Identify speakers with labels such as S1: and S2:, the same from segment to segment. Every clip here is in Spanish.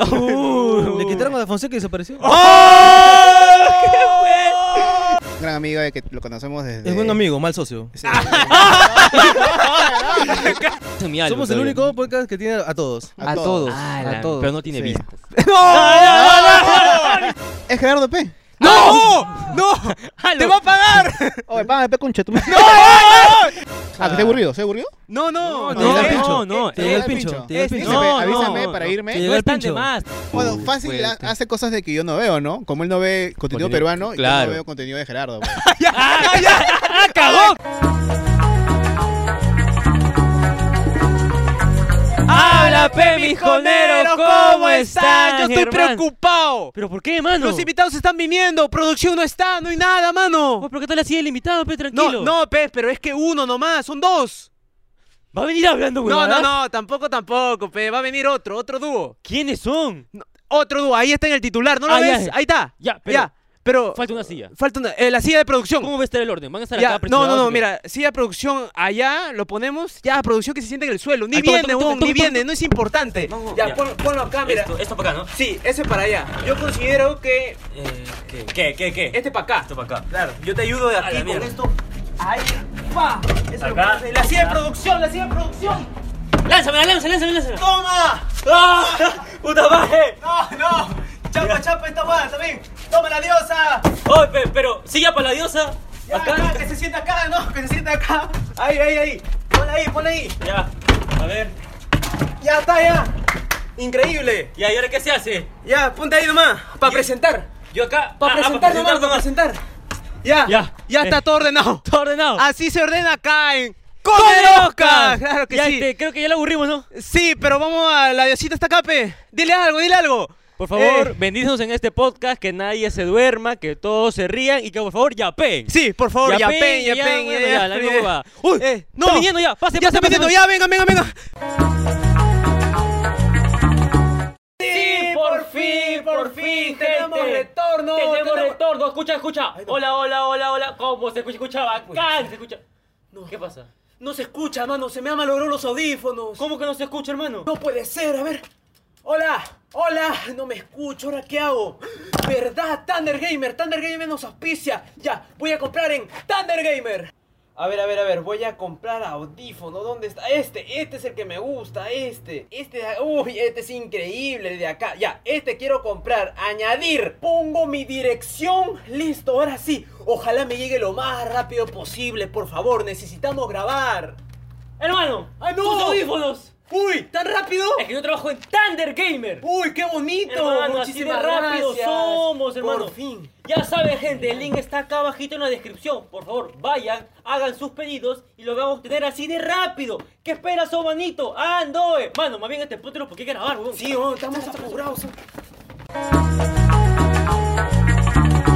S1: Uh.
S2: Le quitaron a Fonseca y desapareció.
S1: Oh,
S3: gran amigo de que lo conocemos desde.
S1: eh.
S2: Es buen amigo, mal socio.
S3: Sí.
S1: En mi álbum
S2: Somos el
S1: todavía.
S2: único podcast que tiene a todos.
S3: A
S4: A
S3: todos.
S4: todos.
S1: Ah, la-
S4: A todos.
S1: Pero no tiene
S3: Sí.
S1: vistas.
S3: Es Gerardo P.
S1: ¡No! Ah, ¡No! ¡Te va a pagar!
S3: Oye, págame P conche, tú me. ¡No! Ah, ¿te he aburrido? ¿Se aburrido?
S4: No,
S1: No,
S4: no,
S2: no,
S1: no,
S2: pincho.
S1: no, no.
S2: Te llega el
S1: eh,
S2: pincho. Te llega el
S1: este,
S2: pincho.
S3: Avísame,
S1: no,
S3: avísame
S1: no,
S3: para
S1: no.
S3: irme.
S2: Te llegó
S1: No
S2: el
S1: están de
S2: pincho.
S1: más.
S3: Bueno,
S4: Uh,
S3: fácil
S4: fuerte.
S3: ha- hace cosas de que yo no veo, ¿no? Como él no ve contenido
S1: Contenido,
S3: peruano, yo
S1: claro.
S3: no veo contenido de Gerardo. pues.
S1: ¡Cagón! ¡Hola, pe, mis coneros! ¿Cómo están?
S4: Yo estoy
S1: hermano?
S4: preocupado.
S1: ¿Pero por qué, mano?
S4: Los invitados están viniendo, producción no está, no hay nada, mano.
S1: Oh, ¿Pero qué tal así el invitado, pe? Tranquilo.
S4: No, no, pe, pero es que uno nomás, son dos.
S1: ¿Va a venir hablando,
S4: No,
S1: huevadas?
S4: no, no, tampoco, tampoco, pe, va a venir otro, otro dúo.
S1: ¿Quiénes son?
S4: Otro dúo, ahí está en el titular, ¿no lo
S1: Ah, ya.
S4: ves? Ahí está.
S1: Ya, pero
S4: Ya, pero
S1: falta una silla.
S4: falta una- eh, la silla de producción.
S1: ¿Cómo va a estar el orden? ¿Van a estar
S4: Ya,
S1: acá
S4: no, no,
S1: apresurados
S4: no,
S1: o qué?
S4: mira, silla de producción allá, lo ponemos, ya, producción que se siente en el suelo. Ni
S1: Ahí, toca,
S4: viene,
S1: toca, toca,
S4: huevón,
S1: toca,
S4: ni
S1: toca,
S4: viene, no es importante.
S1: No, no,
S4: Ya,
S1: ya.
S4: pon- ponlo acá, mira.
S1: Esto, esto para acá, ¿no?
S4: Sí, ese para allá. Yo considero que
S1: Eh, ¿qué? ¿Qué, qué, qué?
S4: este para acá.
S1: Esto para acá.
S4: Claro, yo te ayudo de
S1: la
S4: aquí con
S1: mierda.
S4: esto. Ahí, pa. Eso es lo que
S1: Acá.
S4: hace. La silla de producción, la silla de producción.
S1: ¡Lánzamela, lánzamela, lánzamela! lánzamela.
S4: ¡Toma!
S1: ¡Ah! ¡Puta madre!
S4: No, no. Chapa, chapa esta guada también. Toma la diosa.
S1: ¡Oh, pe- pero! ¡Silla para la diosa!
S4: Ya, acá, que se sienta acá, no, que se sienta acá. Ahí, ahí, ahí. Ponla ahí, ponla ahí.
S1: Ya, a ver.
S4: Ya está, ya. Increíble.
S1: Ya, ¿y ahora qué se hace?
S4: Ya, ponte ahí nomás. Para presentar.
S1: Yo acá. Ah,
S4: Para presentar nomás, para presentar. Ya,
S1: Ya.
S4: ya está
S1: Eh.
S4: todo ordenado.
S1: Todo ordenado.
S4: Así se ordena acá en
S1: Oscar!
S4: Comerosca. Claro que
S1: ya,
S4: sí.
S1: este, creo que ya lo aburrimos, ¿no?
S4: Sí, pero vamos a la diosita está acá, pe. Dile algo, dile algo.
S1: Por favor,
S4: Eh,
S1: bendícenos en este podcast, que nadie se duerma, que todos se rían y que por favor ya peen.
S4: sí, por favor, ya
S1: Ya pen,
S4: pen, ya
S1: ya,
S4: pen,
S1: bueno, ya, la misma huevada.
S4: Uy,
S1: Eh,
S4: no.
S1: está viniendo ya, pase,
S4: ya
S1: pase,
S4: está viniendo,
S1: pase.
S4: ya, venga, venga, venga.
S1: Sí, por fin, por fin,
S4: tenemos
S1: gente.
S4: retorno,
S1: Tenemos,
S4: tenemos-
S1: retorno, escucha, escucha. Hola, hola, hola, hola. ¿Cómo se escucha? Escucha
S4: Pues.
S1: bacán, se escucha. ¿Qué pasa?
S4: No se escucha, mano, se me han malogrado los audífonos.
S1: ¿Cómo que no se escucha, hermano?
S4: No puede ser, a ver. Hola, hola, no me escucho, ¿ahora qué hago? ¿Verdad, Thunder Gamer? Thunder Gamer nos auspicia. Ya, voy a comprar en Thunder Gamer. A ver, a ver, a ver, voy a comprar audífono. ¿Dónde está? Este, este es el que me gusta, este. Este, de- uy, este es increíble el de acá. Ya, este quiero comprar, añadir. Pongo mi dirección, listo, ahora sí. Ojalá me llegue lo más rápido posible, por favor, necesitamos grabar.
S1: Hermano,
S4: ¡Ay, Ah, no!
S1: tus audífonos.
S4: Uy, ¿tan rápido?
S1: Es que yo trabajo en Thunder Gamer.
S4: Uy, qué bonito.
S1: Hermano, así de
S4: Muchísimas
S1: rápido
S4: gracias.
S1: somos, hermano.
S4: Por fin.
S1: Ya saben, gente, el link está acá abajito en la descripción. Por favor, vayan, hagan sus pedidos y lo vamos a tener así de rápido. ¿Qué esperas, oh, manito? ¡Ando! eh! Mano, más bien este punto lo porque hay que grabar, weón.
S4: Sí, oh, estamos apurados.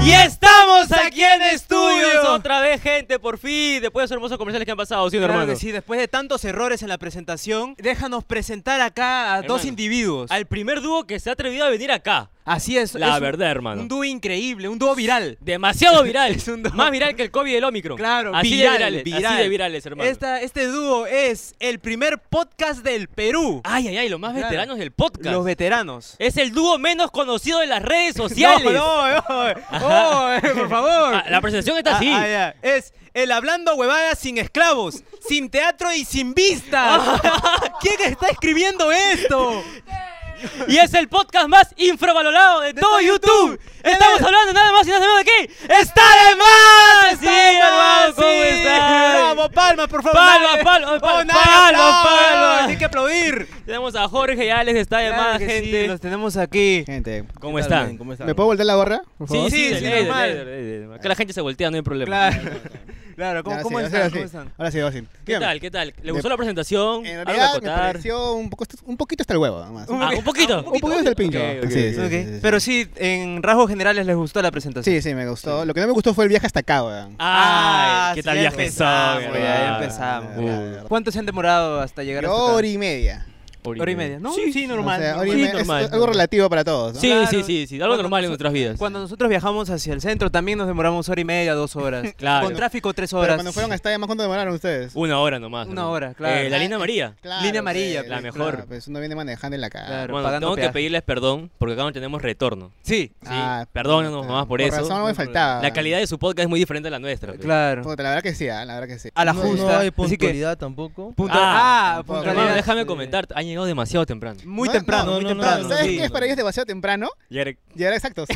S1: Y estamos
S4: aquí en estudios.
S1: otra vez, gente, por fin. Después de esos hermosos comerciales que han pasado, ¿sí, no,
S4: Claro
S1: hermano?
S4: que sí, después de tantos errores en la presentación, déjanos presentar acá a dos
S1: Hermano.
S4: individuos.
S1: Al primer dúo que se ha atrevido a venir acá.
S4: Así es.
S1: La
S4: es un-
S1: verdad, hermano.
S4: Un dúo increíble, un dúo viral.
S1: Demasiado viral.
S4: Es un dúo.
S1: Más viral que el COVID y el Omicron.
S4: Claro,
S1: así
S4: viral,
S1: de virales,
S4: viral.
S1: Así de virales, hermano.
S4: Esta- este dúo es el primer podcast del Perú.
S1: Ay, ay, ay, los más
S4: Claro.
S1: veteranos del Ah, podcast.
S4: Los veteranos.
S1: es el dúo menos conocido de las redes sociales.
S4: No, no, no, oh, eh, por favor.
S1: Ah, la presentación está
S4: Ah,
S1: así.
S4: ah, ya. Es el hablando huevadas sin esclavos, sin teatro y sin vistas. ¿Quién está escribiendo esto?
S1: Y es el podcast más infravalorado de, todo
S4: todo
S1: YouTube.
S4: YouTube.
S1: Estamos
S4: Eh.
S1: hablando nada más y nada menos de qué. ¡Está de más! Sí, hermano, ¿cómo
S4: Sí.
S1: estás?
S4: Vamos, palma, por favor.
S1: Palma,
S4: nadie-
S1: palma,
S4: Oh,
S1: palma,
S4: nadie
S1: palma,
S4: aplaude,
S1: palma.
S4: Hay que aplaudir.
S1: Tenemos a Jorge y Alex, está de más,
S4: Claro que sí,
S1: gente.
S4: los tenemos aquí.
S3: Gente,
S1: ¿Cómo están?
S2: ¿Cómo están?
S3: ¿me puedo voltear la gorra? Por
S1: Sí,
S3: favor?
S1: sí,
S4: Sí,
S1: sí,
S4: sí,
S1: líder,
S4: normal.
S1: líder, líder. Acá la gente se voltea, no hay problema.
S4: Claro. Claro, ¿cómo,
S3: Ahora
S4: cómo
S3: sí, ahora
S4: están?
S3: sí,
S4: ¿Cómo están?
S3: Ahora sí, ahora sí.
S1: ¿Qué
S3: Dígame.
S1: tal? ¿Qué tal? ¿Le
S3: De-
S1: gustó la presentación?
S3: En
S1: ¿Algo a
S3: realidad me
S1: acotar?
S3: pareció un poco, un poquito hasta el huevo, nomás.
S1: Ah, un poquito.
S3: Un poquito hasta el pincho.
S1: Ok, ok, ok.
S3: Sí, sí, sí,
S4: Ok,
S3: sí, sí.
S4: Pero sí, en rasgos generales les gustó la presentación.
S3: Sí, sí, me gustó. Lo que no me gustó fue el viaje hasta acá, weón.
S2: Ah,
S3: Ah,
S1: Ay, ¿qué
S4: sí,
S1: tal
S4: ya
S1: viaje
S4: empezamos,
S1: son,
S4: ya
S1: hermano?
S4: empezamos.
S3: Uh.
S4: ¿Cuánto se han demorado hasta llegar
S3: Yo
S4: hasta acá?
S3: hora y media.
S4: Hora y media. No,
S2: Sí, sí, normal.
S3: O sea,
S2: normal.
S3: ahora
S2: Sí,
S3: es
S2: normal,
S3: algo
S2: normal.
S3: relativo para todos. ¿no?
S2: Sí,
S4: Claro.
S2: sí, sí, sí, algo
S4: Cuando
S2: normal en
S4: noso-
S2: nuestras vidas.
S4: Cuando nosotros viajamos hacia el centro también nos demoramos hora y media, dos horas.
S2: Claro.
S4: Con tráfico, tres
S3: Pero
S4: horas.
S3: cuando fueron a Estadia más, ¿cuánto demoraron ustedes?
S2: Una hora nomás.
S4: Una
S2: ¿no?
S4: hora, claro.
S2: Eh, Uh, la línea María.
S3: Claro,
S4: Línea amarilla,
S3: pues,
S2: la mejor.
S3: claro, pues uno viene manejando en la cara.
S4: Claro.
S2: Bueno,
S4: pagando
S2: tengo que
S4: peaje.
S2: pedirles perdón porque acá no tenemos retorno.
S4: Sí,
S2: Sí, perdónanos nomás por eso.
S3: Ah, razón ah. no me faltaba.
S2: La calidad de su podcast es muy diferente a la nuestra. pues.
S4: claro.
S3: Puta, la verdad que sí, ah, la verdad que sí.
S4: A la
S5: no,
S4: justa.
S5: No hay
S4: Así que,
S5: puntualidad tampoco.
S4: punta-
S2: Ah,
S4: ah,
S3: tampoco.
S2: Hermano,
S4: puntualidad.
S2: déjame
S4: Sí.
S2: comentar, han llegado demasiado temprano.
S4: Muy
S3: No,
S4: temprano,
S3: no,
S4: muy
S5: no, no,
S4: temprano.
S5: no,
S3: ¿Sabes
S4: sí.
S3: qué es para ellos demasiado temprano? Llegar exactos.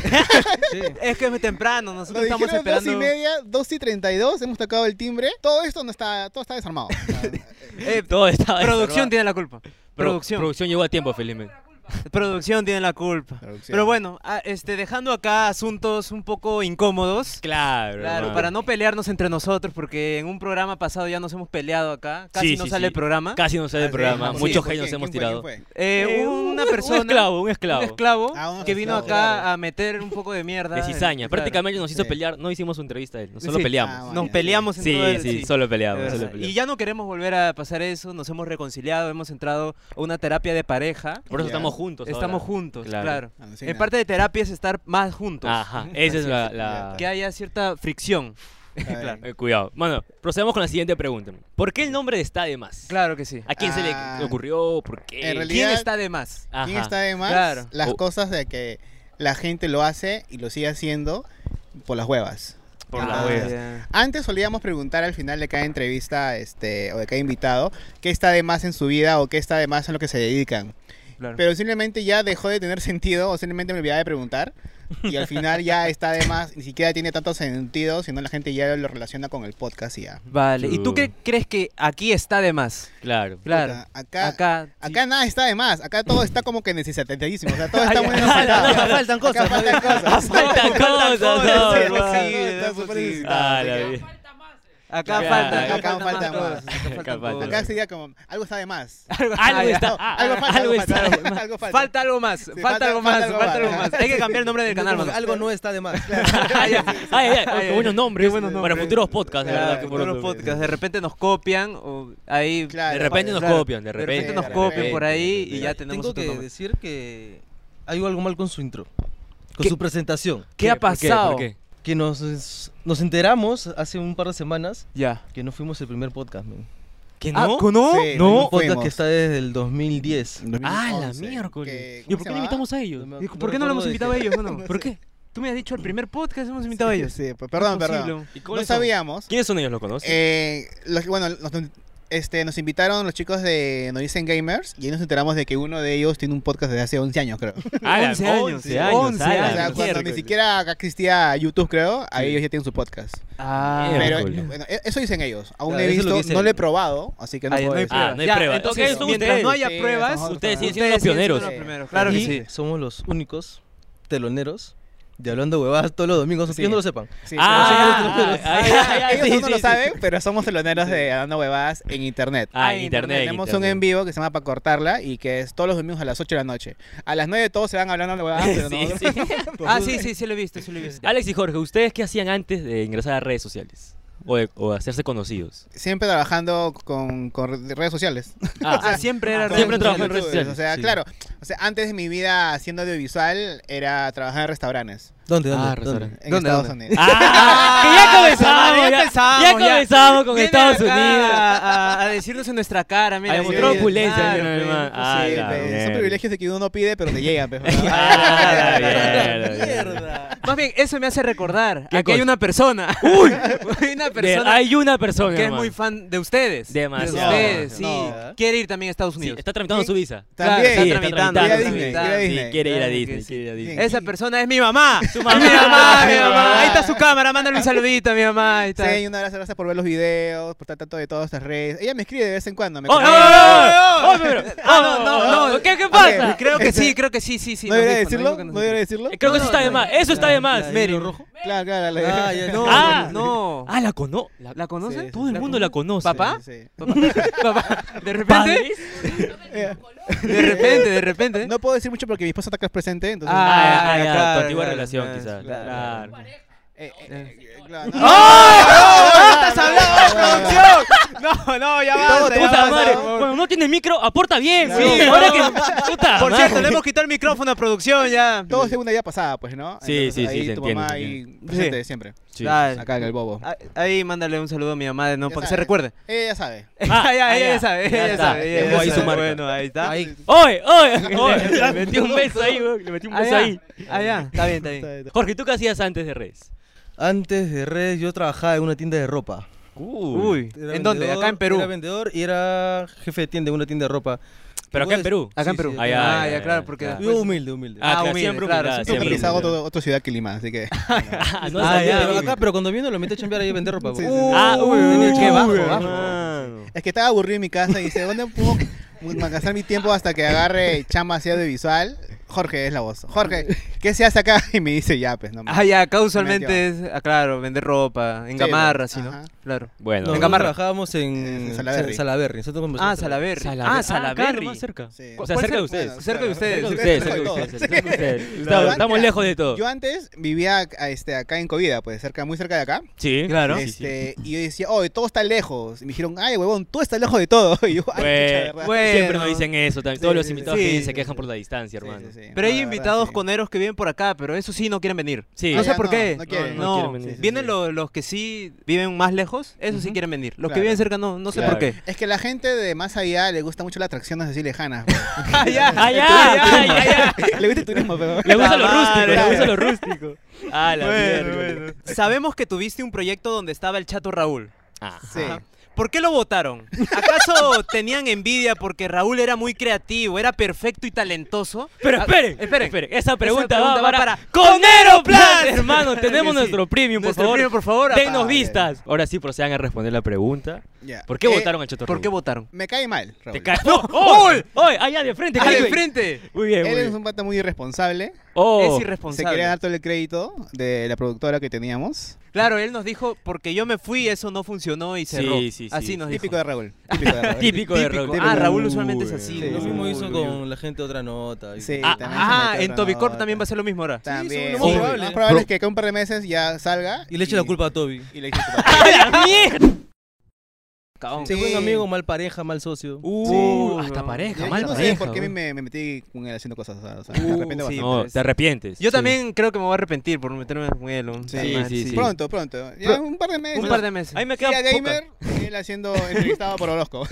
S5: Sí.
S4: Es que es muy temprano,
S3: Nos
S4: nosotros
S3: dijeron
S4: estamos
S3: dos
S4: esperando.
S3: y media, dos y treinta y dos, hemos tocado el timbre. Todo esto no está, todo está desarmado. O sea,
S4: Eh,
S2: Todo estaba desarmado.
S4: producción tiene la culpa.
S2: Pro-
S4: producción.
S2: Producción llegó a tiempo, felizmente.
S4: Producción tiene la culpa.
S3: Producción.
S4: Pero bueno, ah, este, dejando acá asuntos un poco incómodos.
S2: Claro.
S4: Claro,
S2: hermano.
S4: para no pelearnos entre nosotros, porque en un programa pasado ya nos hemos peleado acá. Casi
S2: Sí,
S4: no
S2: sí,
S4: sale
S2: sí.
S4: el programa. Ah,
S2: Casi no sé del
S3: sí,
S2: programa,
S3: sí,
S2: muchos
S3: ¿por
S2: que
S3: quién?
S2: nos hemos
S3: ¿Quién fue?
S2: tirado.
S3: ¿Quién fue?
S4: Eh,
S2: Eh,
S4: una
S2: un-
S4: persona.
S2: Un esclavo, un esclavo.
S4: un esclavo
S3: Ah, un
S4: que vino acá
S3: esclavo, claro.
S4: a meter un poco de mierda.
S2: De
S4: en-
S2: cizaña.
S4: claro.
S2: Prácticamente nos hizo
S3: Sí.
S2: pelear, no hicimos una entrevista a él, solo
S4: Sí.
S3: Ah,
S2: peleamos.
S3: bueno.
S4: Nos peleamos en
S2: Sí,
S4: todo el-
S2: sí, solo
S4: de
S2: peleamos.
S4: verdad.
S2: solo
S4: Y
S2: peleamos.
S4: ya no queremos volver a pasar eso, nos hemos reconciliado, hemos entrado a una terapia de pareja.
S2: Por eso
S3: Ya.
S2: estamos juntos. ahora.
S4: Estamos juntos,
S2: Claro.
S4: claro.
S3: Alucina.
S4: En parte de terapia es estar más juntos.
S2: Ajá, esa es la. la-
S4: Que haya cierta fricción. claro.
S2: Eh, cuidado. Bueno, procedamos con la siguiente pregunta. ¿Por qué el nombre de está de más?
S4: Claro que sí.
S2: ¿A quién se
S3: Ah.
S2: le ocurrió? ¿Por qué?
S3: En realidad-
S4: ¿Quién está de más?
S2: Ajá.
S3: ¿Quién está de más?
S4: Claro.
S3: Las
S2: Oh.
S3: cosas de que la gente lo hace y lo sigue haciendo por las huevas.
S2: Por
S3: Ah,
S2: la hueva.
S4: ya.
S3: Antes solíamos preguntar al final de cada entrevista este, o de cada invitado qué está de más en su vida o qué está de más en lo que se dedican.
S4: Claro.
S3: Pero simplemente ya dejó de tener sentido o simplemente me olvidaba de preguntar. Y al final ya está de más, ni siquiera tiene tanto sentido, sino la gente ya lo relaciona con el podcast y ya.
S4: Vale. ¿Y tú
S2: Tú.
S4: qué crees que aquí está de más?
S2: Claro.
S4: Claro.
S3: Puta, acá, acá,
S4: Acá.
S3: nada está de más, acá todo está como que necesitadísimo, o sea, todo está
S4: Ay,
S3: muy
S4: ay,
S3: necesitado.
S4: ay, ay, faltan
S3: Acá
S4: cosas.
S3: faltan cosas.
S2: Faltan cosas, no,
S4: sí,
S2: hermano.
S4: sí,
S3: Está
S4: sí,
S3: súper
S4: sí.
S3: necesitado.
S2: Ah, la
S3: Acá
S2: vida.
S4: Acá
S2: Claro,
S4: falta.
S2: acá
S3: falta más.
S2: Acá falta.
S4: cosas.
S3: Acá sería como, algo está de más.
S2: Algo
S4: ya.
S2: está.
S3: No, algo falta, algo, falta, algo, algo falta.
S4: Falta algo más, falta,
S3: falta-
S4: algo más,
S3: falta
S4: falta,
S3: algo más.
S4: algo más. Hay que cambiar el nombre del canal,
S5: Como que
S4: mano.
S5: Algo no está de más.
S2: Ay, ay, ay,
S4: Ay,
S2: qué
S4: ay.
S2: buenos nombres.
S4: Qué buenos
S2: Para
S4: nombres.
S2: futuros podcasts, de
S3: Claro,
S2: verdad. qué
S4: Todos los
S2: buenos nombres.
S4: podcasts, de repente nos copian o ahí
S3: Claro.
S2: De repente nos
S4: Claro.
S2: copian, de
S4: de
S2: repente.
S4: repente
S3: Sí,
S4: nos
S3: de
S4: copian
S3: repente,
S4: por ahí y ya tenemos
S5: Tengo
S4: otro
S5: que
S4: nombre.
S5: decir que hay algo mal con su intro, con
S4: ¿Qué?
S5: su presentación.
S4: ¿Qué ha
S2: ¿Por
S4: pasado?
S2: ¿Por qué?
S5: Que nos, nos enteramos hace un par de semanas
S4: Ya.
S5: que no fuimos el primer podcast, men.
S2: ¿Que
S4: Ah,
S2: no?
S4: ¿con ¿no?
S3: Sí,
S5: Un
S3: no
S5: podcast
S3: fuimos.
S5: que está desde el 2010.
S2: Ah, la
S3: 2011, que-
S2: miércoles. ¿Y por qué
S3: ¿cómo se
S2: no
S3: llamaba?
S2: invitamos a ellos?
S4: Dijo, ¿Por qué no lo hemos invitado a ellos? mano? ¿Por qué? Tú me has dicho el primer podcast hemos invitado a ellos.
S3: Sí, pues, perdón,
S4: No es posible.
S3: perdón.
S2: ¿Y
S3: No
S2: cuáles son?
S3: sabíamos.
S2: ¿Quiénes son ellos? ¿Lo conocen?
S3: Eh, los, bueno, los- este, nos invitaron los chicos de Nos Dicen Gamers y ahí nos enteramos de que uno de ellos tiene un podcast desde hace 11 años, creo.
S2: Ah,
S4: 11
S2: la-
S4: años,
S2: 11
S4: sí,
S2: años.
S4: 11
S2: ah,
S3: o
S2: la
S3: sea,
S4: años.
S2: miércoles.
S3: cuando ni siquiera acá existía YouTube, creo, ahí ellos ya tienen su podcast.
S4: Ah,
S2: Mierda.
S3: Pero
S2: Miércoles.
S3: bueno, e- eso dicen ellos. Aún
S5: Claro,
S3: he
S5: eso es lo que
S3: visto,
S5: dice
S3: no
S5: él.
S3: lo he probado, así que no
S4: ahí
S3: puedo
S4: hay
S3: decir.
S2: pruebas. Ah, no hay pruebas.
S4: Entonces,
S2: Ok, son
S4: mientras no
S2: ustedes.
S4: haya
S3: Sí,
S4: pruebas,
S3: somos-
S2: Ustedes siguen
S3: Ustedes
S2: siendo los
S4: siguen siendo
S2: pioneros.
S4: los
S3: Sí.
S4: primeros. Claro que
S5: Y
S4: sí.
S5: Somos los únicos teloneros de hablando huevadas todos los domingos, aunque
S3: Sí.
S5: ellos no lo sepan.
S3: Sí,
S2: Ah,
S3: pero-
S2: ah, ah, ah,
S3: ellos
S2: sí,
S3: aún no
S2: sí,
S3: lo
S2: sí.
S3: saben, pero somos teloneros de Dando Huevadas en internet.
S2: Ah,
S4: en
S2: internet.
S3: Tenemos
S2: internet.
S3: un en vivo que se llama Para Cortarla y que es todos los domingos a las 8 de la noche. A las 9 todos se van hablando de huevadas, pero
S2: Sí,
S3: no-
S2: sí.
S4: Ah, sí, sí, sí lo he visto, sí lo he visto.
S2: Alex y Jorge, ¿ustedes qué hacían antes de ingresar a redes sociales? O, de- o hacerse conocidos.
S3: Siempre trabajando con, con redes sociales.
S2: Ah.
S4: O sea, siempre era
S2: Siempre
S4: redes
S2: trabajé en
S4: sociales.
S2: redes sociales,
S3: O sea,
S2: sí.
S3: claro. O sea, antes de mi vida haciendo audiovisual era trabajar en restaurantes.
S5: ¿Dónde, dónde?
S2: Ah,
S5: dónde?
S2: restaurante.
S3: En
S4: ¿Dónde,
S3: Estados
S4: dónde?
S3: Unidos.
S2: ¡Ah! que ya comenzamos!
S4: ya
S2: Ya,
S4: empezamos,
S2: ya
S4: ya.
S2: comenzamos con
S4: Viene
S2: Estados
S4: acá Ah,
S2: Unidos.
S4: A, a decirnos en nuestra cara, mira.
S2: A
S4: sí,
S2: demostrar
S3: sí,
S2: Ah, opulencia,
S4: claro,
S2: mi
S4: pe,
S2: hermano. Ah,
S3: Sí,
S2: la
S3: pe, son
S2: mierda.
S3: privilegios de que uno no pide, pero pues, te llegan. pe.
S2: Ah, la mierda.
S4: Más bien, eso me hace recordar.
S2: ¿Qué
S4: Aquí hay
S2: cosa?
S4: una persona. ¡Uy! hay una persona
S2: Hay una persona
S4: que es
S2: hermano.
S4: muy fan de ustedes.
S2: Demasiado.
S4: De ustedes, sí.
S3: No.
S4: Quiere ir también a Estados
S2: Sí,
S4: Unidos.
S2: está tramitando su visa.
S3: También.
S4: Claro,
S2: Sí,
S4: está
S2: está
S4: tramitando.
S2: tramitando.
S4: está
S3: Quiere a Disney,
S2: Sí,
S3: quiere a
S4: tramitando.
S3: Disney.
S2: quiere ir a
S4: Claro que
S2: Disney,
S4: sí.
S2: quiere ir a Disney.
S3: Bien.
S4: Esa persona es mi mamá.
S2: Su mamá.
S4: Mi mamá, mi
S3: Mi
S4: mamá.
S3: mamá.
S4: Ahí está su cámara. Mándale un saludito a mi mamá. Ahí está.
S3: Sí, un abrazo, gracias por ver los videos, por estar tanto de todas estas redes. Ella me escribe de vez en cuando. Me
S2: ¡Oh,
S3: comenta.
S2: oh, oh, oh, oh, pero-
S4: Ah, no, no, no.
S2: ¿Qué, qué pasa?
S3: Ok.
S4: Creo que sí, creo que sí, sí, sí.
S3: ¿No
S4: nos
S3: debería
S4: dijo, nos
S3: decirlo?
S4: dijo que nos
S3: ¿No
S4: dijo.
S3: debería decirlo?
S2: Eh, Creo que eso está de más. Eso está de más.
S4: Meri.
S3: Claro, claro. la-
S5: Ah, ya,
S4: No,
S2: Ah.
S4: no.
S2: Ah, la cono.
S4: ¿La, la conoce?
S3: Sí,
S2: Todo el mundo la conoce.
S4: ¿Papá?
S3: Sí, sí. Eh,
S4: Papá, papá, de repente, de repente, de repente.
S3: No puedo decir mucho porque mi esposa está acá presente, entonces...
S2: Ah, ah,
S4: Ah,
S2: ya,
S4: claro,
S2: tu antigua
S4: claro,
S2: relación,
S4: claro,
S2: quizás.
S3: claro.
S2: Claro.
S3: Eh, eh, eh, claro, no.
S4: ¡Ah! ¡Oh! ¡No estás hablando de producción!
S6: No, no, ya
S3: Todo
S6: basta,
S3: te
S6: ya basta.
S3: vas a
S1: Puta
S3: pasar,
S1: madre,
S3: por favor.
S1: cuando no tienes micro, aporta bien,
S3: Claro.
S1: sí,
S3: Sí,
S1: ahora que... Puta
S6: Por
S1: madre.
S6: cierto, le hemos quitado el micrófono a producción ya.
S3: Todo es de una idea pasada, pues, ¿no?
S2: Sí, sí, sí,
S3: ahí
S2: se
S3: tu
S2: entiende,
S3: mamá
S2: se
S3: ahí
S2: entiende.
S3: presente
S6: Sí.
S3: siempre.
S2: Sí.
S6: Dale.
S3: Acá en el bobo.
S4: Ah, Ahí mándale un saludo a mi mamá de nuevo
S3: Ya
S4: para que se
S3: sabe.
S4: recuerde.
S3: Ella ya sabe.
S4: Ah, ya,
S1: ah,
S4: ella
S1: ya.
S4: sabe,
S1: Ya
S4: ella
S1: está,
S4: sabe. ella
S2: dejó ahí
S4: sabe.
S2: su marca.
S4: Bueno, ahí está.
S3: Ahí.
S1: Oye, oye, oye, le metí un beso ahí, weón, le metí un
S4: Ah,
S1: beso
S4: ya.
S1: ahí.
S4: Ah, ya, está bien, está bien.
S2: Jorge, ¿tú qué hacías antes de redes?
S5: Antes de redes yo trabajaba en una tienda de ropa.
S4: Uy,
S5: Era
S4: ¿en dónde?
S5: vendedor-
S4: Acá en Perú.
S5: Era vendedor y era jefe de tienda en una tienda de ropa.
S2: Pero acá en
S5: Pues,
S2: Perú.
S4: Acá en
S5: Sí, sí,
S4: Perú.
S5: acá
S4: Ah,
S5: en
S4: ya,
S2: Perú.
S4: ya, claro, porque
S2: Ah,
S5: Yo
S4: después...
S5: humilde, humilde.
S2: Ah, claro,
S4: humilde,
S2: siempre
S4: claro,
S2: humildad,
S4: siempre
S3: Nunca he
S2: siempre
S3: pisado
S2: humildad.
S3: otro- otra ciudad que Lima, así que.
S5: Ah,
S2: no sabía,
S5: pero
S2: uy.
S5: acá, pero cuando vino lo metí a chambear ahí a vender ropa.
S3: Sí, sí,
S5: weón.
S3: sí.
S2: Ah, uy,
S5: Tenía
S2: qué
S5: chamba.
S2: bajo,
S5: Uy,
S2: bajo.
S3: Es que estaba aburrido en mi casa y dice, ¿dónde puedo gastar mi tiempo hasta que agarre chamba así audiovisual? Jorge es la voz. Jorge, ¿qué se hace acá? Y me dice, ya, pues, no
S4: Ah, ya, acá usualmente
S3: metió.
S4: es, ah, claro, vender ropa,
S3: Sí,
S4: en gamarra,
S3: pues,
S4: así, ¿no?
S3: ajá.
S4: Claro.
S2: Bueno,
S4: En
S5: No, nosotros
S4: Gamarra.
S5: trabajábamos
S3: En
S5: en
S3: Salaberry.
S5: Salaberry. Salaberry. nosotros comenzamos
S4: Ah,
S5: en
S4: Salaberry.
S2: Salaberry.
S4: Ah, Salaberry.
S2: más cerca.
S3: Sí.
S2: O sea, cerca
S4: ¿Cuál
S2: de
S4: ser-
S2: ustedes.
S3: Bueno,
S4: Cerca de
S3: claro,
S4: ustedes.
S2: pues, Cerca de
S3: cerca
S2: ustedes,
S3: de
S2: cerca de
S3: todos.
S2: ustedes, cerca de ustedes. Estamos-
S3: Yo antes-
S2: Estamos lejos de todo.
S3: Yo antes vivía a- este, acá en Covida, pues, cerca, muy cerca de acá.
S2: Sí,
S4: Claro.
S2: sí, sí, sí.
S3: Este, Y yo decía, oh, todo está lejos. Y me dijeron, ay, huevón, tú estás lejos de todo. Y yo,
S2: Bue-
S3: ay, pucha, de verdad.
S4: bueno.
S2: Siempre nos dicen eso también.
S3: Sí,
S2: Todos los
S3: sí, sí.
S2: invitados
S4: Sí,
S2: que vienen
S4: sí,
S2: se quejan
S3: sí.
S2: por la distancia,
S3: Sí,
S2: hermano.
S3: sí, sí.
S4: Pero
S3: No,
S4: hay
S3: la verdad,
S4: invitados
S3: Ah, sí.
S4: coneros que viven por acá, pero eso sí no quieren venir.
S2: Sí.
S4: No sé
S3: Ah,
S4: por
S3: no,
S4: qué.
S3: no quieren.
S2: No, no
S4: No,
S2: quieren venir.
S3: Sí,
S4: vienen
S3: sí.
S4: lo- los que sí viven más lejos, eso sí
S2: Ujú.
S4: quieren venir. Los que
S3: Claro.
S4: viven cerca no, no sé
S2: Claro.
S4: por qué.
S3: Es que la gente de más allá le gusta mucho las atracciones así lejanas. pues.
S4: Ah, ya,
S1: Ah, ya, ya, ya, ya.
S3: le gusta el turismo, pero...
S1: Le gusta lo
S4: Puta
S1: rústico,
S4: madre.
S1: le gusta lo rústico. Ah, la
S4: Bueno,
S1: mierda.
S4: bueno. Sabemos que tuviste un proyecto donde estaba el chato Raúl.
S2: Ah.
S3: Sí.
S4: Ajá. ¿Por qué lo votaron? ¿Acaso tenían envidia porque Raúl era muy creativo, era perfecto y talentoso?
S1: Pero
S4: Ah,
S1: esperen,
S4: esperen.
S1: Esa pregunta,
S4: pregunta
S1: va,
S4: va
S1: para,
S4: para
S1: Conero Plan,
S4: Plan.
S1: hermano. Tenemos
S4: Sí.
S1: nuestro premium, por
S4: Nuestro
S1: favor.
S4: premio, por favor,
S1: Denos
S3: apague.
S1: vistas.
S2: Ahora sí procedan a responder la pregunta.
S3: Ya.
S2: ¿Por qué
S3: Eh,
S2: votaron al Chato
S4: ¿Por qué
S2: Rubio?
S4: votaron?
S3: Me cae mal, Raúl.
S2: Te ¡Oh! cae.
S1: ¡Oy! ¡Oy! ¡Allá de frente!
S4: ¡Ah, de
S1: Caribe.
S4: frente!
S1: Muy bien, muy
S3: Él es
S1: bien.
S3: un pata muy irresponsable.
S1: Oh,
S4: Es
S3: Se
S4: irresponsable.
S3: quería dar todo el crédito de la productora que teníamos.
S4: Claro, él nos dijo, porque yo me fui, eso no funcionó y
S2: Sí,
S4: cerró.
S2: sí, sí.
S4: Así nos
S3: Típico de
S4: dijo.
S3: Raúl. Típico de Raúl.
S2: Típico de Raúl.
S4: Ah, Raúl usualmente es
S3: Sí,
S4: así.
S5: Salaberry. Lo
S4: ¿no?
S5: mismo hizo
S4: Uy, uy, uy.
S5: con la gente de otra nota. y-
S3: Sí,
S4: Ah,
S3: también se
S4: ajá,
S3: metió
S4: en
S3: otra
S4: Topicorp
S3: nota.
S4: también va a ser lo mismo ahora.
S3: También.
S5: lo
S3: Sí,
S5: más
S3: lo
S5: probable.
S3: más probable es
S2: Pro-
S3: que acá un par de meses ya salga.
S5: Y le eche la culpa a Toby.
S3: Y le eche la
S1: ¡A la mierda!
S4: Caón.
S5: Sí, buen amigo, mal pareja, mal socio.
S4: Uh,
S2: Sí.
S4: hasta
S3: Yo-
S4: pareja,
S3: Yo,
S4: mal
S3: no sé
S4: pareja,
S3: por qué
S4: weón.
S3: me, me metí con él haciendo cosas. O sea,
S4: Uh,
S3: de repente
S4: sí.
S2: No,
S4: pues.
S2: te arrepientes.
S4: Yo
S2: Sí.
S4: también creo que me voy a arrepentir por meterme con él. un-
S3: Sí,
S4: Mal,
S2: sí, sí.
S3: Pronto, pronto. Ya un par de meses.
S4: Un par de meses.
S1: Ahí me
S3: Siga
S1: quedan pocas.
S3: Gamer, él haciendo entrevistado por Orozco.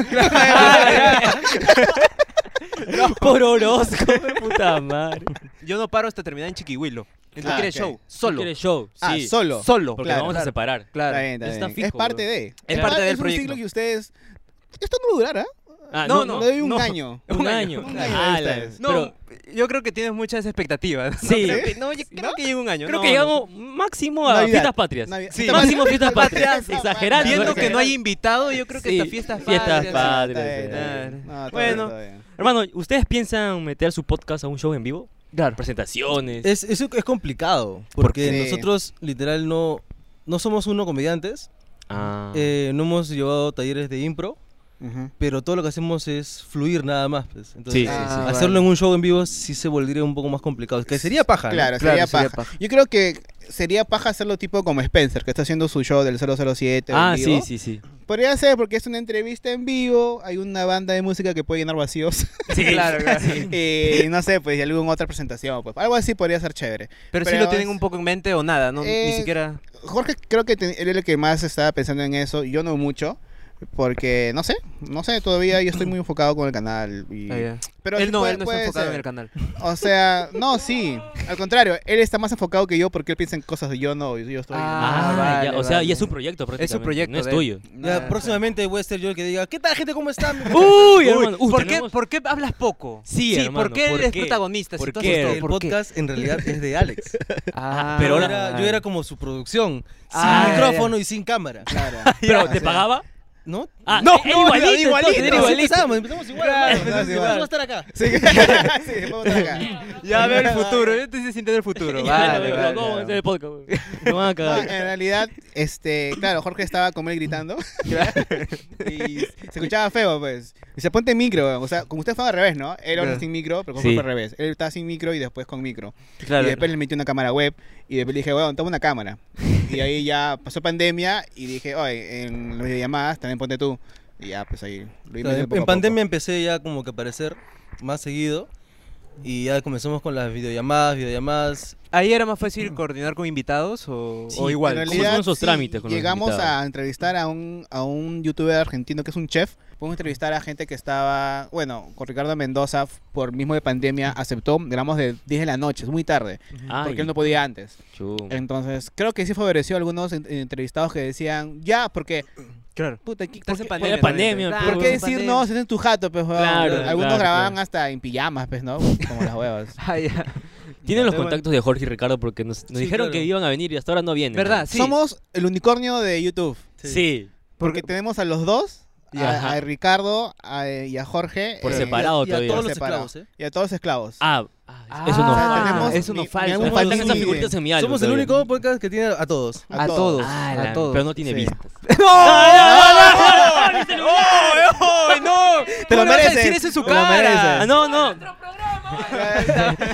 S1: Por Orozco, puta madre.
S4: Yo no paro hasta terminar en Chiquihuilo. Él no
S3: Ah,
S4: quiere
S3: ok.
S4: show, solo.
S1: ¿Quieres show?
S3: Ah,
S1: Sí.
S3: solo.
S4: Solo.
S2: Porque
S3: Claro,
S2: nos vamos a
S4: claro.
S2: separar.
S4: Claro.
S3: Está bien, está
S2: Eso está
S3: bien. es
S2: fijo,
S3: parte de.
S4: Es parte
S3: pa-
S4: del
S3: es un
S4: proyecto.
S3: ciclo que ustedes. Esto no va a durar, ¿ah?
S2: Ah,
S4: No,
S3: No,
S4: no,
S3: le doy un
S4: no.
S3: año.
S1: Un año.
S3: Un año
S1: Ah,
S3: de
S1: la-
S3: ustedes.
S4: No,
S1: pero
S4: yo creo que tienes muchas expectativas.
S1: Sí.
S4: No, creo que, no, yo creo que llega un año.
S1: creo
S4: no,
S1: que
S4: no.
S1: llegamos máximo a
S3: Navidad.
S1: fiestas patrias.
S3: Navidad.
S4: Sí.
S1: Máximo fiestas patrias.
S3: Fiestas
S1: Exagerando.
S3: patrias.
S4: Viendo
S3: Ok.
S4: que no hay invitado, yo creo que
S1: Sí,
S4: hasta fiestas
S1: fiestas
S4: patrias.
S3: Ah,
S1: Padre,
S3: está bien, está
S4: claro.
S3: bien. No, está
S4: Bueno.
S3: bien, está bien.
S1: Hermano, ¿ustedes piensan meter su podcast a un show en vivo?
S4: Claro.
S1: Presentaciones.
S5: Es, es, es complicado, porque
S3: Sí.
S5: nosotros literal no, no somos uno comediantes,
S2: Ah.
S5: eh, no hemos llevado talleres de impro,
S3: Ujú.
S5: pero todo lo que hacemos es fluir nada más. pues. Entonces,
S2: Sí, sí, sí.
S4: Ah,
S5: hacerlo
S4: vale.
S5: en un show en vivo sí se volvería un poco más complicado, que sería paja. ¿no?
S3: Claro, sería,
S4: Claro, sería
S3: paja.
S4: paja.
S3: Yo creo que sería paja hacerlo tipo como Spencer, que está haciendo su show del 007. en
S2: Ah, sí,
S3: vivo.
S2: sí, sí.
S3: Podría ser porque es una entrevista en vivo, hay una banda de música que puede llenar vacíos.
S4: Sí, claro, claro.
S3: y no sé, pues y alguna otra presentación. Pues. Algo así podría ser chévere.
S4: Pero sí
S3: Pero
S4: lo tienen
S3: es-
S4: un poco en mente o nada, ¿no? Ni
S3: Eh,
S4: siquiera.
S3: Jorge creo que te- él es el que más estaba pensando en eso, yo no mucho, porque no sé, no sé, todavía yo estoy muy enfocado con el canal. y-
S4: Ah, ya.
S3: Pero
S4: él
S3: sí
S4: no,
S3: puede-
S4: él no está
S3: puede
S4: enfocado en
S3: ser.
S4: el canal.
S3: O sea, no, sí, al contrario, él está más enfocado que yo porque él piensa en cosas y yo no, y yo estoy...
S4: Ah,
S2: Ah,
S4: vale,
S2: ya, o sea,
S4: vale.
S2: y es su proyecto prácticamente.
S4: proyecto
S2: No es
S4: de-
S2: tuyo.
S5: Ya, próximamente voy a ser yo el que diga, ¿qué tal gente? ¿Cómo están?
S1: Uy, hermano. Uy,
S4: ¿Por, qué,
S1: tenemos-
S4: ¿Por qué hablas poco?
S2: Sí, hermano,
S4: ¿por qué
S2: ¿por
S4: eres
S2: qué?
S4: protagonista? si
S2: ¿Por
S4: tú
S2: qué?
S4: haces todo?
S5: el
S4: ¿Por qué?
S5: podcast en realidad es de Alex.
S4: Ah,
S2: Pero
S5: pero ahora,
S2: ahora-
S5: yo era como su producción,
S4: Ah,
S5: sin
S4: ya,
S5: micrófono y sin cámara.
S3: Claro.
S1: ¿Pero
S3: O
S1: te
S3: sea,
S1: pagaba?
S5: ¿No?
S1: Ah,
S4: No,
S1: era
S4: no,
S1: igualito,
S4: era igualito,
S1: entonces, era
S4: sí,
S5: Así
S1: igualito.
S5: empezamos, empezamos igual.
S3: Claro,
S5: hermano.
S3: empezamos igual.
S5: Vamos a estar acá.
S3: Sí, sí, vamos acá.
S4: Ya veo el futuro, ¿eh? yo te estoy sintiendo el futuro.
S1: Ya,
S4: Vale,
S1: no,
S4: vale,
S1: no,
S4: vale.
S1: no, ese es el podcast, güey. No van a
S3: No,
S1: cagar.
S3: en realidad, este, claro, Jorge estaba como él gritando. y se escuchaba feo, pues. Y se ponte micro, weón. o sea, como usted fue al revés, ¿no? Él ahora
S4: Claro.
S3: sin micro, pero con
S2: Sí.
S3: al revés. Él estaba sin micro y después con micro.
S4: Claro.
S3: Y después le metí una cámara web y después le dije, weón, toma una cámara. Y ahí ya pasó pandemia y dije, oye, en las videollamadas también ponte tú. Y ya, pues ahí lo
S5: Claro,
S3: hice
S5: en,
S3: poco a
S5: en
S3: poco.
S5: pandemia empecé ya como que a aparecer más seguido y ya comenzamos con las videollamadas, videollamadas.
S4: ¿Ahí era más fácil coordinar con invitados o,
S2: Sí,
S4: o igual?
S3: En
S2: ¿cómo
S3: realidad,
S2: son esos
S3: sí,
S2: trámites con los
S3: llegamos
S2: invitados?
S3: a entrevistar a un, a un youtuber argentino que es un chef. Podemos entrevistar a gente que estaba, bueno, con Ricardo Mendoza, f- por mismo de pandemia, aceptó, digamos, de 10 de la noche, es muy tarde,
S2: Ay,
S3: porque él no Eh, podía antes.
S2: chum.
S3: Entonces, creo que sí favoreció a algunos en- entrevistados que decían, ya, porque,
S4: Claro.
S3: puta, ¿qué- por
S4: Estás en
S3: qué-
S4: pandemia.
S2: Era pandemia,
S4: todavía.
S2: pues.
S3: ¿Por qué decir no? Si es en tu jato, pues, huevón.
S2: Claro,
S3: Algunos
S2: claro,
S3: grababan
S2: claro.
S3: hasta en pijamas, pues, ¿no? Como las huevas.
S4: Ah, ya.
S2: Tienen los
S5: Pero bueno.
S2: contactos de Jorge y Ricardo porque nos, nos
S5: Sí,
S2: dijeron
S5: claro.
S2: que iban a venir y hasta ahora no vienen.
S4: ¿Verdad? Sí.
S3: Somos el unicornio de YouTube.
S2: Sí.
S3: Porque tenemos a los dos,
S2: Ajá.
S3: a, a Ricardo a- y a Jorge.
S2: Por
S3: eh,
S2: separado.
S5: y a, y a
S2: todavía.
S5: todos los
S3: separado.
S5: esclavos, ¿eh?
S3: Y a todos los esclavos.
S2: Ah,
S4: Ah,
S2: ah, eso no.
S3: O sea, tenemos
S4: eso no
S3: ni-
S4: falta.
S3: ni algún
S2: Me faltan esas
S3: familia.
S2: figuritas en mi álbum
S5: Somos el
S2: todavía.
S5: único podcast que tiene a todos.
S4: A todos.
S2: Ah,
S4: a
S2: la-
S4: todos.
S2: Pero no tiene
S3: Sí.
S2: vistas.
S4: ¡Oh, eh, oh, no!
S3: Te lo
S4: ¿Cómo le vas a
S3: mereces,
S4: decir eso en su
S3: te lo
S4: cara?
S3: mereces.
S2: Ah, no, no.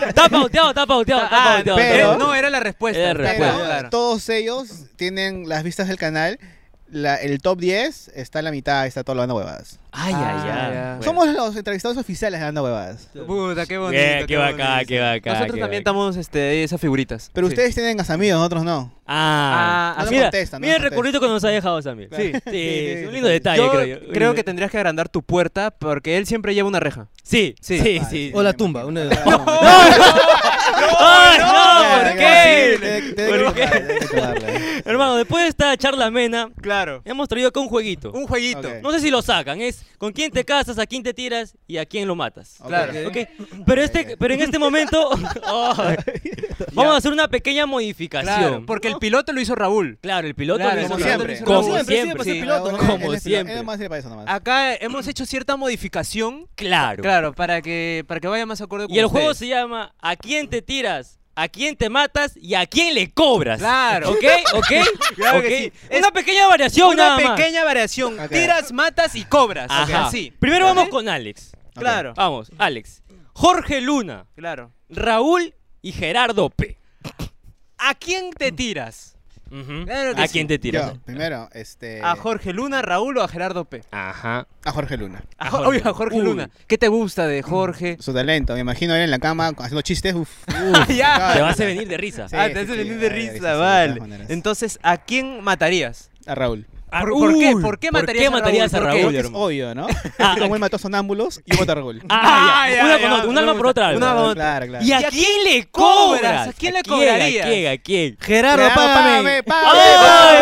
S2: Está pauteado, está pauteado, está
S4: Ah,
S2: pauteado.
S3: pero-
S4: eh, no, era la respuesta.
S2: Era la
S3: Pero
S2: respuesta.
S4: Claro, claro.
S3: Todos ellos tienen las vistas del canal. la- el top 10 está en la mitad, está todo lo Anda Huevadas.
S2: Ay, ay,
S4: Ah,
S2: ay.
S4: ya.
S2: Bueno.
S3: Somos los entrevistados oficiales de Anda Huevadas.
S4: Puta, qué bonito.
S2: Eh, Qué bacán,
S4: bonito.
S2: qué bacán.
S4: Nosotros
S2: qué
S4: también
S2: bacán.
S4: estamos este, esas figuritas.
S3: Pero
S4: Sí.
S3: ustedes tienen a amigos, nosotros no.
S2: Ah,
S3: Ah, no
S2: mira,
S3: contesta, no
S2: mira el
S3: contesta.
S2: recorrido que nos ha dejado Samir.
S3: Sí.
S2: sí, es un lindo
S3: Yo
S2: detalle,
S4: Yo
S2: creo yo.
S4: creo que tendrías que agrandar tu puerta porque él siempre lleva una reja.
S2: Sí, sí, sí.
S3: Vale.
S2: sí.
S5: O la tumba. Una...
S2: ¡Ay,
S3: Ya,
S2: no!
S3: ya,
S2: ¿Por
S3: sí,
S2: qué?
S3: te- te- te-
S2: ¿Por qué?
S3: te- te- te- te-
S2: Hermano, después de esta charla amena,
S4: Claro.
S2: hemos traído acá un jueguito.
S4: Un jueguito.
S3: Ok.
S2: No sé si lo sacan, es con quién te casas, a quién te tiras y a quién lo matas.
S3: Ok.
S4: Claro.
S2: Ok, pero, este, pero en este momento Ay. vamos a hacer una pequeña
S4: Claro,
S2: modificación.
S4: porque el piloto lo hizo Raúl.
S2: Claro, el piloto
S4: Claro,
S2: lo hizo
S3: como
S2: Raúl.
S3: siempre.
S2: Como
S5: Como siempre,
S2: siempre,
S5: siempre,
S2: sí.
S5: piloto,
S3: Ahora,
S2: como
S3: él es el-
S2: siempre. Ah,
S3: él es más de para eso nomás.
S4: Acá hemos hecho cierta modificación.
S2: Claro.
S4: Claro, para que, para que vaya más acorde con
S2: Y el juego
S4: ustedes.
S2: se llama ¿A quién te tiras? ¿A quién te matas? ¿Y a quién le cobras?
S4: Claro.
S2: ¿Ok? ¿Ok?
S4: Claro
S2: ¿Ok?
S4: que sí. Es
S2: Una pequeña variación
S4: Una
S2: nada más.
S4: pequeña variación.
S3: Ok.
S4: Tiras, matas y cobras.
S2: Ajá. Ah.
S4: Así.
S2: Primero
S4: ¿Vale?
S2: vamos con Alex.
S3: Ok.
S4: Claro.
S2: Vamos, Alex. Jorge Luna,
S4: Claro.
S2: Raúl y Gerardo P.
S4: ¿A quién te tiras?
S2: Ujú.
S4: Claro que
S2: ¿A
S4: sí.
S2: quién te tiras?
S3: Yo, primero, este.
S4: ¿A Jorge Luna, Raúl o a Gerardo P?
S2: Ajá.
S3: a Jorge Luna.
S4: A
S2: A
S4: Jo-
S2: Jorge.
S4: Oye, a Jorge
S2: Uy.
S4: Luna. ¿Qué te gusta de Jorge? Ah,
S3: Su talento, me imagino él en la cama haciendo chistes, uff.
S2: Mm.
S4: ya.
S2: Te vas a venir de risa.
S3: Sí,
S4: ah, te
S3: sí,
S4: hace
S3: sí, Eh,
S4: venir
S3: sí,
S4: de
S3: sí, sí, sí,
S4: risa,
S3: de
S4: vale.
S3: todas maneras.
S4: Entonces, ¿a quién matarías?
S3: A Raúl.
S2: Ah,
S4: ¿Por, por qué?
S2: Uy,
S4: ¿Por qué matarías,
S2: a Raúl,
S4: ¿Por qué?
S3: Es
S2: hermano?
S3: obvio, ¿no? Así como él mató a sonámbulos, yo voto a Raúl.
S2: Ah,
S4: Ah,
S2: ya.
S4: ya,
S2: Una
S4: ya,
S2: con otra, un
S4: me
S2: alma por
S4: gusta.
S2: otra alma.
S4: Una
S3: Claro,
S4: otra.
S3: claro, claro.
S2: ¿Y a quién le
S4: cobras?
S2: cobras?
S4: ¿A quién le
S2: ¿A
S4: cobrarías?
S2: quién? ¿A quién?
S4: Gerardo,
S3: págame,
S2: Ah, ¡Ay,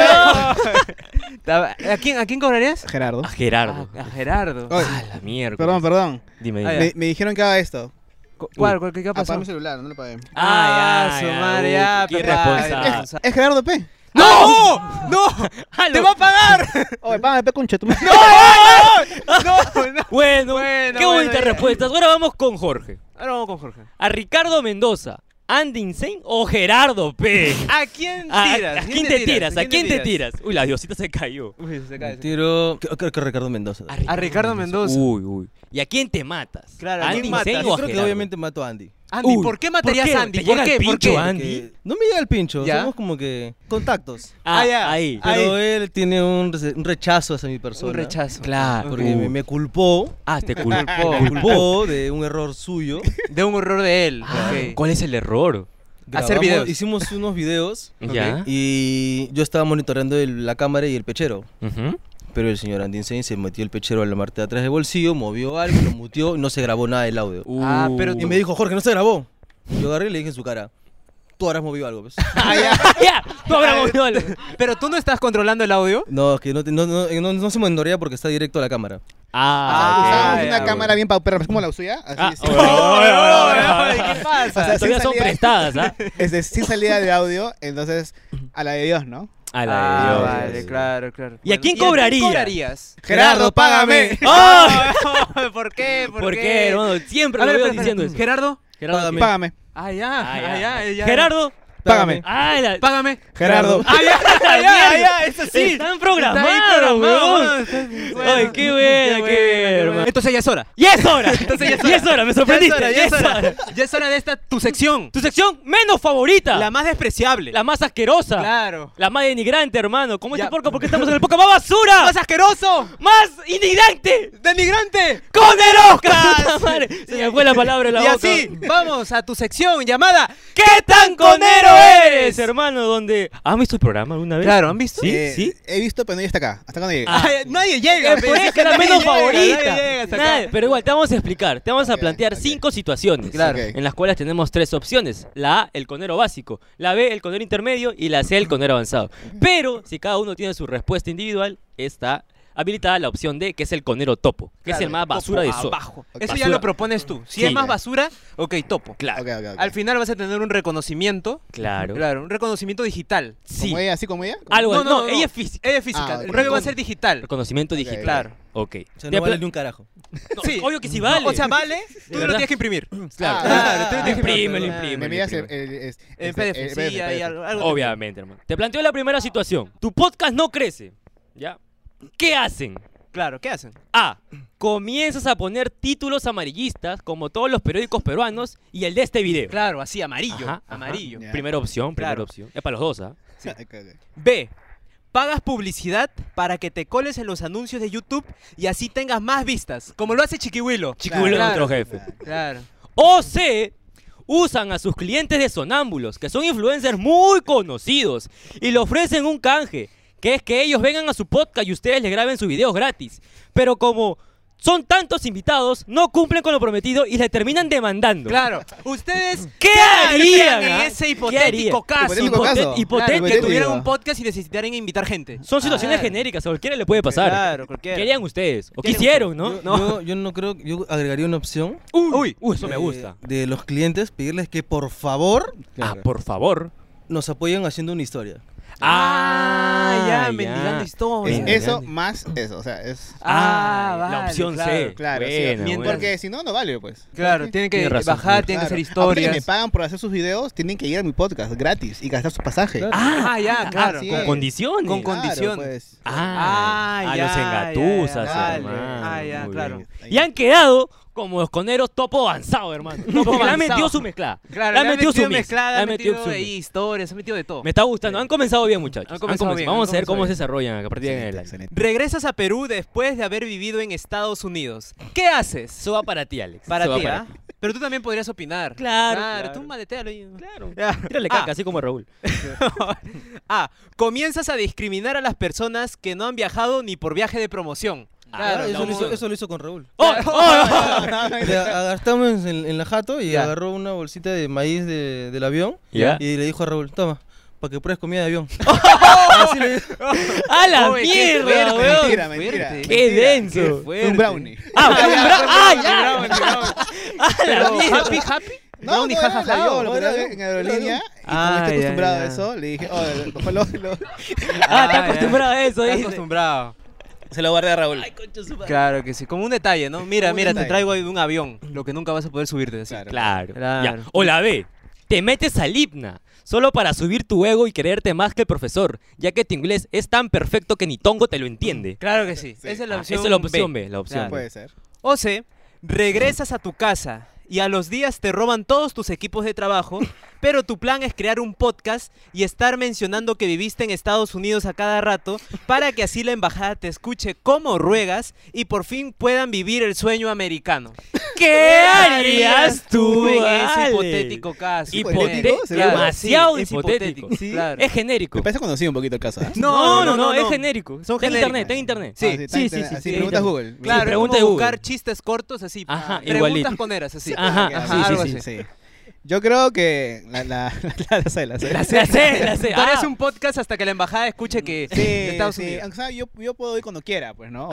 S4: ¿A quién, ¿A quién cobrarías? Ah,
S3: Gerardo.
S2: A Ah, Gerardo.
S4: A, a Gerardo.
S3: Oye,
S2: A Ah, la mierda.
S3: perdón, perdón.
S2: Dime,
S4: Ah,
S2: dime.
S3: Me, me dijeron que haga esto.
S4: Cu- ¿Cuál? ¿Cuál? ¿Qué, qué
S3: Apaga
S4: pasó?
S3: mi celular, no lo pagué.
S4: Ah, su madre,
S2: uy,
S4: ya,
S2: qué
S4: papá.
S2: irresponsable.
S4: Es-
S3: Es Gerardo P.
S4: ¡No! ¡No!
S2: Ah,
S4: ¡Te va a pagar!
S3: Oye, págame P con chetumare.
S4: ¡No! no.
S2: Bueno,
S4: Bueno,
S2: qué
S4: bueno,
S2: bonitas
S4: ya.
S2: respuestas. Ahora vamos con Jorge.
S4: Ahora vamos con Jorge.
S2: ¿A Ricardo Mendoza, Andy Insane o Gerardo P?
S4: ¿A quién
S2: Ah, ¿A,
S4: tiras?
S2: a quién te tiras? ¿A quién te tiras? Uy, la diosita se cayó.
S4: Uy, se
S5: Me
S4: cae.
S5: Tiro. Creo creo que Ricardo Mendoza.
S2: A
S4: A Ricardo Mendoza.
S2: Uy, uy. ¿Y a quién te matas?
S4: Claro,
S2: ¿A
S4: ¿a
S2: Andy
S4: quién
S2: Insane
S4: matas?
S2: o
S5: Yo
S2: a
S5: creo que
S2: Gerardo?
S5: obviamente mato a Andy.
S4: Andy,
S2: Uy,
S4: ¿por qué matarías
S2: qué?
S4: a Andy?
S2: ¿Te
S4: ¿Por
S2: llega el
S4: qué? ¿Por
S2: pincho,
S4: qué?
S2: Andy?
S5: Porque No me llega el pincho.
S4: Ya.
S5: Somos como que contactos.
S2: Ah,
S4: Ah, ya.
S2: ahí.
S4: Ah,
S5: Pero
S4: Ahí.
S5: él tiene un, rese- un rechazo hacia mi persona.
S4: Un rechazo.
S2: Claro.
S5: Porque me, me culpó.
S2: Ah, te culpó.
S5: Me culpó de un error suyo.
S4: De un horror de él.
S2: Ah,
S4: ok.
S2: ¿Cuál es el error?
S4: Hacer
S5: Grabamos-
S4: videos.
S5: Hicimos unos videos
S2: ¿Ya?
S5: y yo estaba monitoreando el- la cámara y el pechero.
S2: Ujú.
S5: Pero el señor Andy Insane se metió el pechero a la parte de atrás del bolsillo, movió algo, lo muteó y no se grabó nada del audio.
S4: Ah, pero
S2: Uh.
S5: Y me dijo, Jorge, no se grabó. Yo agarré y le dije en su cara, tú habrás movido algo. pues".
S3: Ah,
S2: Uh. ¡Ya! ¡Tú habrás movido algo.
S4: Pero tú no estás controlando el audio.
S5: No, es que no, te- no, eh, no, no- no se monitorea porque está directo a la cámara.
S2: Ah,
S3: Usábamos
S4: ya,
S3: una
S4: ya,
S3: cámara bien paupera, es como la suya. Así,
S2: Ah,
S3: sin-
S2: oye, oye,
S4: Ay,
S2: oye, oye,
S4: ¿Qué pasa?
S3: O sea,
S2: Todavía son
S3: salida-
S2: prestadas, ¿ah?
S3: es de- sin salida de audio, entonces a la de Dios, ¿no?
S2: A la de
S4: Ah,
S2: Dios.
S4: vale, claro, claro.
S2: ¿Y a quién cobrarías?
S4: cobrarías?
S3: Gerardo, págame.
S2: ¡Ah!
S4: No, ¿Por qué? ¡Oh! ¿Por,
S2: ¿Por qué, hermano? Siempre
S4: A
S2: lo
S4: ver,
S2: veo
S4: espera, espera.
S2: diciendo eso.
S4: Gerardo.
S2: Gerardo,
S5: Págame.
S2: ¿qué?
S3: Págame.
S4: Ah, ya.
S2: Ah, ya.
S4: ya, ya.
S2: Gerardo,
S3: Págame.
S2: ¡Ah! la-
S4: Págame.
S3: Gerardo.
S4: ¡Ah, ya! ¡Ya, ya! ya eso sí!
S2: Están
S4: Está ahí
S2: programados,
S4: programado,
S2: weón.
S4: mano, está- bueno.
S2: Ay, qué buena, qué buena.
S4: Entonces ya es hora.
S2: ¡Y es hora!
S4: ya es
S2: ¡Y es hora! ¡Me sorprendiste!
S4: ya es hora, ya es hora. Ya es hora de esta tu sección.
S2: Tu sección menos favorita.
S4: La más despreciable.
S2: La más asquerosa.
S4: Claro.
S2: La más denigrante, hermano. ¿Cómo este
S4: Ya.
S2: porco? Porque estamos en el poco más basura.
S4: ¡Más asqueroso!
S2: ¡Más indignante!
S4: ¡Denigrante!
S2: ¡Con el Oscar!
S4: Puta madre,
S2: Se me fue la palabra de la
S4: y
S2: boca.
S4: así, vamos a tu sección llamada
S2: ¿Qué tan conero eres, hermano? Donde... ¿Has visto el programa alguna vez?
S4: Claro, ¿han visto?
S2: Sí,
S3: Eh,
S2: sí.
S3: He visto, pero no llegué hasta acá. Hasta acá no llegué.
S4: Ay, nadie llega.
S2: Eh, Por eso es la
S4: nadie
S2: menos
S4: llega,
S2: favorita.
S4: nadie llega hasta acá.
S2: Nada, pero igual, te vamos a explicar. Te vamos a
S3: Ok,
S2: plantear
S3: ok.
S2: cinco situaciones.
S3: Claro. Ok.
S2: En las cuales tenemos tres opciones. La A, el conero básico. La B, el conero intermedio. Y la C, el conero avanzado. Pero, si cada uno tiene su respuesta individual, está habilitada la opción D, que es el conero topo. Que es el más basura de sol.
S4: abajo. Eso ya
S2: Basura.
S4: lo propones tú. Si
S2: Sí,
S4: es más
S3: ya.
S4: basura, ok, topo. Claro.
S3: Ok, ok, ok.
S4: Al final vas a tener un reconocimiento.
S2: Claro.
S4: Claro, un reconocimiento digital.
S2: Sí.
S3: ¿Como ella? ¿Así como ella?
S2: Algo. No,
S4: No, no, no.
S2: ella es física.
S4: Ella es física.
S3: Ah,
S4: el
S3: ok.
S4: premio va a ser digital.
S2: Reconocimiento
S3: Ok,
S2: digital.
S4: Claro.
S2: Ok.
S5: O sea,
S2: Te
S5: no vale
S2: apl-
S5: ni un carajo.
S4: Sí.
S2: Obvio que sí vale.
S4: O sea, vale, tú lo
S2: verdad?
S4: tienes que imprimir.
S2: Claro.
S3: Ah,
S2: Claro,
S3: ah,
S2: imprímelo,
S4: ah,
S3: Me
S2: imprímelo,
S3: envías el,
S2: imprímelo.
S3: el- es-
S4: En
S3: este,
S4: PDF,
S2: eh,
S3: el
S4: sí, ahí
S3: PDF.
S4: algo. algo
S2: Obviamente, hermano. Te planteo la primera situación. Tu podcast no crece. ¿Ya? ¿Qué hacen?
S4: Claro, ¿qué hacen?
S2: A. Comienzas a poner títulos amarillistas como todos los periódicos peruanos y el de este video.
S4: Claro, así, amarillo.
S2: Ajá, ajá.
S4: amarillo.
S3: Ya.
S2: Primera opción, primera
S4: Claro.
S2: opción. Es para los dos, ¿ah?
S3: Ok, ok.
S4: B. Pagas publicidad para que te coles en los anuncios de YouTube y así tengas más vistas, como lo hace Chiquihuilo.
S2: Chiquihuilo
S4: Claro.
S2: es nuestro jefe.
S4: Claro.
S2: O C. Usan a sus clientes de sonámbulos, que son influencers muy conocidos, y le ofrecen un canje, que es que ellos vengan a su podcast y ustedes les graben sus videos gratis. Pero como son tantos invitados, no cumplen con lo prometido y le terminan demandando.
S4: Claro. ¿Ustedes
S2: ¿Qué
S4: harían
S2: harían
S4: en
S2: ah?
S4: ese
S2: ¿Qué harían?
S4: hipotético caso?
S3: Hipotético
S2: Hipote-
S3: caso.
S2: hipotético.
S4: que tuvieran
S3: Hipotético.
S4: un podcast y necesitaran invitar gente.
S2: Son situaciones
S4: Claro.
S2: genéricas, a cualquiera le puede pasar.
S4: Claro, cualquiera.
S2: Querían ustedes, o
S4: ¿Qué harían
S2: quisieron, ¿no?
S5: Yo, yo- yo no creo, yo agregaría una opción.
S2: Uy, uy, eso me
S5: eh,
S2: gusta.
S5: De los clientes, pedirles que por favor
S2: Ah, por favor.
S5: nos apoyen haciendo una historia.
S4: Ah, ya,
S2: Ah,
S4: mendigando
S2: ya.
S3: Es
S4: historia.
S2: Bueno,
S3: eso
S2: ya.
S3: más eso. O sea, es.
S4: Ah,
S2: Ah,
S4: vale,
S2: la opción C.
S3: Claro, sí.
S2: Bueno,
S4: Mientras-
S2: bueno.
S3: Porque si no, no vale, pues.
S4: Claro,
S3: Sí.
S4: tienen que
S2: Tiene razón,
S4: bajar,
S2: señor.
S4: tienen que hacer
S3: Claro. Aparte que me
S4: historias.
S3: pagan por hacer sus videos, tienen que ir a mi podcast gratis y gastar su pasaje.
S5: Claro.
S4: Ah, ya, claro.
S3: sí.
S2: Con condiciones.
S4: Con
S3: Claro,
S4: con- condición.
S3: pues.
S2: Ah,
S4: Ah,
S2: a
S4: ya,
S2: los
S4: ya,
S2: engatusas,
S4: ya, dale.
S2: hermano.
S4: Ah, ya,
S2: Muy
S4: claro.
S2: bien. Y han quedado como los coneros topo avanzado, hermano. Porque le
S4: avanzado.
S2: han metido su mezcla.
S4: Claro,
S2: le han metido su mix.
S4: mezclada,
S2: Le
S4: ha
S2: han metido
S4: metido
S2: su
S4: ahí
S2: mix.
S4: historias, ha metido de todo.
S2: Me está gustando. Han comenzado bien, muchachos.
S4: Han
S2: Han
S4: comenzado
S2: comenzado
S4: bien,
S2: Vamos
S4: han
S2: a ver cómo
S4: comenzado
S2: se desarrollan a partir de adelante.
S3: Excelente.
S4: Regresas a Perú después de haber vivido en Estados Unidos. ¿Qué haces?
S2: Eso va para ti, Alex.
S4: Para
S2: Eso va
S4: ti, ¿ah? Pero tú también podrías opinar.
S2: Claro,
S4: Claro,
S2: claro.
S4: tú maletealo ahí.
S2: Claro.
S4: Ya.
S2: Tírale
S4: Ah.
S2: caca, así como Raúl.
S4: Ah, comienzas a discriminar a las personas que no han viajado ni por viaje de promoción.
S2: Ah, Claro,
S5: eso,
S4: como-
S5: lo hizo, eso lo hizo con Raúl.
S2: ¡Oh! ¡Oh!
S5: Le agartamos en, en la jato y
S4: Ya.
S5: agarró una bolsita de maíz de- del avión
S2: Ya.
S5: y le dijo a Raúl, toma, para que pruebes comida de avión.
S2: Ah, ¡A la
S4: Oye, qué
S2: mierda,
S4: fuerte,
S2: weón!
S3: mentira, mentira.
S4: fuerte.
S2: ¡Qué
S3: mentira.
S2: denso!
S4: Fue
S3: Un brownie.
S2: ¡Ah, un bra- ¡Ah, ya!
S4: bravo, bravo.
S2: ¡A la
S4: Pero,
S2: mierda!
S4: happy, happy.
S3: No,
S4: brownie,
S3: no, era
S4: jajaja.
S3: el avión,
S5: no,
S3: lo
S5: era
S3: pedí en aerolínea y
S4: Ah,
S3: como
S4: ya,
S3: estoy acostumbrado
S4: ya.
S3: a eso, le dije, oh, lo- lo- lo-
S2: ¡Ah, está
S4: ya.
S2: acostumbrado a eso,
S4: Está
S2: dice!
S4: acostumbrado.
S3: se lo guardé a Raúl.
S4: Claro que sí, como un detalle, ¿no? Mira,
S3: Como un
S4: mira, te
S3: detalle.
S4: traigo ahí de un avión, lo que nunca vas a poder subirte. Así.
S3: Claro.
S2: Claro.
S4: Claro.
S2: ya. O la B. Te metes al hipna solo para subir tu ego y creerte más que el profesor, ya que tu inglés es tan perfecto que ni Tongo te lo entiende.
S4: Claro que sí.
S3: Sí.
S4: Esa es la
S2: Ah,
S4: opción,
S2: esa es la opción B, la opción
S4: Claro.
S2: B.
S3: Puede ser.
S4: O C, regresas a tu casa y a los días te roban todos tus equipos de trabajo, pero tu plan es crear un podcast y estar mencionando que viviste en Estados Unidos a cada rato para que así la embajada te escuche como ruegas y por fin puedan vivir el sueño americano.
S2: ¿Qué harías tú
S4: en ese
S2: Ale?
S4: hipoteco caso?
S2: Hipotético,
S3: ¿Seguro?
S2: demasiado
S4: Sí, es
S2: hipotético.
S4: hipotético, claro.
S2: Es genérico.
S3: Me parece conocido un poquito el caso. ¿ah?
S2: No, no, no, es genérico. Son en
S4: genéricos.
S2: internet, en internet.
S4: Sí,
S3: Ah, está
S2: sí,
S3: en internet.
S2: sí, sí,
S3: Así
S2: sí,
S3: preguntas
S2: sí.
S3: Google.
S4: Claro,
S2: Sí,
S4: es como
S2: pregunta de Google.
S4: buscar chistes cortos así.
S2: Ajá,
S4: preguntas
S2: igualito.
S4: coneras así.
S2: Ajá,
S3: Ok,
S2: ajá,
S3: así,
S2: algo
S3: sí,
S2: así.
S3: sí. Yo creo que la la la la sé, la sé.
S2: La sé, la sé, la sé.
S4: Tú harías
S2: Ah.
S4: un podcast hasta que la embajada escuche que
S3: Sí,
S4: de Estados
S3: sí.
S4: Unidos.
S3: Aunque, ¿sabes? yo, yo puedo ir cuando quiera, pues, ¿no?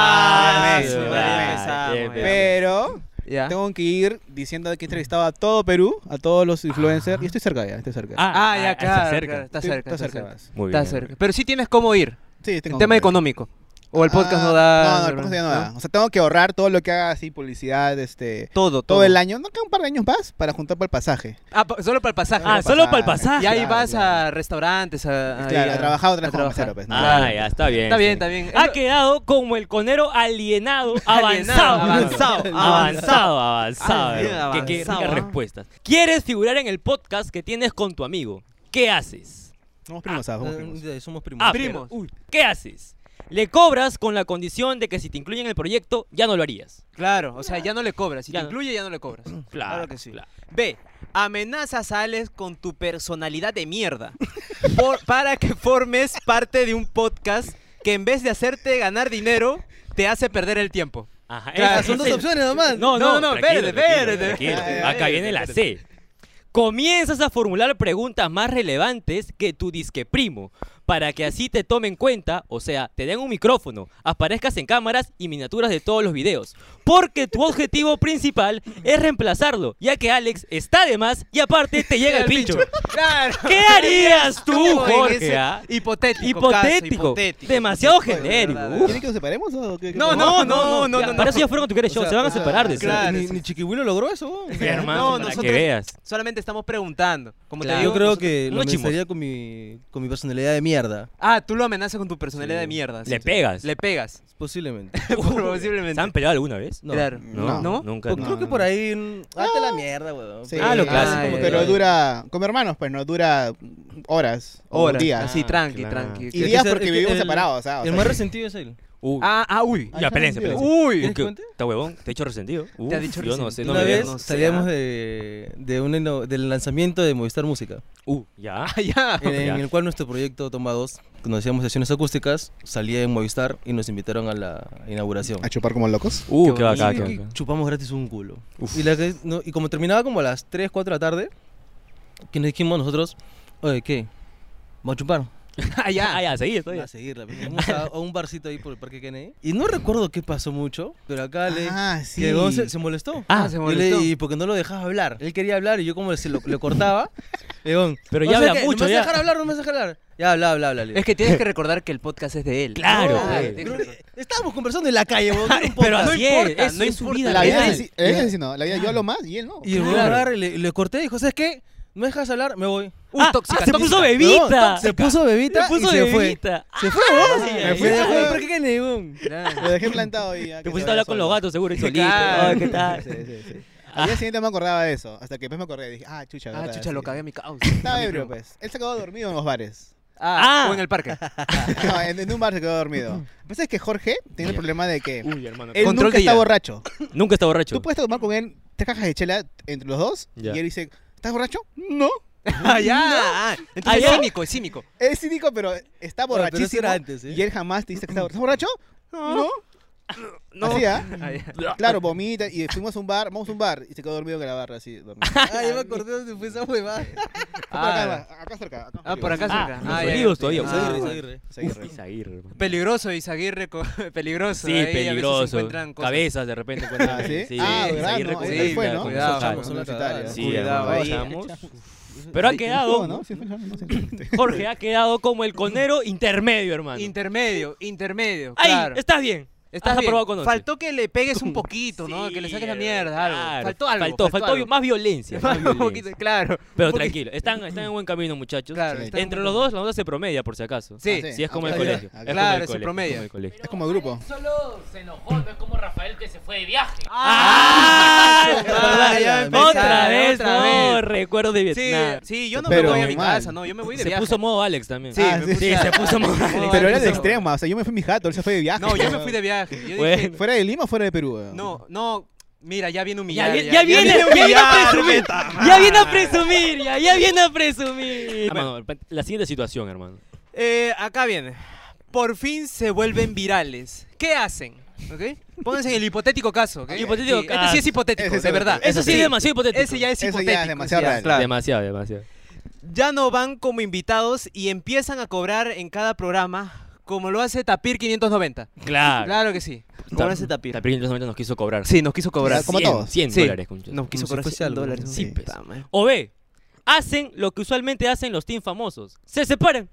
S2: Ah,
S3: Obviamente,
S4: sí,
S2: ya,
S3: obviamente.
S2: ya,
S4: empezamos,
S2: ya.
S3: Pero
S4: Ya.
S3: tengo que ir diciendo que he entrevistado a todo Perú, a todos los influencers. Y estoy cerca ya, estoy cerca.
S4: Ah, ya,
S2: está
S4: claro.
S2: cerca.
S4: claro, Está
S3: Estoy-
S4: cerca.
S3: está
S4: Está
S3: cerca
S4: cerca.
S3: más.
S2: Muy
S4: Está
S2: bien.
S4: cerca. Pero sí tienes cómo ir.
S3: Sí,
S4: En
S3: tengo
S4: tema
S3: que-
S4: económico. O el podcast
S3: Ah,
S4: no da.
S3: No, no, el podcast ya no da. O sea, tengo que ahorrar todo lo que haga así, publicidad, este. Todo,
S4: Todo, todo.
S3: el año. No queda un par de años más para juntar para el pasaje.
S4: Ah, pa- solo para el pasaje.
S2: Ah, solo para el pasaje.
S4: Y ahí
S3: Claro,
S4: vas
S3: claro.
S4: a restaurantes, a, ahí
S3: Claro, a trabajar otra
S4: a
S3: vez como mesero, pues, ¿no?
S2: Ah, ya, está bien.
S4: Está bien,
S2: sí.
S4: está bien.
S2: Ha quedado como el conero alienado, avanzado.
S4: avanzado,
S2: avanzado, avanzado.
S4: Ah, bien,
S2: Qué- qué
S4: avanzado,
S2: ricas
S4: ¿ah?
S2: respuestas. ¿Quieres figurar en el podcast que tienes con tu amigo? ¿Qué haces?
S3: Somos primos, ¿sabes? Somos primos.
S5: Eh, Ya, Somos primos.
S2: Ah,
S4: primos.
S2: pero- uy, ¿Qué haces? Le cobras con la condición de que si te incluyen en el proyecto, ya no lo harías.
S4: Claro, o sea, ya no le cobras. Si
S2: Ya
S4: te
S2: no.
S4: incluye, ya no le cobras.
S2: Claro,
S4: Claro que sí.
S2: claro.
S4: B. Amenazas a Alex con tu personalidad de mierda por- para que formes parte de un podcast que en vez de hacerte ganar dinero, te hace perder el tiempo.
S2: Ajá,
S4: Claro,
S2: esa-
S5: Son dos
S2: esa-
S5: opciones nomás.
S2: No, no, no,
S4: tranquilo,
S2: verde,
S4: tranquilo,
S2: verde.
S4: tranquilo.
S2: tranquilo.
S3: Ah,
S2: Acá
S3: verde,
S2: viene la
S3: verde.
S2: C. Comienzas a formular preguntas más relevantes que tu disque primo, para que así te tomen cuenta, o sea, te den un micrófono, aparezcas en cámaras y miniaturas de todos los videos. Porque tu objetivo principal es reemplazarlo, ya que Alex está de más y aparte te llega el pincho.
S4: Claro.
S2: ¿Qué harías tú,
S4: Como en
S2: Jorge?
S4: ese
S2: ah?
S4: Hipotético. caso,
S2: Hipotético.
S4: hipotético.
S2: Demasiado
S4: Hipotético, de
S2: genérico.
S4: verdad.
S2: Uf.
S3: ¿Quieren que nos separemos o qué? qué
S4: No,
S3: pasa?
S4: no, no, no,
S2: Ya,
S4: no,
S2: Para
S4: no.
S2: eso ya fueron a tu querer show,
S5: O sea,
S2: se van a
S5: o sea,
S2: separar de eso.
S4: claro.
S5: Ni, ni Chiquihuilo logró eso, weón.
S2: Sí, hermano,
S4: No,
S2: para
S4: nosotros-
S2: que veas.
S4: Solamente estamos preguntando. Como
S2: Claro.
S4: te
S5: Yo
S4: digo,
S5: creo
S4: nosotros-
S5: que lo
S2: unos chimos.
S5: amenazaría con mi, con mi personalidad de mierda,
S4: Ah, tú lo amenazas con tu personalidad de mierda.
S2: Le
S4: sí.
S2: pegas.
S4: Le pegas.
S5: posiblemente.
S4: Posiblemente.
S2: ¿Se han peleado alguna vez?
S5: No.
S4: Claro.
S2: No,
S4: ¿No?
S2: nunca.
S5: Pero
S2: nunca.
S5: creo que por ahí. mm, Hazte la mierda, weón.
S3: Sí.
S2: Ah, lo clásico,
S3: Ay,
S2: como
S3: pero
S2: que-
S3: dura. Como hermanos, pues no dura horas. o
S4: Horas.
S3: Días.
S4: Así,
S2: Ah,
S4: tranqui,
S2: claro.
S4: tranqui.
S3: Y días
S5: que
S3: porque
S5: el que-
S3: vivimos
S5: el-
S3: separados, ¿ah? O
S5: El
S3: sea,
S5: más
S3: que-
S5: resentido es él.
S2: Uy.
S4: Ah, ah, uy.
S3: Ahí
S2: Ya,
S3: está
S2: pelense,
S3: metido.
S2: pelense.
S4: Uy.
S5: ¿Quieres que cuente?
S2: Está huevón, te he hecho resentido. Uh,
S4: Te ha dicho
S2: Yo no sé,
S4: resentido.
S2: no
S5: una
S2: me
S5: vez
S2: no sé.
S5: salíamos de, de un ino- del lanzamiento de Movistar Música,
S2: Uh, ya.
S4: Ah, ya.
S5: en, en
S2: Ya.
S5: el cual nuestro proyecto Toma 2, cuando hacíamos sesiones acústicas, salía en Movistar y nos invitaron a la inauguración.
S3: A chupar como locos.
S2: Uh,
S4: Qué
S2: qué bacán,
S5: Y-
S2: qué
S5: y
S2: bacán.
S5: chupamos gratis un culo. Y, la que- no, y como terminaba como a las 3, 4 de la tarde, que nos dijimos nosotros, oye, ¿qué? Vamos a chupar.
S2: Ah, ya, ah, ya, seguí, estoy.
S5: A seguirla. pues, Fuimos a, a un barcito ahí por el Parque Kennedy. Y no recuerdo qué pasó mucho, pero acá le...
S3: Ah, sí.
S5: llegó, se, se molestó.
S4: Ah, se
S5: Y le-
S4: molestó.
S5: Y, porque no lo dejaba hablar. Él quería hablar y yo como se lo, le cortaba. le digo,
S2: Pero
S5: "No
S2: ya
S5: sé
S2: habla
S5: qué,
S2: mucho,
S5: No me
S2: ya".
S5: vas a dejar hablar, no me vas a dejar hablar. Ya habla, habla, habla. le digo.
S4: Es que tienes que recordar que el podcast es de él.
S2: Claro,
S5: No,
S2: güey.
S5: pero estábamos conversando en la calle, vos, era
S2: Pero
S5: un podcast.
S2: así
S4: no importa,
S2: es,
S4: no
S2: no es su
S4: importa.
S2: vida
S3: La vida
S2: real.
S3: es así- es así, ¿no? La vida yo hablo más y él no.
S5: Y el güey agarra y le, le corté y dijo, ¿sabes qué? No me dejas hablar, me voy.
S4: Uy,
S2: Ah,
S4: tóxica,
S2: ah, se puso
S4: tóxica.
S2: bebita.
S5: Se puso bebita
S2: Se puso
S5: y se fue.
S2: bebita. Ah,
S5: Se fue, vos.
S4: sí,
S5: Me
S4: sí,
S5: fui
S3: sí.
S5: dejó el Parque Kennedy, weón.
S3: Lo dejé plantado y ya.
S2: Te
S3: que
S2: pusiste a
S3: se vaya
S2: hablar con los
S3: solo.
S2: gatos, seguro, y solito.
S4: Claro.
S2: Ay, Ah, ¿qué tal?
S3: Ah, Sí, sí, sí. Al día siguiente me acordaba de eso. Hasta que después me acordé y dije, ah, chucha.
S4: Ah,
S3: verdad,
S4: chucha,
S3: sí.
S4: lo cagué a mi causa.
S3: Estaba ebrio, pues. Él se quedó dormido en los bares.
S4: Ah,
S2: Ah.
S4: o en el parque.
S3: No, en, en un bar se quedó dormido. Pasa es que Jorge tiene el problema de que
S2: Uy, hermano.
S3: él
S4: Control
S3: nunca
S4: de
S3: está
S4: ira.
S3: borracho.
S2: Nunca está borracho.
S3: Tú puedes tomar con él tres cajas de chela entre los dos
S2: Ya.
S3: y él dice, ¿estás borracho? No.
S4: Ah, ya. ah, Entonces
S2: Ah,
S4: es
S2: ya.
S4: cínico, es cínico.
S3: Es cínico, pero está
S5: pero eso
S3: borrachísimo.
S5: era antes, ¿eh?
S3: Y él jamás te dice que está borracho. ¿Estás borracho? No.
S4: No.
S3: Así, ¿ah?
S4: Ah, ya.
S3: Claro, vomita y fuimos a un bar, vamos a un bar y se quedó dormido en la barra así. dormido. Fue
S5: Ah, yo me acordé dónde fue esa huevada.
S3: por acá,
S4: Ah,
S3: acá, acá cerca. Acá,
S4: Ah, por acá
S2: Ah,
S4: cerca.
S2: los
S4: Ah, ya,
S2: sonidos
S4: ya.
S2: todavía,
S4: Ah,
S2: Izaguirre,
S4: bueno.
S5: Izaguirre.
S3: Seguirre.
S2: Izaguirre, hermano.
S4: Peligroso, Izaguirre. co- Peligroso.
S2: Sí,
S4: ahí a veces se
S2: peligroso.
S4: encuentran cosas.
S2: Cabezas de repente.
S3: Ah,
S2: encuentran-
S3: ¿sí?
S2: Sí,
S3: Ah, ¿verdad?
S2: Izaguirre
S3: No,
S2: con-
S3: ahí
S2: Sí,
S3: fue, ¿no?
S2: con
S4: Cuidado,
S2: esos
S4: chamos,
S2: chamos.
S5: son la
S3: universitarios.
S5: cagada.
S2: Sí,
S4: Cuidado
S2: hermano,
S4: ahí.
S2: chamos. Pero ha quedado,
S3: Estuvo, ¿no? Sí, fue, no sé. Ah,
S2: Jorge ha quedado como el conero intermedio, hermano.
S4: Intermedio, intermedio.
S2: Ahí,
S4: claro.
S2: estás bien.
S4: Estás
S2: has
S4: bien.
S2: aprobado con once.
S4: Faltó que le pegues un poquito, ¿no? Que le
S2: Sí,
S4: saques la
S2: eh,
S4: mierda, algo.
S2: claro.
S4: Faltó algo.
S2: Faltó, faltó
S4: algo.
S2: más violencia. más
S4: Un
S2: violencia.
S4: poquito, claro.
S2: Pero
S4: Un poquito.
S2: tranquilo, están, están en buen camino, muchachos.
S4: Claro,
S3: Sí.
S4: está
S2: Entre
S4: muy
S2: los
S4: bien.
S2: dos, la nota se promedia, por si acaso.
S4: Sí.
S3: Ah,
S2: Sí, es como
S3: Ah,
S2: el
S3: ya, ya.
S2: colegio.
S3: Ah,
S2: es como
S4: claro,
S2: el
S4: se
S2: colegio,
S4: promedia.
S2: es como el colegio.
S3: Es como grupo.
S7: Solo se enojó, no es como Rafael que se fue de viaje.
S2: ¡Ah!
S4: Ah, ya empezaron,
S2: otra vez,
S4: otra
S2: no,
S4: vez.
S2: recuerdo de
S4: Sí,
S2: Vietnam.
S4: sí, yo no
S3: Pero
S4: me voy a mi
S3: mal.
S4: casa, no, yo me voy de
S2: se
S4: viaje.
S2: puso modo Alex también.
S3: Ah, Sí, me
S2: sí, se puso modo Alex.
S4: No,
S3: Pero era
S4: puso-
S3: de extrema, o sea, yo me fui a mi jato, él se fue de viaje.
S4: No, yo me fui de viaje. Yo dije,
S2: Bueno.
S3: ¿Fuera de Lima o fuera de Perú? weón?
S4: no, no, mira, ya viene
S2: Ah, Ya,
S4: humillado.
S2: vi- ya viene, ya viene a presumir. Ya viene a presumir, ya, ya viene a presumir.
S4: Bueno.
S2: Hermano, la siguiente situación, hermano.
S4: Eh, acá viene. Por fin se vuelven virales. ¿Qué hacen? ¿Ok? Pónganse en el hipotético caso. ¿ok?
S2: Hipotético
S4: Sí, Este sí es
S2: caso.
S4: hipotético,
S3: Ese es
S4: de
S3: el-
S4: verdad.
S2: Eso sí es demasiado hipotético.
S4: Ese ya es
S3: Ese ya es
S4: hipotético.
S3: demasiado
S4: ya,
S3: real.
S4: claro.
S2: Demasiado, demasiado.
S4: ya no van como invitados y empiezan a cobrar en cada programa como lo hace Tapir 590.
S2: Claro.
S4: Claro que sí. Como lo hace Tapir.
S2: Tapir solamente nos quiso cobrar.
S4: Sí, nos quiso cobrar.
S3: Como
S2: 100,
S3: todos.
S2: 100
S4: Sí.
S2: dólares, concha.
S4: Nos quiso
S5: Como si
S4: cobrar
S5: fuese
S4: 100
S5: algo,
S4: dólares.
S5: ¿no?
S2: Sí, pues.
S4: puta madre.
S2: O B, hacen lo que usualmente hacen los team famosos. Se separan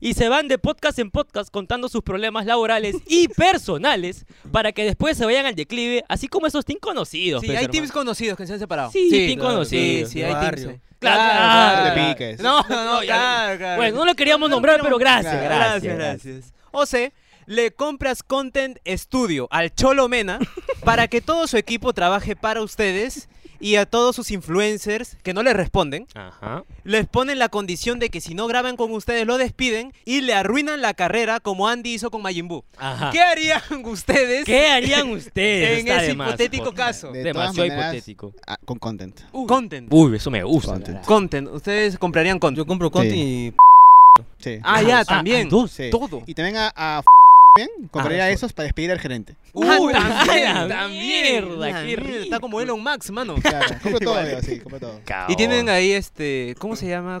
S2: y se van de podcast en podcast contando sus problemas laborales y personales para que después se vayan al declive, así como esos team conocidos.
S4: Sí,
S2: pues,
S4: hay
S2: hermano.
S4: teams conocidos que se han separado.
S2: Sí, team
S5: claro,
S2: conocidos.
S4: Sí, sí,
S5: de
S4: hay teams.
S5: barrio.
S4: sí.
S2: Claro,
S3: No
S2: claro.
S3: te piques.
S4: No, no, no,
S2: No, ya-
S4: claro, claro.
S2: Bueno, no lo queríamos nombrar, pero gracias,
S3: Claro,
S2: gracias,
S4: gracias,
S2: gracias.
S4: gracias. O sea, le compras Content Studio al Cholo Mena para que todo su equipo trabaje para ustedes y a todos sus influencers que no les responden.
S2: Ajá.
S4: Les ponen la condición de que si no graban con ustedes lo despiden y le arruinan la carrera como Andy hizo con Majin Buu.
S2: Ajá.
S4: ¿Qué harían ustedes?
S2: Ah. ¿Qué harían ustedes?
S4: En
S2: Está
S4: ese
S2: de más,
S4: hipotético
S2: po-
S4: caso.
S3: De todas
S2: Demasiado
S3: maneras-
S2: hipotético.
S3: Ah, con content.
S4: Content.
S2: Uy, eso me gusta.
S3: Content.
S4: Content. Ustedes comprarían content.
S5: Yo compro Conti y
S3: Sí.
S4: Ah, ya, también.
S2: ah, dos.
S3: Sí.
S4: Todo.
S3: Y también a, a
S4: Ah,
S3: bien, compraría a esos para despedir al gerente.
S2: Uy, a
S4: también,
S2: la mierda, qué rico.
S4: Está como Elon Max, mano.
S3: Claro, compro todo, digo, sí, compro todo.
S2: Cabrón.
S4: Y tienen ahí este, ¿cómo se llama?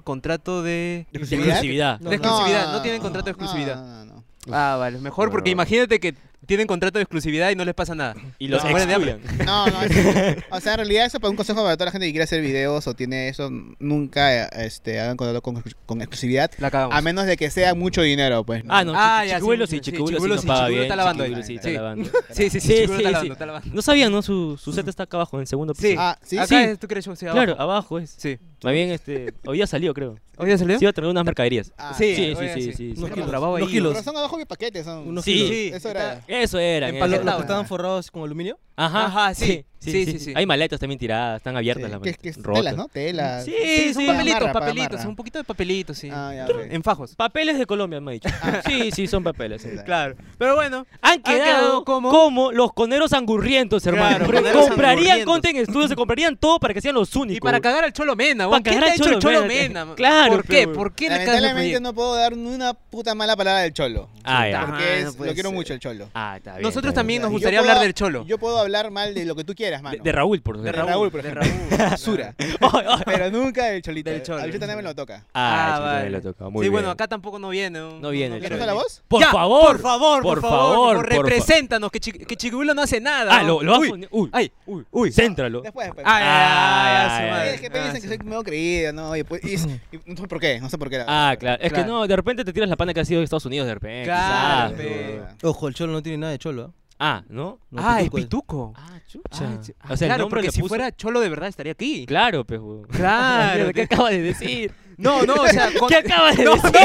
S4: Contrato de
S2: De exclusividad.
S4: de exclusividad, no, tienen contrato de exclusividad.
S3: No, no, no.
S4: Ah, vale, mejor porque imagínate que tienen contrato de exclusividad y no les pasa nada.
S2: Y los
S4: Se mueren de hambre.
S2: excluyen.
S3: No, no, es- o sea, en realidad eso para un consejo para toda la gente que quiere hacer videos o tiene eso, nunca eh, este, hagan contrato con, con exclusividad,
S4: La cagamos.
S3: a menos de que sea mucho dinero, pues. ¿no?
S2: Ah, no,
S4: Ah,
S2: ah,
S4: ya, sí,
S2: chiquibuelos
S4: sí,
S2: sí,
S4: sí,
S2: chiquibuelos sí
S4: chiquibuelos
S2: nos
S4: sí,
S2: paga
S4: chiquibuelo
S2: bien.
S4: está lavando
S2: chiquibuelo
S3: ahí.
S2: sí, está
S4: Sí.
S2: lavando.
S4: Sí, sí, sí,
S2: Sí,
S4: seguro
S2: sí,
S4: está
S2: sí.
S4: lavando, está lavando.
S2: No sabían, ¿no? Su, su set está acá abajo, en el segundo
S4: Sí.
S2: piso.
S3: Ah, sí,
S4: Acá
S2: Sí.
S4: es- tú crees que sea abajo.
S2: Claro, abajo es.
S4: Sí.
S2: Más bien, este, hoy ya salió, creo.
S4: ¿Oye, salió?
S2: Sí, iba a traer unas mercaderías.
S3: Ah,
S4: Sí,
S2: Sí, sí,
S4: oye,
S2: sí,
S4: sí.
S2: sí, sí.
S5: unos
S3: sí.
S5: kilos.
S4: Grabado ahí.
S5: Unos
S3: Pero
S5: kilos.
S3: son abajo de paquetes, son.
S5: Unos
S2: Sí.
S5: kilos.
S4: Sí.
S3: Eso era.
S2: Eso eran,
S5: Para
S2: eso
S5: los-
S2: eran.
S5: los que estaban forrados con aluminio.
S2: Ajá,
S4: Ajá, sí,
S2: sí,
S4: sí,
S2: sí,
S4: sí, sí.
S2: Hay maletas también tiradas, están abiertas
S3: Sí,
S2: las
S3: que-
S2: maletas.
S3: que es
S2: rotas.
S3: telas, ¿no? Telas.
S2: Sí,
S4: Sí, son
S2: sí,
S4: papelitos,
S3: amarra, para
S4: papelitos,
S3: amarra.
S4: un poquito de papelitos, sí.
S3: Ah, ya, ok.
S4: En fajos.
S2: Papeles de Colombia, me ha dicho. Sí, sí, son papeles. sí.
S4: Claro. Pero bueno,
S2: Han quedado,
S4: quedado como-
S2: como... los coneros angurrientos, hermano.
S4: Claro,
S2: Porque
S4: coneros
S2: comprarían
S4: angurrientos.
S2: Content Studios, se comprarían todo para que sean los únicos.
S4: y para cagar al Cholo Mena,
S2: Para
S4: weón. ¿Qué te
S2: cagar
S4: ha
S2: al
S4: hecho el
S2: Cholo
S4: Cholo
S2: Mena.
S4: Mena?
S2: Claro,
S4: ¿Por qué?
S2: pero-
S4: ¿Por qué le cagas al
S3: Lamentablemente
S4: proyecto?
S3: no puedo dar ni una puta mala palabra del cholo.
S2: Ah, ya.
S4: Ah,
S3: Porque
S4: no
S3: es-
S4: puede
S3: lo quiero
S4: ser.
S3: mucho el cholo.
S2: Ah, está bien.
S4: Nosotros
S2: está bien.
S4: también nos
S3: Yo
S4: gustaría
S3: puedo-
S4: hablar del Cholo.
S3: Yo puedo hablar mal de lo que tú quieras, mano.
S2: De, de Raúl, por
S4: Ah, De
S2: ejemplo.
S3: Raúl,
S4: Raúl,
S3: por
S4: de
S3: ejemplo.
S2: Ah,
S3: Basura.
S2: Ay, ay.
S3: Pero nunca del cholito.
S4: Del Cholo.
S3: Al cholito nadie me lo toca.
S2: Ah,
S4: Ah,
S2: eso
S4: vale.
S2: también lo toca. Muy
S4: sí,
S2: bien.
S4: bueno, acá tampoco no viene. No,
S2: No viene el
S3: ¿Quieres
S2: Cholo.
S3: la voz?
S2: Por
S4: Ya,
S2: favor.
S4: por favor, por,
S2: por
S4: favor,
S2: favor,
S4: por-
S2: por fa-
S4: represéntanos, que, Chi- que Chiquibuelo no hace nada.
S2: Ah, lo, lo has
S4: Uy,
S2: poni- Uy,
S4: ay,
S2: uy, uy. Céntralo.
S3: Después, pues.
S2: Ah,
S4: ay, ay,
S2: Ay,
S4: ay, su
S2: ay,
S4: madre.
S2: ay.
S3: Es que
S4: Ah,
S3: piensan que
S4: sí.
S3: soy medio creído, ¿no? Y, pues, y- y no sé por qué, no sé por qué. la
S2: Ah,
S3: verdad.
S2: claro. Es
S4: Claro.
S2: que no, de repente te tiras la pana que ha sido de Estados Unidos, de repente.
S4: Claro,
S3: Ah,
S2: ¿sabes?
S4: pe.
S5: Ojo, el cholo no tiene nada de cholo. ¿ah?
S2: Ah, ¿no?
S5: No,
S4: Ah, es
S5: pituco es.
S4: Pituco.
S2: Ah,
S4: Ah,
S2: chucha.
S4: ch-
S2: o sea, el
S4: claro,
S2: nombre
S4: porque
S2: le
S4: si
S2: puso-
S4: fuera Cholo de verdad estaría aquí.
S2: Claro, pues. huevón.
S4: Claro.
S2: ¿Qué acaba de decir?
S4: No, no, o sea, con-
S2: ¿Qué acaba de
S4: No, no,
S2: decir?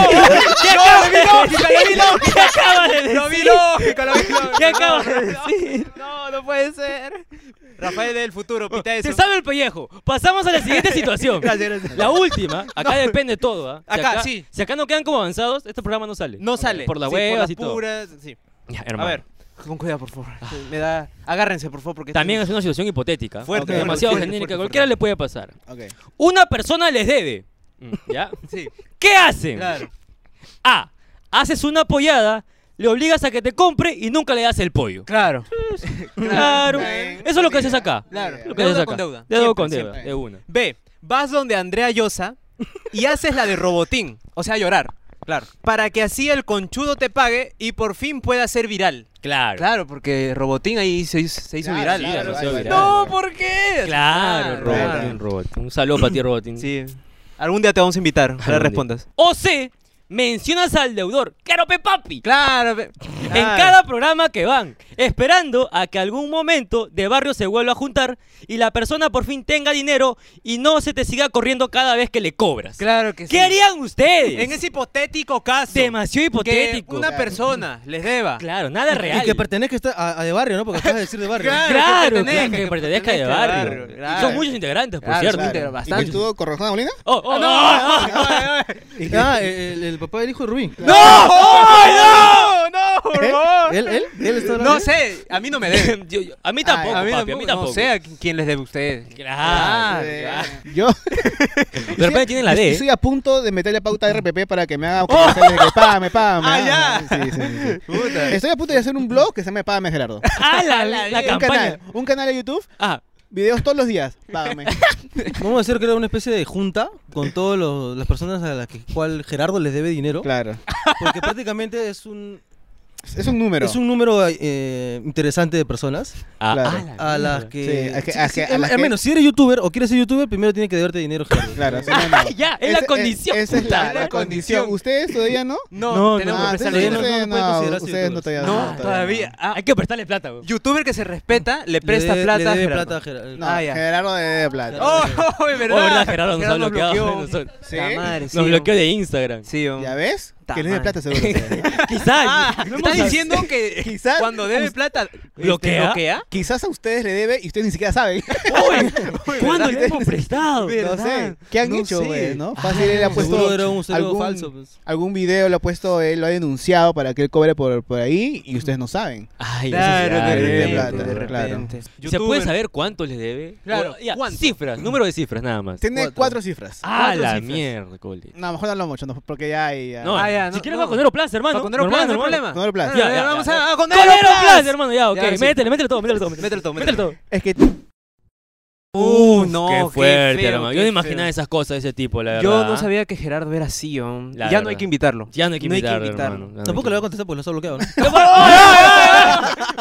S4: no, lo vi lógica,
S2: ¿Qué acaba
S4: lo vi lógica.
S2: de decir?
S4: Lo vi lógica, lo vi lógica.
S2: ¿Qué acabas
S4: No,
S2: de
S4: no,
S2: decir?
S4: No, no puede ser. Rafael del futuro, pita eso.
S2: Se sabe el pellejo. Pasamos a la siguiente situación.
S4: Gracias, gracias.
S2: La última. Acá depende todo. ¿ah?
S4: Acá, sí.
S2: Si acá no quedan como avanzados, este programa no sale.
S4: No sale.
S2: Por las
S4: Sí,
S2: huevas
S4: las
S2: y todo.
S4: puras, sí.
S2: Ya,
S4: A
S2: hermano. Ah.
S4: ver, con cuidado, por favor. Sí, Me da... Agárrense, por favor, porque... esto
S2: También
S4: no-
S2: es una situación hipotética.
S4: Fuerte,
S2: Ok, demasiado
S4: fuerte,
S2: genérica.
S4: fuerte,
S2: Cualquiera
S4: fuerte.
S2: le puede pasar.
S3: Ok.
S2: Una persona les debe. Mm, ¿Ya?
S4: Sí,
S2: ¿Qué hacen?
S4: claro.
S2: A. Haces una pollada, le obligas a que te compre y nunca le das el pollo.
S4: Claro.
S2: Claro.
S3: Bien.
S2: Eso es lo que haces acá.
S4: Claro.
S2: Lo que
S4: Deuda
S2: haces acá.
S4: con deuda.
S2: Deuda con
S4: Siempre,
S2: deuda.
S3: siempre.
S2: De una.
S4: B. Vas donde Andrea Llosa y haces la de robotín, o sea, llorar. Claro. Para que así el conchudo te pague y por fin pueda ser viral.
S2: Claro.
S4: Claro, porque robotín ahí se hizo, se hizo
S3: Claro,
S4: viral.
S2: claro,
S3: claro,
S2: se hizo
S3: claro.
S2: viral.
S4: No, ¿por qué?
S2: Claro,
S3: Claro.
S2: Robotín, Robotín. Un saludo para ti, Robotín.
S4: Sí. Algún día te vamos a invitar,
S2: Algún
S4: para
S2: día.
S4: respondas.
S2: O C, mencionas al deudor. Claro, pe papi.
S4: Claro. pe-
S2: En
S4: claro.
S2: cada programa que van, esperando a que algún momento de barrio se vuelva a juntar y la persona por fin tenga dinero y no se te siga corriendo cada vez que le cobras.
S4: Claro que sí.
S2: ¿Qué harían ustedes?
S4: En ese hipotético caso.
S2: Demasiado hipotético.
S4: Que una persona les deba.
S2: Claro, nada
S5: Y
S2: real.
S5: que pertenezca esta- a, a de barrio, ¿no? Porque acabas de decir de barrio.
S4: Claro.
S2: Claro,
S4: que
S2: claro,
S4: pertenezca,
S2: que
S4: que
S2: pertenezca de
S4: pertenezca al
S2: barrio.
S4: barrio,
S2: Y
S4: claro.
S2: Son muchos integrantes, por
S4: Claro,
S2: cierto.
S4: claro. Pero
S3: ¿Y
S4: bastante.
S3: que estuvo con Rosana Molina?
S2: Oh, oh,
S4: ¡No!
S2: oh,
S4: ¡Ay, ay, ay!
S5: Ah, el, el papá del hijo de Rubí.
S4: ¡No!
S2: oh,
S4: ¡Ay, no! ¡No, por favor!
S5: ¿Él? ¿Él? ¿Él está hablando
S4: No
S5: de él?
S4: sé, a mí no me deben.
S2: Yo- yo- a mí tampoco,
S4: a mí,
S2: papi, a mí tampoco.
S4: No sé a qui- quién les debe a ustedes.
S2: Claro.
S3: Eh,
S2: claro.
S3: Yo.
S2: De repente tienen la
S3: Estoy-
S2: D. eh? Oh.
S3: Estoy a punto de meterle pauta a RPP para que me haga comerciales de que págame, págame.
S4: Ah,
S3: ah, sí, sí, sí, sí. Estoy a punto de hacer un blog que se llame Págame Gerardo.
S2: Ah, la, la, la
S3: un
S2: campaña.
S3: canal, un canal de YouTube,
S2: Ah,
S3: videos todos los días. Págame.
S5: Vamos a hacer que era una especie de junta con todas las personas a las que cual Gerardo les debe dinero.
S3: Claro.
S5: Porque prácticamente es un.
S3: Es un número.
S5: Es un número eh, interesante de personas
S2: Ah,
S3: Claro.
S2: ah,
S5: a las que...
S3: Sí, a que-
S5: sí,
S3: a
S5: sí,
S3: que- a
S5: al-
S3: las
S5: al
S3: que-
S5: menos, si eres youtuber o quieres ser youtuber, primero tiene que deberte dinero, Gerardo.
S3: Claro, sí, no, no.
S2: Ya, es la
S3: Ese- eh,
S2: condición,
S3: Esa es
S2: puta,
S3: la,
S2: es
S3: la
S2: la
S3: condición.
S2: condición.
S3: ¿Ustedes todavía no?
S4: No,
S5: No,
S4: tenemos
S3: Ah,
S4: que
S3: ustedes
S4: prestarle
S5: todavía
S3: no, ustedes
S4: dinero.
S5: no- no pueden
S3: no,
S5: considerarse
S3: ustedes no
S5: youtubers.
S3: todavía
S4: No,
S3: no,
S4: todavía. Ah,
S2: Hay que prestarle plata, güey.
S4: Youtuber que se respeta le
S5: Le
S4: presta
S5: debe- le
S4: plata. a
S5: debe
S4: Gerardo.
S5: plata a Gerardo.
S3: No,
S4: Ah, ya.
S3: Gerardo de, de plata.
S4: Oh, es
S2: Oh,
S4: verdad.
S2: verdad, Gerardo nos ha
S4: Gerardo
S2: bloqueado.
S4: bloqueó.
S2: Nos, nos
S3: ¿Sí?
S4: La madre, sí,
S2: bloqueó de Instagram.
S4: Sí, oh.
S3: ¿Ya ves?
S4: Ta
S3: Que no es de
S4: madre.
S3: plata seguro.
S2: Quizás.
S4: Ah,
S2: no hemos
S4: ¿estás
S2: sab-
S4: diciendo que
S3: Quizás
S4: cuando debe plata este,
S2: ¿Bloquea?
S4: bloquea?
S3: Quizás a ustedes le debe y ustedes ni siquiera saben.
S2: ¿Cuándo le hemos prestado?
S3: no sé. ¿Qué han
S4: No
S3: hecho,
S4: sé.
S3: güey? ¿no? Fácil él le ha puesto
S5: Ah, Seguro era un cero
S3: Pues algún,
S5: falso, pues.
S3: algún video, lo ha puesto, él lo ha denunciado para que él cobre por, por ahí y ustedes no saben.
S2: Ay,
S4: Claro,
S2: eso sí,
S4: de
S2: ay,
S3: repente,
S2: claro.
S3: plata, de repente.
S2: ¿Y ¿Se puede saber cuánto les debe?
S4: Claro,
S2: O- ya,
S4: ¿cuánto?
S2: cifras, número de cifras nada más.
S3: Tiene
S5: Cuatro.
S3: cuatro, cifras.
S2: Ah,
S4: cuatro
S2: la
S4: cifras.
S2: mierda, cole.
S3: No, mejor no hablo mucho, no, porque ya hay. Ya.
S2: No,
S4: Ah, ya,
S2: si
S4: no,
S2: quieres
S4: no.
S2: va con Ero Plus, hermano.
S4: Baconero Plus,
S2: Normal,
S4: no hay
S2: normal.
S4: problema.
S3: No lo plazas.
S2: Ya, ya,
S4: vamos
S2: ya,
S4: a- a con
S2: Con
S4: Ero
S2: Ero
S4: Plus.
S2: Plus, hermano, ya, ok.
S4: ahora sí.
S2: Métele, métele todo, métele todo.
S4: Métele todo, métele
S2: Métele todo.
S3: Es que
S4: Uh, no,
S2: qué
S4: qué
S2: fuerte,
S4: feo,
S2: hermano.
S4: qué
S2: Yo no
S4: feo.
S2: imaginaba esas cosas de ese tipo, la verdad.
S4: Yo no sabía que Gerardo era así, oh.
S2: La
S4: Ya no hay
S2: verdad.
S4: que invitarlo.
S2: Ya no hay que
S4: No hay que
S2: invitarlo,
S4: invitarlo.
S2: hermano. Ya no hay
S5: Tampoco
S2: que
S5: le voy a
S2: invitarlo.
S5: contestar porque los ha bloqueado, ¿no?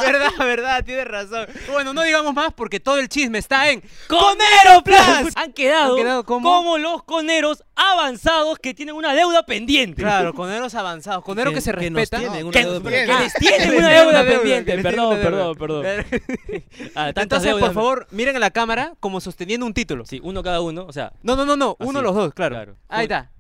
S4: verdad, verdad, tienes razón. Bueno, no digamos más porque todo el chisme está en
S2: ¡Conero Plus! Han quedado,
S4: ¿Han quedado como?
S2: como los coneros avanzados que tienen una deuda pendiente.
S4: Claro, coneros avanzados, coneros que, se
S5: nos
S4: respetan.
S5: tienen una
S2: Que-
S5: deuda,
S3: que-
S5: pero-
S2: Que les tienen una deuda pendiente. Perdón, perdón, perdón. Ah, tantas
S4: Entonces,
S2: deudas.
S4: por favor, miren a la cámara como sosteniendo un título.
S2: Sí, uno cada uno, o sea.
S4: No, no, no, no, uno
S2: Así,
S4: los dos, claro.
S2: Ah, claro.
S4: Ahí está.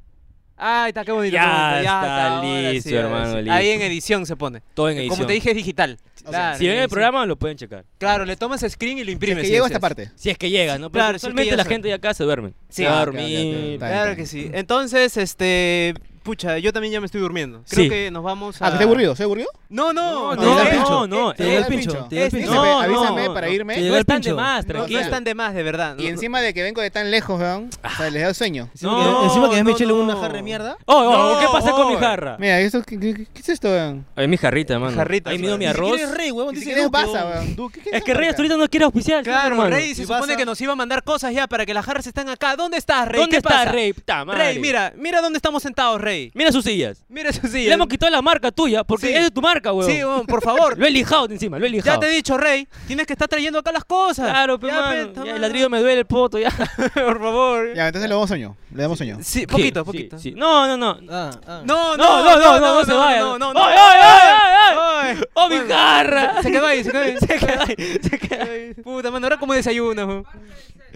S4: Ahí está, qué bonito.
S2: Ya
S4: qué bonito.
S2: está
S4: ahora sí,
S2: listo,
S4: ahora
S2: hermano,
S4: sí.
S2: listo.
S4: Ahí en edición se pone.
S2: Todo en edición.
S4: Como te dije, es digital. Claro,
S2: si ven el
S4: edición.
S2: programa, lo pueden checar.
S4: Claro, le tomas screen y lo
S3: que
S4: imprimes. sí,
S3: llego a
S4: sí,
S3: esta
S4: sí.
S3: parte.
S2: Si es que llegan, ¿no?
S4: Claro,
S2: Claro,
S4: si es que
S2: usualmente
S4: ya
S2: la
S4: saben.
S2: gente de acá se duerme.
S4: Sí.
S2: Se va a
S3: Ah, ok, ok,
S2: dormir.
S3: ok, ok.
S4: Claro que sí. Entonces, este. Pucha, yo también ya me estoy durmiendo. Creo
S2: Sí.
S4: que nos vamos a.
S3: Ah, ¿que ¿te he aburrido? ¿Se aburrido?
S4: No,
S2: No,
S4: no,
S2: no,
S4: no. eh,
S2: no,
S4: eh,
S2: no,
S5: Te
S4: eh,
S5: llegó el
S3: eh,
S5: pincho.
S3: pincho.
S5: te llegó el
S4: Es-
S5: pincho.
S3: Avísame,
S2: no,
S3: avísame
S2: no,
S3: para
S2: no.
S3: irme.
S5: Te llegó
S2: No
S5: el
S2: están de
S5: pincho.
S2: más,
S4: No,
S2: tranquilo.
S4: no están de más, de verdad.
S3: Y encima de que vengo de tan lejos, weón, o sea, les da sueño.
S5: Encima que-
S2: No,
S5: encima que ya me
S4: no,
S5: eché
S4: no.
S5: una jarra de mierda.
S2: Oh, oh,
S4: No,
S2: ¿qué pasa con mi
S4: oh.
S2: jarra?
S3: Mira, ¿esto, qué, qué- qué es esto, weón?
S2: Ay, mi jarrita, hermano.
S4: Jarrita,
S2: Ahí
S4: sí,
S2: mido mi
S4: ni
S2: arroz.
S5: Ni siquiera es rey, huevón.
S3: Ni
S5: dice
S3: siquiera es
S5: Duque,
S3: Baza,
S5: huevón.
S3: weón. Du, ¿qué-
S2: Es
S3: qué
S2: que
S3: esa
S2: Rey
S3: marca?
S2: hasta ahorita no quiere auspiciar.
S4: Claro,
S2: hermano.
S4: Rey se
S5: ¿Y pasa?
S4: supone que nos iba a mandar cosas ya para que las jarras están acá. ¿Dónde estás, Rey?
S2: ¿Dónde
S4: ¿Qué
S2: está
S4: pasa?
S2: Rey? Ta madre.
S4: Rey, mira, mira dónde estamos sentados, Rey.
S2: Mira sus sillas.
S4: Mira eso sí.
S2: Le hemos quitado la marca tuya porque
S4: Sí.
S2: es de tu marca, weón.
S4: Sí, weón, por favor.
S2: Lo he lijado de encima, lo he
S4: ya
S2: lijado.
S4: te he dicho, Rey, tienes que estar trayendo acá las cosas.
S2: Claro, pero
S4: Ya, pe,
S2: mano.
S4: toma.
S2: ya, El ladrillo me duele el poto, ya.
S4: por favor.
S3: Ya, entonces le damos sueño. Le damos sueño.
S4: Sí, poquito,
S2: Sí, sí,
S4: poquito.
S2: sí. No, no, no.
S5: Ah, ah.
S2: No,
S4: No,
S2: no, no, no, no se vaya.
S4: No, no, no.
S2: ¡Ay, ay, ay,
S4: ay!
S2: ¡Oh, mi garra!
S4: Se quedó ahí, se quedó ahí.
S2: Se queda ahí, se queda ahí.
S4: Puta, mano, ahora como desayuno. weón.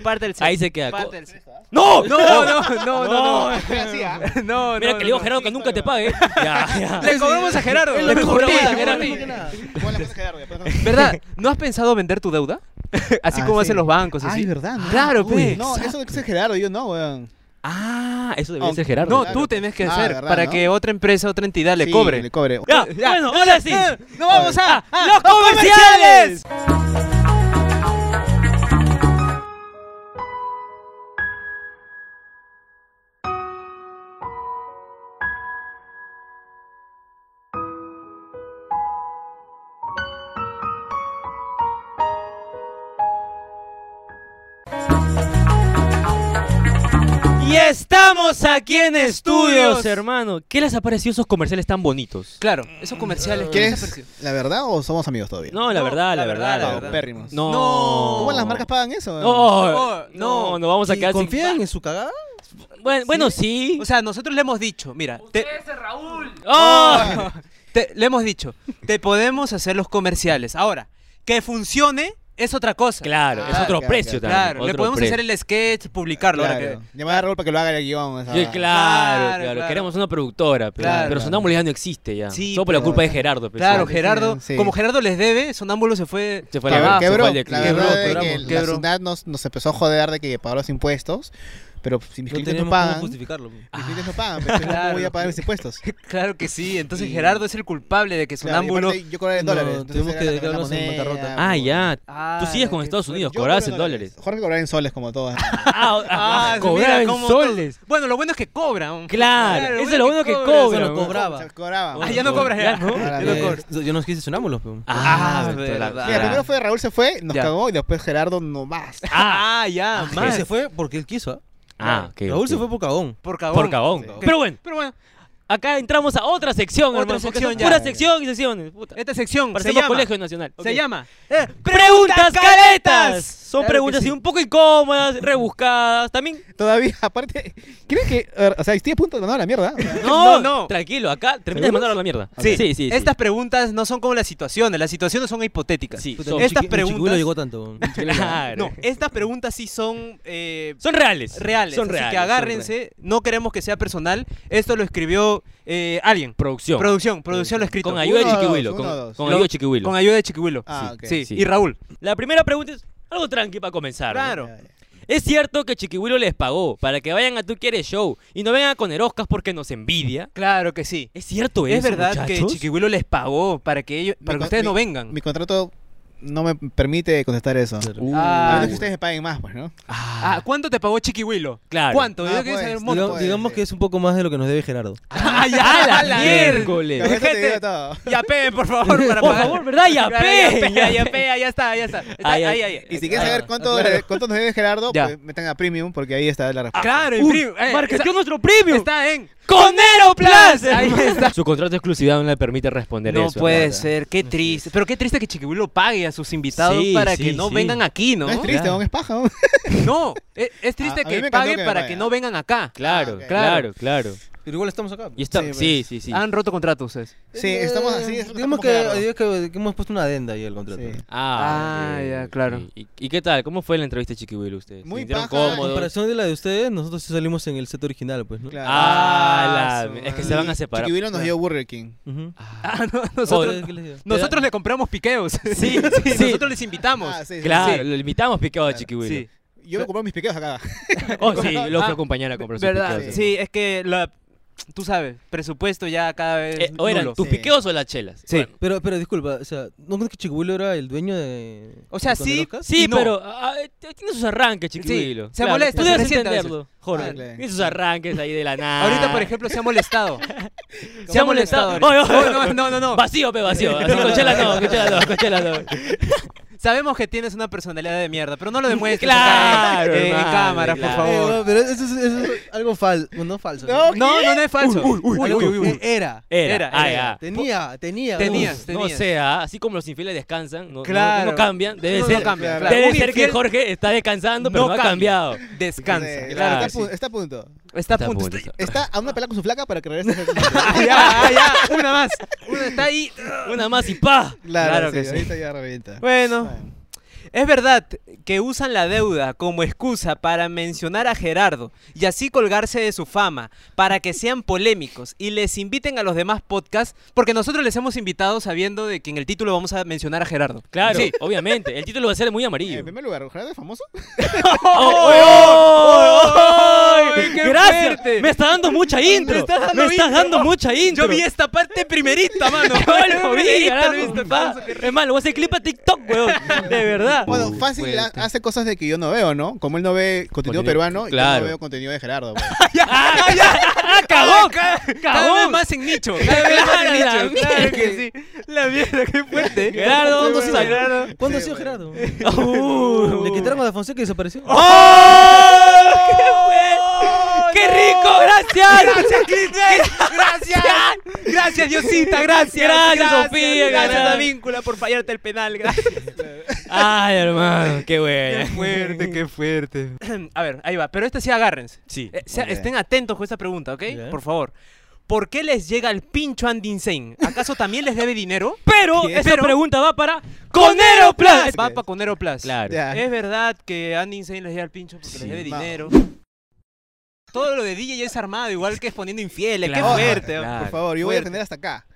S4: Parte del set.
S2: Ahí se queda.
S4: Parte del set.
S2: ¡No!
S4: No, no, no, no, no.
S3: Así, ¿ah?
S4: No,
S2: Mira
S4: no,
S2: que le
S4: no,
S2: digo a
S4: no.
S2: Gerardo que nunca te pague. Ya, ya.
S4: Le cobramos a Gerardo.
S2: Es lo
S4: Le
S2: mismo
S4: cobramos
S2: que
S4: a
S2: nada,
S5: No,
S4: Gerardo.
S5: no, no, no, no.
S3: Pon la mano de Gerardo, ya, pon la mano.
S4: ¿Verdad? ¿No has pensado vender tu deuda? Así
S3: Ah,
S4: como
S3: sí.
S4: hacen los bancos.
S3: Ay,
S4: Así.
S3: verdad. ¿no?
S4: Claro, pues. pe.
S3: No, eso es Gerardo, yo no, weón.
S2: Ah, eso debería
S3: Aunque-
S2: ser Gerardo.
S4: No,
S3: Claro.
S4: tú tenés que
S3: Ah,
S4: hacer
S3: verdad,
S4: para
S3: ¿no?
S4: que otra empresa, otra entidad le
S3: Sí,
S4: cobre.
S3: Le cobre.
S2: Ya,
S4: Ya, Eh,
S2: bueno, ahora sí.
S4: ¡No vamos a, a
S2: ¡Los comerciales! Y estamos aquí en estudios, hermano. ¿Qué les ha parecido esos comerciales tan bonitos?
S4: Claro, esos comerciales. que nos aparecieron.
S3: ¿Quieres la verdad o somos amigos todavía?
S2: No, la
S4: No,
S2: verdad, la,
S4: la
S2: verdad,
S4: verdad,
S2: la
S4: la
S2: verdad.
S3: Pérrimos.
S2: No.
S3: ¿Cómo las marcas pagan eso? weón?
S2: No,
S4: No,
S2: no,
S4: no.
S2: no vamos a
S5: ¿Y
S2: quedar sin-
S5: ¿Confían en su cagada?
S2: Bueno, bueno, sí.
S4: O sea, nosotros le hemos dicho, mira, te,
S7: Usted es Raúl.
S2: ¡Oh!
S4: te- le hemos dicho, te podemos hacer los comerciales. Ahora, que funcione es otra cosa.
S2: Claro, es
S3: Ah,
S2: otro
S3: claro,
S2: precio
S3: claro.
S2: también.
S4: Claro, le
S2: otro
S4: podemos
S2: precio.
S4: hacer el sketch, publicarlo. ahora
S3: Claro.
S4: que-
S3: Llamar a Raúl para que lo haga el guión. esa
S2: Sí, claro,
S3: va.
S2: claro,
S4: claro.
S2: Queremos una productora, pero,
S4: Claro.
S2: pero Sonámbulo ya no existe ya.
S4: Sí,
S2: Solo por la
S3: pero-
S2: culpa de Gerardo. pues,
S4: Claro,
S2: sí.
S4: Gerardo,
S3: sí.
S4: como Gerardo les debe, Sonámbulo se fue.
S2: Se fue
S3: Que-
S2: la verdad,
S4: abajo.
S2: se
S3: quebró.
S2: fue al declive.
S3: La verdad es
S4: Quebró,
S3: que
S4: quebró.
S3: la
S4: Quebró.
S3: ciudad nos, nos empezó a joder de que pagó los impuestos. Pero si mis
S5: No
S3: clientes no
S5: tenemos
S3: pagan,
S5: cómo
S3: mis
S5: justificarlo. pues.
S3: clientes no pagan, pero yo
S4: Claro.
S3: ¿cómo voy a pagar mis impuestos? Claro,
S4: Claro que sí, entonces
S3: Y-
S4: Gerardo es el culpable de que
S3: y
S4: Sonámbulo.
S3: aparte yo cobraba en
S5: No,
S3: dólares.
S5: tenemos
S3: entonces
S5: que
S3: era la
S5: declararnos en
S3: moneda, pues,
S5: bancarrota.
S2: Ah, ya.
S4: Ah,
S2: Tú sigues con
S4: qué
S2: Estados
S4: fuerte.
S2: Unidos,
S3: Yo
S2: cobrabas
S3: cobro
S2: en dólares.
S3: Jorge cobraba en soles como todos.
S2: Ah, ah,
S4: Ah,
S2: cobraba
S4: mira
S2: en
S4: cómo
S2: soles.
S4: todo- Bueno, lo bueno es que cobran.
S2: Claro, eso es lo bueno que
S4: cobran.
S2: cobran.
S5: Solo cobraba.
S3: Se cobraba.
S4: Ah, ya no cobras, ya.
S2: no.
S3: Ahora,
S5: Yo
S3: eh,
S5: no cobro. Yo no quise sonámbulos. pues.
S2: Ah,
S4: Ah,
S2: verdad.
S4: verdad.
S3: Mira, primero fue Raúl se fue, nos
S4: Ya.
S3: cagó y después Gerardo nomás.
S4: Ah, ya,
S5: Él
S4: más.
S5: se fue porque él quiso. ¿ah?
S2: Ah, ok.
S5: Raúl se
S2: ok.
S5: fue por cagón.
S4: Por cagón.
S2: por cabón. Pero bueno,
S4: Pero bueno,
S2: Acá entramos a otra sección,
S4: Otra
S2: hermano. porque
S4: sección
S2: son
S4: ya.
S2: Pura sección y secciones. Puta.
S4: Esta sección se
S2: Parecemos
S4: llama,
S2: Colegio Nacional.
S4: se
S2: Ok.
S4: llama eh,
S2: ¡Preguntas caretas! Son
S4: Claro que
S2: preguntas así
S4: sí.
S2: un poco incómodas, rebuscadas. También.
S3: Todavía, aparte, ¿crees que.? a ver, O sea, estoy a punto de mandar a la mierda. O sea,
S2: No, no,
S4: No, no.
S2: Tranquilo, acá terminas de mandar a la mierda.
S4: Sí,
S2: sí, sí.
S4: Estas preguntas no son como las situaciones, las situaciones son hipotéticas.
S2: Sí,
S5: Puta,
S2: son,
S5: mi
S4: estas
S5: chiqui- mi chiquibuelo
S4: preguntas-
S5: llegó tanto.
S2: claro.
S4: No, estas preguntas sí son eh,
S2: son reales.
S4: reales,
S2: Son
S4: así
S2: reales.
S4: que
S2: son
S4: agárrense,
S2: reales.
S4: no queremos que sea personal. Esto lo escribió eh, alguien.
S2: Producción.
S4: Producción, producción lo ha escrito.
S2: Con ayuda de
S3: Uno,
S2: Chiquihuilo.
S3: dos,
S2: Con,
S3: uno, dos.
S2: con
S4: Lo-
S2: ayuda de Chiquihuilo.
S4: Con ayuda de Chiquihuilo.
S3: Ah,
S4: sí.
S3: ok.
S4: sí,
S2: Sí.
S4: y Raúl.
S2: La primera pregunta es algo tranqui para comenzar. ¿no?
S4: Claro.
S2: ¿Es cierto que Chiquihuilo les pagó para que vayan a Tú Quieres Show y no vengan con Eroscas porque nos envidia?
S4: Claro que sí.
S2: ¿Es cierto
S4: Es
S2: eso,
S4: verdad que
S2: muchachos?
S4: Chiquihuilo les pagó para que ellos
S3: Mi
S4: para que
S3: con-
S4: ustedes
S3: mi-
S4: no vengan.
S3: Mi contrato no me permite contestar eso.
S5: Claro.
S2: Uh,
S3: A
S4: Ah,
S3: menos que ustedes me paguen más, pues, ¿no?
S4: Ah, ¿cuánto te pagó Chiquihuilo?
S2: Claro.
S4: ¿Cuánto?
S3: Ah,
S4: Yo quiero
S3: pues,
S4: saber un
S3: diga-
S4: monto.
S5: Digamos, digamos que es un poco más de lo que nos debe Gerardo.
S4: ¡Ah, ya! ¡La
S2: miércoles!
S3: Con eso te
S4: gente.
S3: digo todo.
S4: Ya pe, por favor, para
S2: Por
S4: pagar.
S2: favor, ¿verdad? Ya,
S4: Claro,
S2: pe.
S4: Ya, ya, pe, ya está, ya está. Está
S2: Ay,
S4: ahí,
S2: ay.
S4: ahí,
S3: Y si
S2: Ah,
S3: quieres saber cuánto,
S4: claro.
S3: cuánto nos debe Gerardo,
S4: Ya.
S3: pues metan a Premium, porque ahí está la respuesta.
S4: Ah, Claro,
S2: Uy,
S4: imprime. Eh,
S2: marketeó
S4: está-
S2: nuestro premium!
S4: Está en.
S2: ¡Con Aeroplus!
S4: Ahí está.
S2: Su contrato de exclusividad no le permite responder
S4: No
S2: eso.
S4: puede
S2: hermano.
S4: ser, qué triste. Pero qué triste que Chiquibulo pague a sus invitados
S2: Sí,
S4: para
S2: sí,
S4: que no
S2: sí.
S4: vengan aquí, ¿no?
S3: No es triste,
S2: Claro.
S3: aún es paja. ¿no?
S4: No, es, es triste
S3: A- a mí
S4: que
S3: me encantó
S4: pague
S3: que me
S4: para
S3: paguen.
S4: que no vengan acá.
S2: Claro,
S3: Ah, ok.
S2: claro, claro.
S5: Pero igual estamos acá.
S2: Y está... Sí,
S3: Sí, pues.
S2: sí, sí.
S4: Han roto contrato ustedes.
S3: Sí, estamos así. es lo
S5: Eh, Digamos
S3: estamos
S5: que,
S3: Gerardo.
S5: digamos que- que hemos puesto una adenda ahí al contrato.
S3: Sí.
S2: Ah,
S4: Ah,
S2: ok,
S4: ya,
S2: ok.
S4: claro.
S2: ¿Y, y qué tal? ¿Cómo fue la entrevista de Chiquihuilo ustedes?
S3: Muy
S2: ¿Se sintieron
S3: paja, en
S5: En
S2: cómodos?
S5: comparación de la de ustedes, nosotros sí salimos en el set original, pues, ¿no?
S3: Claro.
S2: Ah, la-
S4: Ah, su
S2: es que se van a separar. Ah.
S3: Chiquibuelo nos dio Burger King.
S5: Ujú.
S4: Ah, no,
S2: Joder.
S4: nosotros,
S5: ¿Qué les digo?
S4: nosotros le compramos piqueos.
S2: Sí, sí.
S4: Nosotros les invitamos.
S3: Ah, sí, sí,
S2: Claro,
S3: sí.
S2: lo invitamos picado a Chiquihuilo.
S4: Sí.
S3: Yo me compré mis piqueos acá.
S2: Oh, sí, lo fue a
S4: Ah,
S2: acompañar a comprar sus
S4: ¿Verdad?
S2: piqueos.
S4: Sí, es que la, tú sabes, presupuesto ya cada vez.
S2: Eh, o eran
S4: nulo.
S2: tus
S3: Sí.
S2: piqueos o las chelas.
S4: Sí.
S2: Bueno,
S5: Pero, pero disculpa, o sea, ¿no crees que Chiquibuelo era el dueño de.
S4: O sea,
S5: de
S4: sí,
S5: Conderoca?
S2: Sí,
S4: Y no.
S2: pero ah, eh, t- tiene sus arranques, Chiquihuilo.
S4: Sí, se molesta,
S2: Tú
S4: se
S2: debes
S4: resiente a veces.
S2: entenderlo, Jorge.
S3: Ah, claro.
S2: Tiene sus arranques ahí de la nada.
S4: Ahorita, por ejemplo, se ha molestado.
S2: se ha molestado.
S4: ahorita.
S2: Oye, oye,
S4: No, no, no, no, no.
S2: Vacío, pe, vacío. Así,
S4: No,
S2: con
S4: no,
S2: chela
S4: no,
S2: no, con chela no, con chela no.
S4: Sabemos que tienes una personalidad de mierda, pero no lo demuestres acá en-
S2: Claro,
S4: en,
S2: hermano,
S4: cámara,
S2: claro.
S4: por
S5: Eh,
S4: favor.
S5: no, pero eso es, eso es algo falso. No falso.
S4: No, no, no, es falso.
S5: Algo que Era.
S2: Era,
S4: Era,
S2: ah,
S4: era.
S2: ya.
S5: Tenía, tenía.
S4: Tenías,
S5: Uf.
S2: No
S4: tenías.
S2: sea, así como los infieles descansan, no, no-
S4: Claro.
S2: no cambian, debe
S4: No, no
S2: ser,
S4: cambia,
S3: claro.
S4: claro.
S2: debe
S4: Un
S2: ser que
S4: infiel
S2: Jorge está descansando, pero no,
S4: no
S2: ha
S4: cambia.
S2: cambianza.
S4: Descansa.
S3: Entonces,
S2: claro,
S3: está, a pu- está a punto.
S4: Está a punto.
S3: Está a una pelea con su flaca para que regrese.
S4: Ah, ya, ah, ya, una más. Una está ahí.
S2: Una más y pa.
S4: Claro que sí.
S3: Ahorita ya revienta.
S4: Bueno, es verdad que usan la deuda como excusa para mencionar a Gerardo y así colgarse de su fama, para que sean polémicos y les inviten a los demás podcasts, porque nosotros les hemos invitado sabiendo de que en el título vamos a mencionar a Gerardo.
S2: Claro,
S4: Sí.
S2: obviamente. El título va a ser muy
S3: Eh,
S2: amarillo.
S3: En primer lugar, ¿Gerardo es famoso?
S2: ¡Oh!
S4: ¡Ay, qué
S2: Gracias.
S4: fuerte!
S2: Me está dando mucha intro. Me estás dando,
S4: intro.
S2: mucha intro.
S4: Yo vi esta parte primerita, mano.
S2: Yo lo vi,
S4: Primerita,
S2: carajo,
S4: lo viste,
S2: pa.
S4: pa.
S2: Es más, lo voy a hacer clip a TikTok, weón. De verdad.
S3: Bueno, fácil ha- hace cosas de que yo no veo, ¿no? Como él no ve contenido
S2: Contenido-
S3: peruano, yo
S2: claro.
S3: no veo contenido de Gerardo. pues.
S2: ¡Ah, ya! ¡Ah, cagón!
S4: Cada vez
S2: ¡Cagón!
S4: más en nicho. Cada vez más en
S2: Claro,
S4: nicho.
S2: la
S4: Claro que sí. La mierda, qué fuerte.
S2: Gerardo, ¿dónde
S4: Sí,
S2: está?
S4: Gerardo.
S5: ¿Cuándo
S3: Sí,
S5: ha sido
S3: güey.
S5: Gerardo?
S2: Uh.
S5: Le quitaron a la Fonseca y desapareció.
S2: ¡Oh! ¡Qué bueno! ¡Qué rico! ¡Gracias!
S4: Gracias, Cristian. Gracias. Gracias, Diosita. Gracias.
S2: Gracias, Sofía,
S4: Gracias,
S2: gracias.
S4: la víncula por fallarte el penal. Gracias.
S2: Ay, hermano, qué
S4: Qué
S2: bueno.
S4: fuerte, qué fuerte. A ver, ahí va. Pero esta sí agárrense.
S2: Sí.
S4: Eh, sea-
S3: Ok.
S4: Estén atentos con esta pregunta, ¿ok?
S5: Ya.
S4: Por favor. ¿Por qué les llega el pincho Andy Insane? ¿Acaso también les debe dinero?
S2: Pero
S4: ¿Qué?
S2: esa
S4: Pero-
S2: pregunta va para Conero Plus.
S4: Va para Conero Plus.
S2: Claro.
S3: Ya.
S4: Es verdad que Andy Insane les llega el pincho porque les debe
S3: Ma-
S4: dinero. Todo lo de DJ es armado, igual que exponiendo infieles.
S2: Claro,
S4: qué fuerte.
S2: claro.
S3: Por favor, yo voy a defender hasta acá.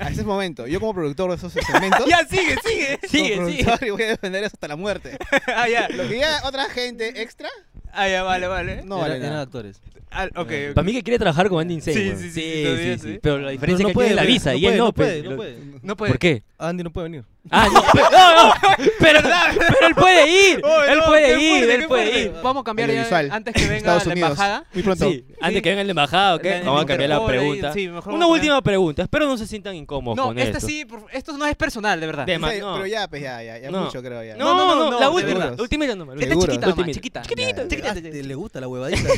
S3: A ese momento. Yo como productor de esos segmentos.
S4: Ya, sigue, sigue.
S3: como
S2: Sigue, sigue.
S3: productor, y voy a defender eso hasta la muerte.
S4: Ah, ya.
S3: Lo que ya otra gente extra,
S4: Ah, ya, vale, vale.
S3: no
S5: Era-
S3: vale
S5: eran
S3: nada.
S5: actores.
S4: Ah, ok, ok.
S2: Para mí que quiere trabajar con Andy Insane.
S4: Sí,
S2: weón.
S4: sí, sí, sí, todavía sí.
S2: Pero la diferencia
S5: Pero
S2: es que tiene la
S5: venir,
S2: visa
S5: no
S2: y él
S5: puede,
S2: no,
S5: no
S2: pe-
S5: puede, no
S2: lo-
S5: puede.
S4: No puede.
S2: ¿Por qué?
S5: Andy no puede venir.
S2: Ah, no, pe- no, no, pero, pero él puede ir,
S4: Oh,
S2: él
S4: no,
S2: puede
S4: qué
S2: ir,
S4: fuerte,
S2: él
S4: qué
S2: puede
S4: fuerte.
S2: ir.
S4: Vamos a cambiar ya
S3: Audiovisual.
S4: antes que venga
S3: Estados
S4: la
S3: Unidos.
S4: embajada.
S3: Muy pronto.
S2: Sí, antes que venga el embajado, ¿ok?
S4: La-
S2: Vamos a cambiar la
S4: Interpol ahí,
S2: pregunta.
S4: sí, mejor
S2: Una
S4: vamos a
S2: última pregunta, espero no se sientan incómodos
S4: No,
S2: con
S4: esta
S2: esto.
S4: sí, por- esto no es personal, de verdad.
S2: De-
S3: O sea,
S2: no.
S3: Pero ya, pues ya, ya, ya
S2: No.
S3: mucho creo ya.
S2: No, no, no,
S4: no,
S2: la
S4: de
S2: última,
S3: verdad.
S2: la última no,
S4: Que
S2: la
S4: está
S3: Seguro.
S4: Este chiquita, mamá,
S2: Ultimate.
S4: chiquita.
S5: Ah,
S4: Chiquitita,
S5: te-
S4: chiquita.
S5: le gusta la huevadita.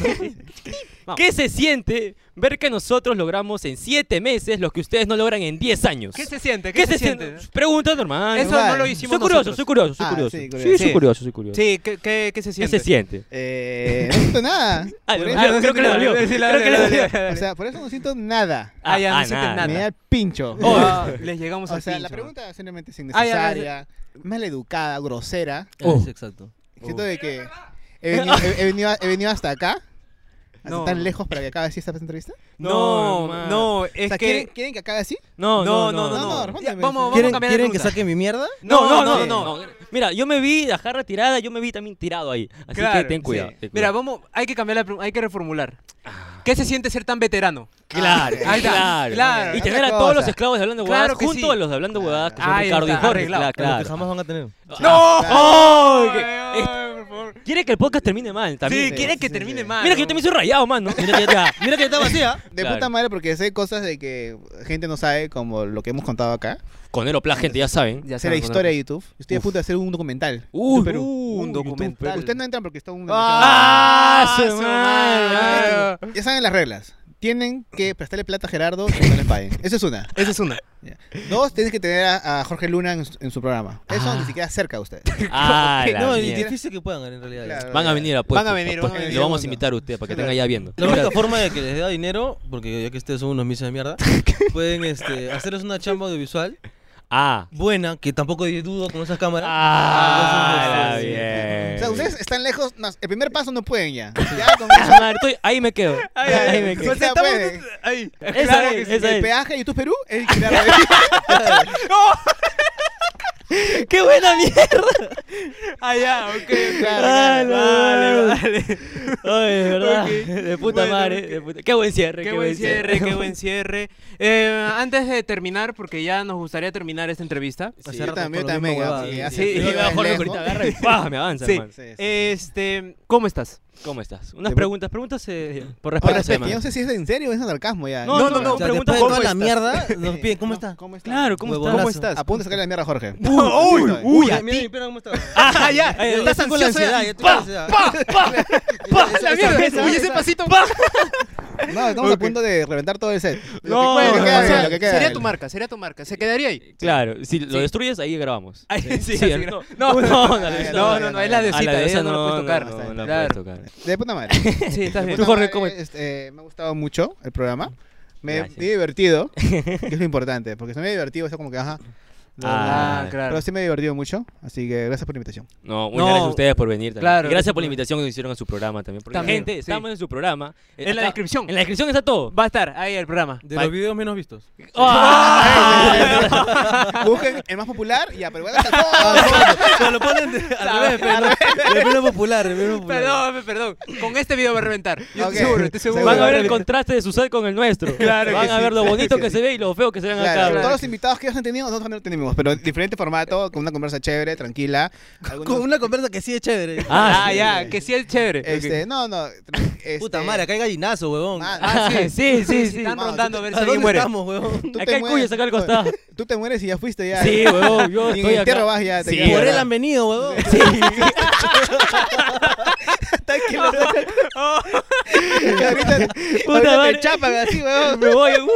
S5: ¿no?
S2: ¿Qué se siente ver que nosotros logramos en 7 meses lo que ustedes no logran en 10 años.
S4: ¿Qué se siente?
S2: ¿Qué se siente? Pregunta normal.
S4: Eso
S3: Normal.
S4: no lo
S2: soy
S4: hicimos
S2: curioso,
S4: nosotros.
S2: soy curioso, soy
S3: Ah,
S2: curioso.
S3: sí,
S2: Sí,
S3: curioso.
S2: soy
S4: Sí.
S2: curioso, soy curioso.
S4: Sí, ¿qué, qué, qué se
S2: ¿Qué
S4: siente?
S2: se siente?
S3: Eh, no siento nada.
S2: Ah,
S3: Por
S2: le-
S3: eso
S2: ah,
S3: no
S2: creo
S3: siento
S2: que le
S3: nada.
S2: dolió. Creo que le dolió.
S3: O sea, por eso no siento nada.
S2: Ah,
S4: Ah, ya, no
S2: ah,
S4: sientes
S2: nada.
S4: nada.
S3: Me da el pincho.
S4: Oh, les llegamos
S3: O
S4: al
S3: sea, la
S4: pincho.
S3: pregunta es simplemente es
S4: Ah, ya, ya,
S3: innecesaria, maleducada, grosera.
S5: Ah, es exacto.
S3: Siento de que he venido, he- he venido- he venido hasta acá, hasta
S4: No.
S3: tan lejos para que acabe así esta entrevista.
S2: No,
S4: No,
S2: man.
S4: no,
S3: O
S4: es
S3: sea, ¿quieren,
S4: que...
S3: quieren que acabe así?
S2: No, no, no,
S4: no,
S2: no.
S3: no,
S2: no.
S3: respóndeme.
S4: Ya, vamos, vamos a
S5: ¿Quieren,
S4: cambiar de
S5: quieren que
S4: pregunta.
S5: saque mi mierda?
S4: No, no, no,
S2: sí.
S4: no.
S2: Mira, yo me vi la jarra tirada, yo me vi también tirado ahí. Así
S4: Claro,
S2: que ten cuidado.
S4: sí.
S2: ten
S4: Mira,
S2: cuidado.
S4: vamos, hay que cambiar la pregunta, hay que reformular. ¿Qué se siente ser tan veterano?
S2: Ah, claro,
S4: Ahí está,
S2: claro,
S4: claro.
S2: Y
S3: Otra
S2: tener a todos los
S3: cosa.
S2: esclavos de hablando huevadas
S4: Claro que
S2: junto
S4: sí.
S2: a los de hablando huevadas que son
S4: Ahí
S2: Ricardo y
S4: está,
S2: Jorge.
S4: arreglado.
S2: Claro,
S5: Lo que
S2: claro.
S5: jamás van a tener.
S4: ¡No!
S2: ¡Ay, qué-
S4: Ay,
S2: esto-
S4: por favor.
S2: Quiere que el podcast termine mal también.
S4: Sí, quiere que termine mal.
S2: Mira que yo también soy rayado, mano. Mira que ya.
S5: Mira que está vacía.
S3: De
S2: Claro.
S3: puta madre, porque sé cosas de que gente no sabe, como lo que hemos contado acá.
S2: Con Aeroplas, gente, ya saben.
S4: Ya
S3: Hacer la
S4: saben,
S3: historia de YouTube. Yo Estoy a punto de hacer un documental.
S2: Uy,
S3: de Perú.
S2: uh,
S4: un
S2: YouTube,
S4: documental.
S3: Pero Ustedes no entran porque está un...
S2: ¡Ah, su
S4: su
S2: madre!
S4: madre!
S3: Ya saben las reglas. Tienen que prestarle plata a Gerardo y no les paguen. Esa es una.
S4: Esa es una.
S3: Ya. Dos, tienes que tener a, a Jorge Luna en su, en su programa. Eso
S2: Ah.
S3: ni siquiera cerca a ustedes.
S2: Ah, la
S5: No, es
S2: mierda.
S5: difícil que puedan en realidad.
S3: Claro.
S2: Van a venir a puesto,
S4: Van a venir,
S2: puesto.
S4: van a venir.
S2: Lo vamos a invitar a usted para que tenga ya viendo.
S5: La única forma de que les dé dinero, porque ya que ustedes son unos mises de mierda, pueden este, hacerles una chamba audiovisual
S2: Ah.
S5: buena, que tampoco dudo con esas cámaras.
S2: Ah,
S5: Entonces, este,
S2: bien.
S3: O sea, ustedes están lejos. no, el primer paso no pueden ya. Ya con eso.
S2: Madre, estoy- ahí me quedo. Ahí, me quedo.
S3: O sea, pueden.
S4: Ahí.
S2: Esa es, esa
S3: El
S2: es.
S3: peaje de YouTube Perú es Gerardo.
S2: ¡Qué buena mierda!
S4: Ah, ya, ok.
S2: Dale,
S4: Vale,
S2: dale.
S4: vale.
S2: Ay, de verdad. De puta
S4: Bueno,
S2: madre.
S4: ok.
S2: de puta- Qué buen cierre.
S4: Qué buen cierre, qué buen cierre. Eh, antes de terminar, porque ya nos gustaría terminar esta entrevista.
S5: hace
S3: yo
S5: rato
S3: también,
S5: con lo
S3: yo
S5: mismo
S3: también,
S5: huevada.
S3: sí, ya
S2: Sí,
S3: Sí,
S2: yo me
S3: de
S2: bajo la
S3: lejos.
S2: ahorita, agarra y ¡pah! Me avanza,
S4: Sí.
S2: man.
S3: Sí, sí.
S4: Este, ¿cómo estás?
S2: ¿Cómo estás? Unas
S3: De-
S2: preguntas, preguntas eh, por
S3: Por
S2: respeto.
S3: respeto,
S2: man.
S3: yo no sé si es en serio o es en sarcasmo ya.
S2: No, no, no.
S5: O sea,
S2: pregunta
S5: después de
S2: cómo
S5: toda la
S2: estás.
S5: mierda, nos piden, ¿cómo está?
S3: ¿Cómo está?
S2: Claro, ¿cómo estás?
S5: Huevonazo.
S2: ¿Cómo estás?
S3: A punto de sacarle la mierda a Jorge.
S4: uy,
S3: Uy,
S4: uy,
S5: Mira,
S4: a
S5: mira,
S4: ti.
S5: mira cómo está.
S4: ¡Ah, ya!
S2: Ay,
S4: Estás
S5: Estoy con la
S4: ansioso ya.
S5: ansiedad, ya estoy con la ansiedad.
S4: ¡Pah!
S5: Esa-
S4: ¡La
S5: esa-
S4: mierda!
S5: esa-
S4: ¡Uy,
S5: esa-
S4: ese pasito! ¡Pah!
S3: No, estamos a punto de reventar todo el set.
S2: No,
S3: Lo que,
S2: no,
S3: puede, lo que queda
S2: no,
S3: bien,
S2: no.
S3: lo que queda
S4: sería
S3: bien.
S4: tu marca, sería tu marca. Se quedaría ahí.
S2: Claro, si lo destruyes, ahí grabamos.
S4: Ahí, sí,
S2: Sí,
S4: así,
S2: no,
S4: no, no,
S2: no,
S4: no,
S2: la de-
S4: no, no, es la de
S2: A la
S4: Osita,
S2: de
S4: esa
S2: esa
S4: no, la puedes tocar.
S2: no, no
S3: está bien.
S2: la puedes
S4: Claro.
S2: tocar.
S3: De puta madre.
S4: Sí, estás
S3: De
S4: bien.
S2: Tú,
S3: puta
S2: Jorge,
S3: madre,
S2: ¿cómo-
S3: este, eh, me ha gustado mucho el programa. Me, me
S2: Gracias.
S3: he divertido, que es lo importante, porque si me he divertido, eso como que ajá.
S2: Ah,
S4: Ah, claro.
S3: Pero sí me he divertido mucho, así que gracias por la invitación.
S2: No, muchas
S4: No.
S2: gracias a ustedes por venir también.
S4: Claro,
S2: Y gracias por la
S4: gracias.
S2: invitación que nos hicieron a su programa también. Porque,
S4: También,
S2: gente,
S4: sí.
S2: estamos en su programa. Eh,
S4: En la
S2: acá-
S4: descripción.
S2: En la descripción está todo.
S4: Va a estar ahí el programa.
S5: De
S2: Bye.
S5: los videos menos vistos.
S2: Ah.
S3: Busquen el más popular y a Perú hasta
S5: Pero lo ponen de- al revés, pero no. De menos popular, de menos popular.
S4: Perdón, perdón. Con este video va a reventar. Yo
S3: Ok.
S4: estoy seguro, estoy seguro.
S2: Van a ver el
S3: Seguro.
S2: contraste de su set con el nuestro.
S4: Claro que
S2: Van a ver
S4: sí,
S2: lo
S3: claro
S2: bonito
S3: que
S2: que
S3: sí.
S2: se ve y lo feo que se ven
S3: Claro,
S2: acá.
S3: todos los invitados que ellos han tenido, nosotros no tenemos, pero diferente formato, con una conversa chévere, tranquila. Algunos-
S5: Con una conversa que sí es chévere.
S2: Ah,
S4: Ah, ya, que sí es chévere.
S3: este, no, no. este,
S5: Puta madre, acá hay gallinazo, huevón.
S3: mano,
S4: Ah, sí, sí, sí, sí. Están
S3: Mano,
S4: rondando a
S3: tú
S4: ver
S5: ¿A
S4: si alguien
S5: dónde
S4: muere.
S5: estamos, huevón?
S3: este, tú te
S2: Acá el
S3: mueres-
S2: cuyo saca al costado.
S3: Tú te mueres y ya fuiste ya.
S2: Sí, huevón, yo
S3: Ni
S2: estoy
S3: en entierro
S2: acá.
S3: vas ya. te
S2: Sí,
S3: quedas
S5: Por él
S3: acá.
S5: han venido, huevón.
S3: ahorita
S2: Puta
S3: ahorita
S2: madre.
S3: te chapan así, weón.
S2: Me voy. uh.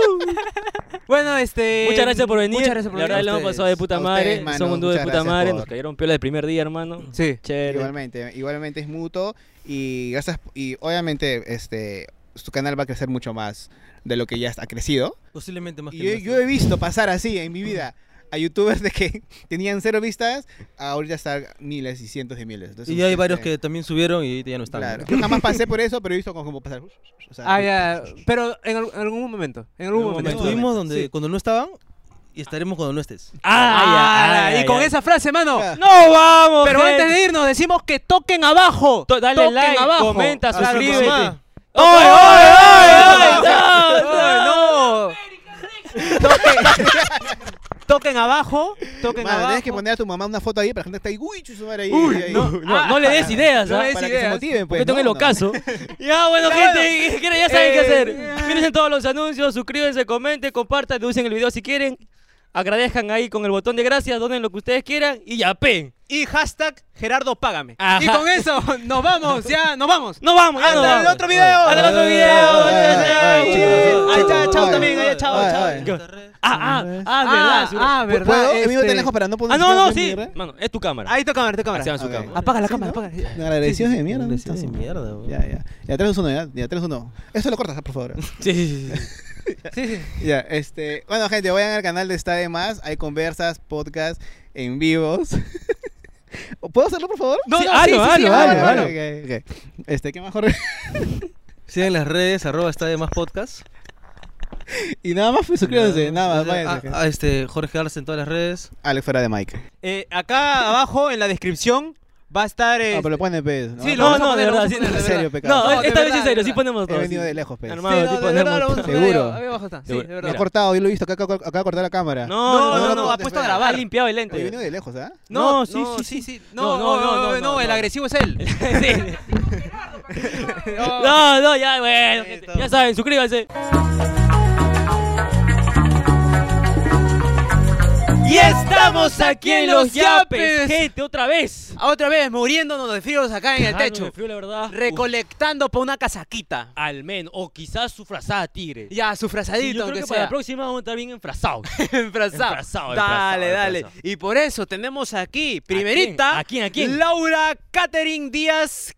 S4: Bueno, este.
S2: Muchas gracias por venir.
S4: Muchas gracias por
S2: La verdad,
S4: venir.
S2: lo hemos
S5: ustedes.
S2: pasado de puta
S3: A
S2: madre.
S3: ustedes, mano,
S2: Son un dúo de
S3: muchas
S2: puta
S3: gracias
S2: madre.
S3: por-
S2: Nos cayeron piola del primer día, hermano.
S4: Sí.
S2: Chévere.
S3: Igualmente, igualmente es mutuo y gracias y obviamente este su canal va a crecer mucho más de lo que ya ha crecido.
S5: Posiblemente más que
S3: Y yo,
S5: el
S3: yo
S5: nuestro.
S3: he visto pasar así en mi vida a youtubers de que tenían cero vistas, a ahorita están miles y cientos de miles. Entonces,
S5: Y hay varios
S3: este,
S5: que también subieron y ahorita ya no están.
S3: claro. Yo jamás pasé por eso, pero he visto cómo, cómo pasar. O sea,
S4: Ah, ya. Pero en al- en algún momento. En algún
S2: algún
S4: momento.
S5: Estuvimos donde
S4: Sí.
S5: cuando no estaban y estaremos cuando no estés.
S2: Ah,
S4: Ah,
S2: ya,
S4: y con
S2: esa
S4: esa frase, mano.
S3: Claro.
S2: ¡No vamos!
S4: Pero
S2: gente!
S4: antes de irnos, decimos que toquen abajo.
S2: To- dale
S4: toquen
S2: like,
S4: abajo.
S2: comenta,
S4: Claro,
S2: suscríbete.
S4: mamá.
S2: ¡Oy, oy, oy!
S4: Ay, no. Toquen, toquen abajo. Toquen
S3: mano,
S4: abajo.
S3: tienes que poner a tu mamá una foto ahí para que la gente está ahí, uy, chuzo, madre, ahí. ahí, ahí.
S2: No, no, no le des ideas,
S4: No
S2: ¿ah?
S4: le des
S3: para que se
S4: ideas.
S3: motiven, pues.
S2: Porque tengo
S3: ¿no?
S2: el
S3: No.
S2: ocaso. ya, bueno, gente, si quieren, ya saben qué hacer. Miren todos los anuncios, suscríbanse, comenten, compartan, deducen el video si quieren. Agradezcan ahí con el botón de gracias, donen lo que ustedes quieran y ya pen.
S4: Y hashtag Gerardo Págame.
S2: Ajá.
S4: Y con eso, nos vamos, ya, nos vamos.
S2: ¡Nos vamos! ya
S4: Hasta
S2: nos
S4: el
S2: vamos.
S4: otro video.
S2: ¡Hasta el otro video!
S3: Ay, ay, ay,
S2: Chao,
S3: chicos.
S2: Dios. Ah, ah, ah, verdad. su-
S4: ah, verdad.
S3: ¿Puedo? He
S4: este-
S3: venido tan lejos para no poner
S2: Ah, no, no,
S3: su
S2: sí.
S3: cámara.
S2: Mano, es tu cámara.
S4: Ahí Ah, tu cámara, tu cámara.
S2: Así va su
S3: Ok.
S2: cámara.
S4: Apaga la
S3: Sí,
S4: cámara,
S3: ¿no?
S4: apaga.
S3: Agradecidos de mierda. ¿no?
S5: Agradecidos de mierda, weón.
S3: Ya, ya. Ya, 3, 2, 1, ya. Ya, 3, 2, 1. Esto lo cortas, por favor.
S2: Sí, sí, sí, sí.
S4: Sí, sí.
S3: Ya, este. Bueno, gente, vayan al canal de Está de Más. Hay conversas, podcasts, en vivos. ¿Puedo hacerlo, por favor?
S2: No,
S4: Sí,
S2: no,
S4: ah,
S2: sí,
S4: no,
S2: sí,
S4: ah,
S2: sí,
S4: no,
S2: ah,
S4: ah,
S2: no,
S4: no,
S2: ah,
S4: ah,
S2: no.
S3: Ok, ok, ok. Este, ¿qué más, Jorge?
S5: Sigan las redes, arroba está de más podcast.
S3: Y nada más, pues, suscríbanse. Nada más,
S5: Ah,
S3: váyanse.
S5: ah, este, Jorge Arce en todas las redes.
S3: Alex fuera de Mike.
S4: Eh, acá abajo en la descripción va a estar. eh,
S3: Ah, pero lo ponen pez. ¿no?
S4: Sí, lo
S2: No,
S4: vamos a
S2: no, de
S4: poner,
S2: verdad.
S4: vamos a
S2: Este, sí,
S4: poner,
S2: de
S3: en
S2: verdad.
S3: serio, pecado.
S2: No,
S4: pues, No, de
S2: esta vez
S4: verdad,
S2: en serio,
S4: de
S2: sí
S4: verdad.
S2: ponemos
S3: He
S2: todo.
S3: venido
S2: sí.
S3: de lejos, pez.
S2: Hermano,
S4: sí, no,
S2: sí
S4: de
S2: ponemos
S4: verdad, lo vamos a
S2: todo.
S4: poner ahí,
S5: Seguro.
S4: ahí abajo está. Sí,
S2: Seguro.
S3: Lo
S4: de
S3: ha
S2: Mira.
S4: verdad.
S3: cortado, yo lo he visto. Acá acá- acá acaba de cortar la cámara.
S2: No, no, no, no.
S4: ha puesto a
S3: espera.
S4: grabar.
S2: Ha limpiado el
S3: Oye, he venido
S2: lente.
S3: de lejos, ¿ah?
S4: No,
S2: No,
S4: no,
S2: sí,
S4: sí,
S2: sí,
S4: sí,
S2: sí.
S4: No, no, no, no, el
S2: no.
S4: agresivo es él.
S2: Sí.
S4: No.
S2: No, no, ya, bueno. gente, Ya saben, suscríbanse.
S4: Y
S2: Estamos aquí en los yapes, gente, otra vez.
S4: Otra vez muriéndonos de fríos acá en el
S2: Ah, no,
S4: techo.
S2: me frío, la verdad. Uf,
S4: Recolectando para una casaquita.
S2: al menos, o quizás su frazada tigre.
S4: Ya, su
S2: Sí, yo
S4: frazadito,
S2: creo
S4: aunque
S2: que para
S4: sea.
S2: la próxima vamos a estar bien enfrazados.
S4: Enfrazado.
S2: Enfrazado, enfrazado,
S4: Dale, dale.
S2: enfrazado.
S4: Y por eso tenemos aquí, primerita,
S2: ¿A quién? ¿A quién?
S4: Laura Catherine Díaz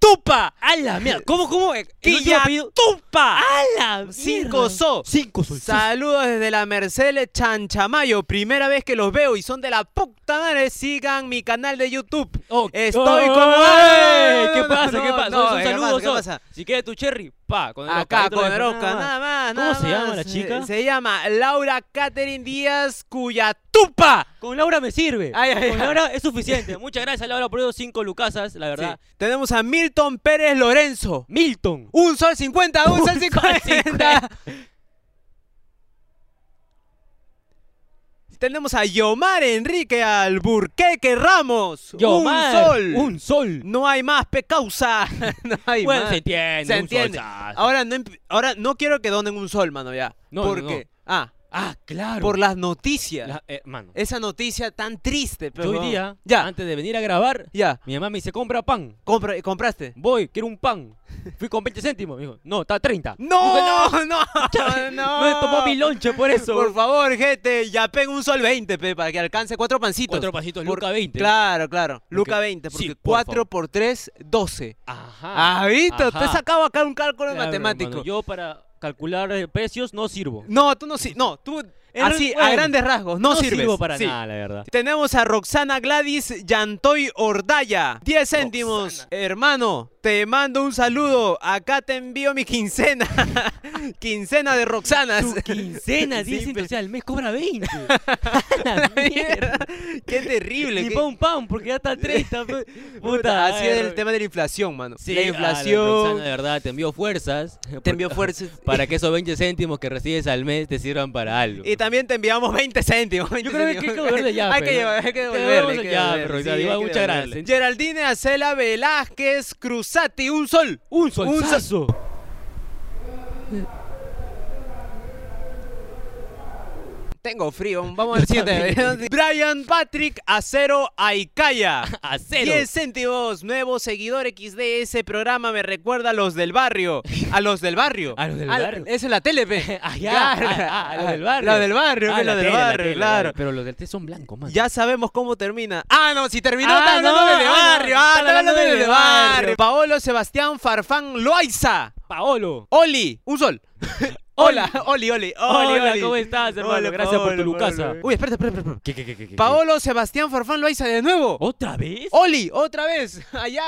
S4: Quillatupa.
S2: ¡A la mierda! ¿Cómo, cómo? ¿El último apellido?
S4: Quillatupa.
S2: ¡A la
S4: Cinco so.
S2: Cinco soy.
S4: Saludos desde la Mercedes Chanchamayo. Primera vez que los veo y son de la puta madre. Sigan mi canal de YouTube.
S2: Oh,
S4: Estoy
S2: oh,
S4: como-
S2: ¡Ey! ¿Qué
S4: No, no,
S2: pasa?
S4: no,
S2: ¿Qué pasa?
S4: no,
S2: Son
S4: ¿qué
S2: saludos.
S4: pasa? ¿Qué
S2: son.
S4: pasa?
S2: Si quieres tu cherry, pa. Con el
S4: Acá
S2: ocarito de
S4: con
S2: la-
S4: Roca, nada más.
S2: ¿Cómo
S4: nada
S2: se llama
S4: más.
S2: la
S4: Se-
S2: chica?
S4: Se llama Laura Catherine Díaz Cuyatupa.
S2: Con Laura me sirve.
S4: Ay, ay,
S2: Con
S4: ay.
S2: Laura es suficiente. Muchas gracias, Laura, por esos cinco lucasas, la verdad.
S4: Sí. Tenemos a Milton Pérez Lorenzo.
S2: Milton.
S4: Un sol 50, un, sol 50. Tenemos a Yomar Enrique Alburqueque Ramos.
S2: Yomar,
S4: un sol.
S2: Un sol.
S4: No hay más pecausa. no hay
S2: bueno,
S4: más.
S2: se entiende.
S4: Se
S2: un
S4: entiende.
S2: solzazo.
S4: Ahora no, emp- ahora no quiero que donen un sol, mano, ya.
S2: No, no,
S4: porque, ah,
S2: ah, claro.
S4: por las noticias.
S2: La- eh, mano,
S4: Esa noticia tan triste,
S2: yo
S4: pero
S2: hoy
S4: no.
S2: día,
S4: Ya.
S2: antes de venir a grabar,
S4: ya,
S2: mi mamá me dice, compra pan.
S4: compra- compraste.
S2: Voy, quiero un pan. Fui con 20 céntimos. Me dijo, no, está a 30.
S4: No, no, no, no.
S2: No he tomado mi lonche por eso.
S4: Por favor, gente, ya pega un sol 20, pe, para que alcance cuatro pancitos.
S2: Cuatro pasitos,
S4: Por-
S2: Luca 20.
S4: Claro, claro. Luca
S2: Porque-
S4: 20, porque
S2: sí, por
S4: 4
S2: favor.
S4: por 3, 12.
S2: Ajá.
S4: Ah, ¿viste? Te
S2: ajá.
S4: he sacado acá un cálculo
S2: Claro,
S4: matemático.
S2: hermano, yo para calcular eh, precios no sirvo.
S4: No, tú no sirves. No, tú.
S2: En
S4: Así,
S2: realidad,
S4: a grandes rasgos, no, sirves.
S2: sirvo para
S4: Sí.
S2: nada, la verdad.
S4: Tenemos a Roxana Gladys Yantoy Ordaya. 10 céntimos. Hermano, te mando un saludo. Acá te envío mi quincena. quincena de Roxanas.
S2: Tu quincena, 10
S4: Sí,
S2: centavos, o sea, al mes cobra 20.
S4: La mierda. Qué terrible.
S2: Ni
S4: qué-
S2: pa' un pan, porque ya está a 30. pe.
S4: Puta, así
S2: ay,
S4: es el
S2: Roxana.
S4: tema de la inflación, mano.
S2: Sí,
S4: la
S2: ah,
S4: inflación
S2: Roxana, de verdad, te envió fuerzas.
S4: te envió fuerzas.
S2: Para que esos 20 céntimos que recibes al mes te sirvan para algo.
S4: Y también te enviamos 20 céntimos. 20
S2: creo que hay que
S4: céntimos.
S2: devolverle ya,
S4: Hay que
S2: pero-
S4: llevar- hay que
S2: Te
S4: devolverle. hay
S2: devolvemos
S4: que
S2: ya,
S4: devolverle,
S2: pero
S4: sí,
S2: ya,
S4: hay
S2: igual,
S4: que
S2: muchas
S4: devolverle.
S2: gracias.
S4: Geraldine Acela Velázquez Cruzati, un sol.
S2: un
S4: sol-
S2: solzazo.
S4: Tengo frío, vamos al siguiente. Brian Patrick Acero Aicaya.
S2: A cero.
S4: 10 céntimos, nuevo seguidor XD. Ese programa me recuerda a los del barrio. A los del barrio.
S2: A los del
S4: Al-
S2: barrio.
S4: Eso es la tele, pe.
S2: Ah, ya, ah, ah, lo del barrio.
S4: Lo del barrio,
S2: Ah,
S4: pe,
S2: la
S4: lo del
S2: tele, la
S4: barrio,
S2: tele, la
S4: claro.
S2: tele. Pero los del té son blancos, man.
S4: Ya sabemos cómo termina. Ah, no, si terminó,
S2: Ah,
S4: está hablando
S2: no,
S4: del de
S2: ah,
S4: barrio.
S2: no,
S4: Ah,
S2: está
S4: está hablando
S2: hablando
S4: del
S2: del
S4: de
S2: de
S4: barrio.
S2: barrio.
S4: Paolo Sebastián Farfán Loaiza.
S2: Paolo.
S4: Oli, un sol. Hola, Oli, Oli. Oli,
S2: Hola,
S4: Oli.
S2: ¿cómo estás, hermano?
S4: Hola,
S2: Gracias por tu
S4: Paolo,
S2: lucasa.
S4: Paolo. Uy, espérate, espérate, espérate.
S2: ¿Qué, qué, qué, qué, qué?
S4: Paolo Sebastián Farfán Loaiza de nuevo.
S2: ¿Otra vez?
S4: Oli, otra vez. Allá.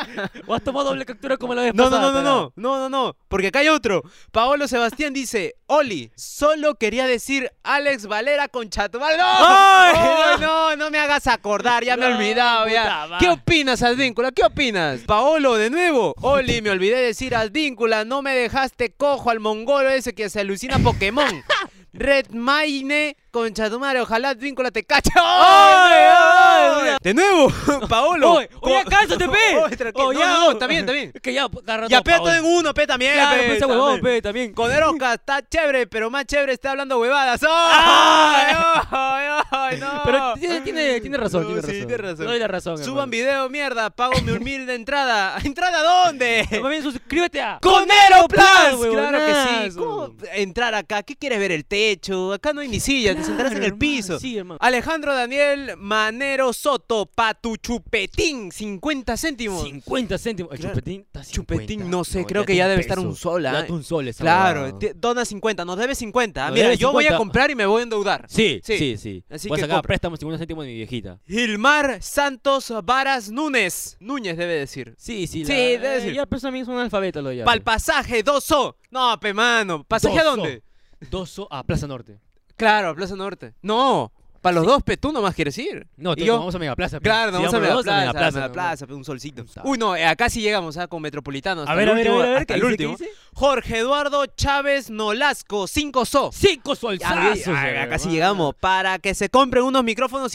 S2: ¿O has tomado doble captura como la vez
S4: No, no,
S2: pasada?
S4: no, no, no, no, no, no, porque acá hay otro. Paolo Sebastián dice, Oli, solo quería decir Alex Valera con Chatumal. ¡No!
S2: ¡Ay,
S4: ¡Ay, no! no, me hagas acordar, ya me he
S2: No,
S4: olvidado, ya.
S2: puta madre.
S4: ¿Qué opinas, Advíncula? ¿Qué opinas? Paolo, de nuevo. Oli, me olvidé decir Advíncula, no me dejaste cojo al mongolo ese que se alucina Pokémon. Red Maine con Chatumare, ojalá Advíncula te cacha. ¡Ay,
S2: Ay,
S4: no! De nuevo, Paolo.
S2: Oye, oye,
S4: Co-
S2: cálzate, pe.
S4: Oye, tranquilo.
S2: Oh,
S4: No,
S2: ya.
S4: no, no, también, también.
S2: Es que ya, agarra
S4: Ya,
S2: todo,
S4: pero todo
S2: Paolo.
S4: en uno, pe, también.
S2: Claro,
S4: pe,
S2: pues, ese huevón,
S4: también.
S2: pe, también.
S4: Coderoca, está chévere, pero más chévere está hablando huevadas. ¡Ay, ay, ay, no!
S2: Pero tiene, tiene, tiene razón,
S4: No,
S2: tiene
S4: sí,
S2: razón.
S4: tiene razón.
S2: Le doy la razón,
S4: Suban
S2: hermano.
S4: video, mierda, pago mi humilde entrada. ¿Entrada dónde?
S2: Más bien, suscríbete a...
S4: ¡Conero Plus!
S2: Plus,
S4: Claro que
S2: huevonazo.
S4: sí. ¿Cómo? entrar acá? ¿Qué quieres ver? El techo. Acá no hay ni silla, te sentarás en
S2: Claro,
S4: el
S2: hermano,
S4: piso.
S2: sí, hermano.
S4: Alejandro Daniel Manero Soto, patuchupetín, 50 céntimos.
S2: 50 céntimos. El chupetín está 50.
S4: Chupetín, no sé,
S2: No,
S4: creo
S2: ya
S4: que
S2: tiene
S4: ya
S2: un
S4: debe estar
S2: peso.
S4: un sol,
S2: Ya
S4: ¿ah?
S2: tiene un sol esa
S4: Claro,
S2: huevada.
S4: ti- dona 50, nos debe 50. Ah,
S2: Nos
S4: Mira,
S2: debe
S4: yo voy a
S2: 50.
S4: comprar y me voy a endeudar.
S2: Sí,
S4: Sí.
S2: sí, sí. sí.
S4: Así
S2: Voy a
S4: que
S2: sacar
S4: compra.
S2: préstamo 50 céntimos de mi viejita.
S4: Gilmar Santos Varas Núñez. Núñez debe decir.
S2: Sí, sí.
S4: Sí,
S2: la-
S4: debe
S2: eh,
S4: ser.
S2: Ya, pero eso también es un alfabeto lo ya.
S4: Pal pasaje, doso. No, pe mano. ¿Pasaje a
S2: Doso.
S4: dónde?
S2: Doso a Plaza Norte.
S4: Claro, a Plaza Norte. No, para los dos, pe, tú nomás quieres ir.
S2: No, entonces
S4: Y yo-
S2: nos vamos a Mega Plaza. pues.
S4: Claro, nos vamos a Megaplaza,
S2: Megaplaza.
S4: Megaplaza, Megaplaza, pe, un solcito. Uy, no, eh, acá sí llegamos ah, con Metropolitano. hasta
S2: A ver,
S4: el
S2: a ver, a
S4: último,
S2: ver, a ver,
S4: hasta
S2: ¿qué
S4: el
S2: dice, qué
S4: último.
S2: dice?
S4: Jorge Eduardo Chávez Nolasco, 5 so.
S2: Cinco
S4: Ya,
S2: solsazos.
S4: ya, ya,
S2: hermano.
S4: casi llegamos. Para que se compren unos micrófonos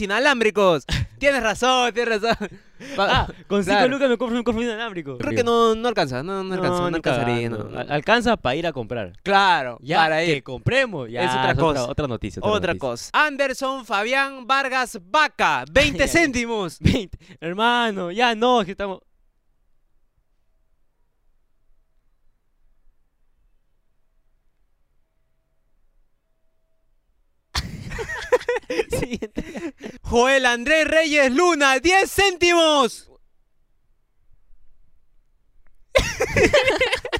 S4: inalámbricos. tienes razón, tienes razón.
S2: Ah, con 5
S4: Claro.
S2: lucas me compro un micrófono inalámbrico.
S4: Creo que no, no alcanza, no, no alcanza, no,
S2: Pues ni
S4: alcanzaría.
S2: cagando.
S4: no.
S2: Al- Alcanza para ir a comprar.
S4: Claro,
S2: Ya
S4: para
S2: que
S4: ir.
S2: compremos, ya
S4: Es otra cosa.
S2: Otra, noticia.
S4: Otra,
S2: noticia.
S4: cosa. Anderson Fabián Vargas Vaca, 20
S2: Ay, ay, ay.
S4: céntimos.
S2: 20. Hermano, ya no, es que estamos. Siguiente.
S4: Joel Andrés Reyes Luna, 10 céntimos.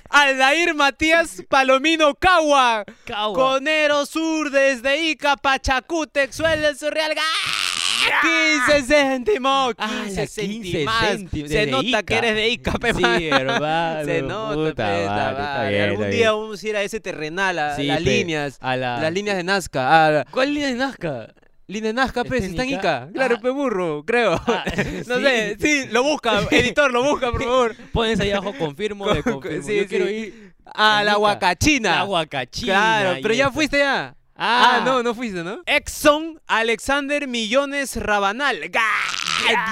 S4: Aldair Matías Palomino Cagua.
S2: Cagua.
S4: Conero Sur desde Ica, Pachacútec, Suelo el Surreal. ¡Ah! 15 céntimos.
S2: Ah, la
S4: 15
S2: 15
S4: céntimos.
S2: céntimos,
S4: Se
S2: desde
S4: nota que
S2: Ica.
S4: eres de Ica, pe, mano.
S2: Sí, hermano.
S4: Se nota,
S2: puta
S4: pe, esta
S2: madre, está
S4: madre.
S2: bien,
S4: Algún
S2: está
S4: día
S2: bien.
S4: vamos a ir a ese terrenal, a
S2: Sí,
S4: las
S2: pe,
S4: líneas.
S2: A la...
S4: Las líneas de Nazca. a-
S2: ¿Cuál línea de Nazca?
S4: Línea Nazca, pues,
S2: ¿Está en
S4: está en
S2: Ica?
S4: Ica. Claro,
S2: Ah.
S4: pe burro, creo.
S2: Ah,
S4: no
S2: sí.
S4: sé, sí, lo busca, editor, lo busca, por favor.
S2: Pones ahí abajo, confirmo, de
S4: Con- con-
S2: confirmo.
S4: sí,
S2: Yo
S4: sí.
S2: quiero ir
S4: A
S2: En
S4: la
S2: Ica.
S4: Huacachina.
S2: a Huacachina.
S4: Claro, pero
S2: y
S4: ya
S2: eso.
S4: fuiste ya. Ah,
S2: Ah.
S4: no, no fuiste, ¿no? Exxon Alexander Millones Rabanal. ¡Ga!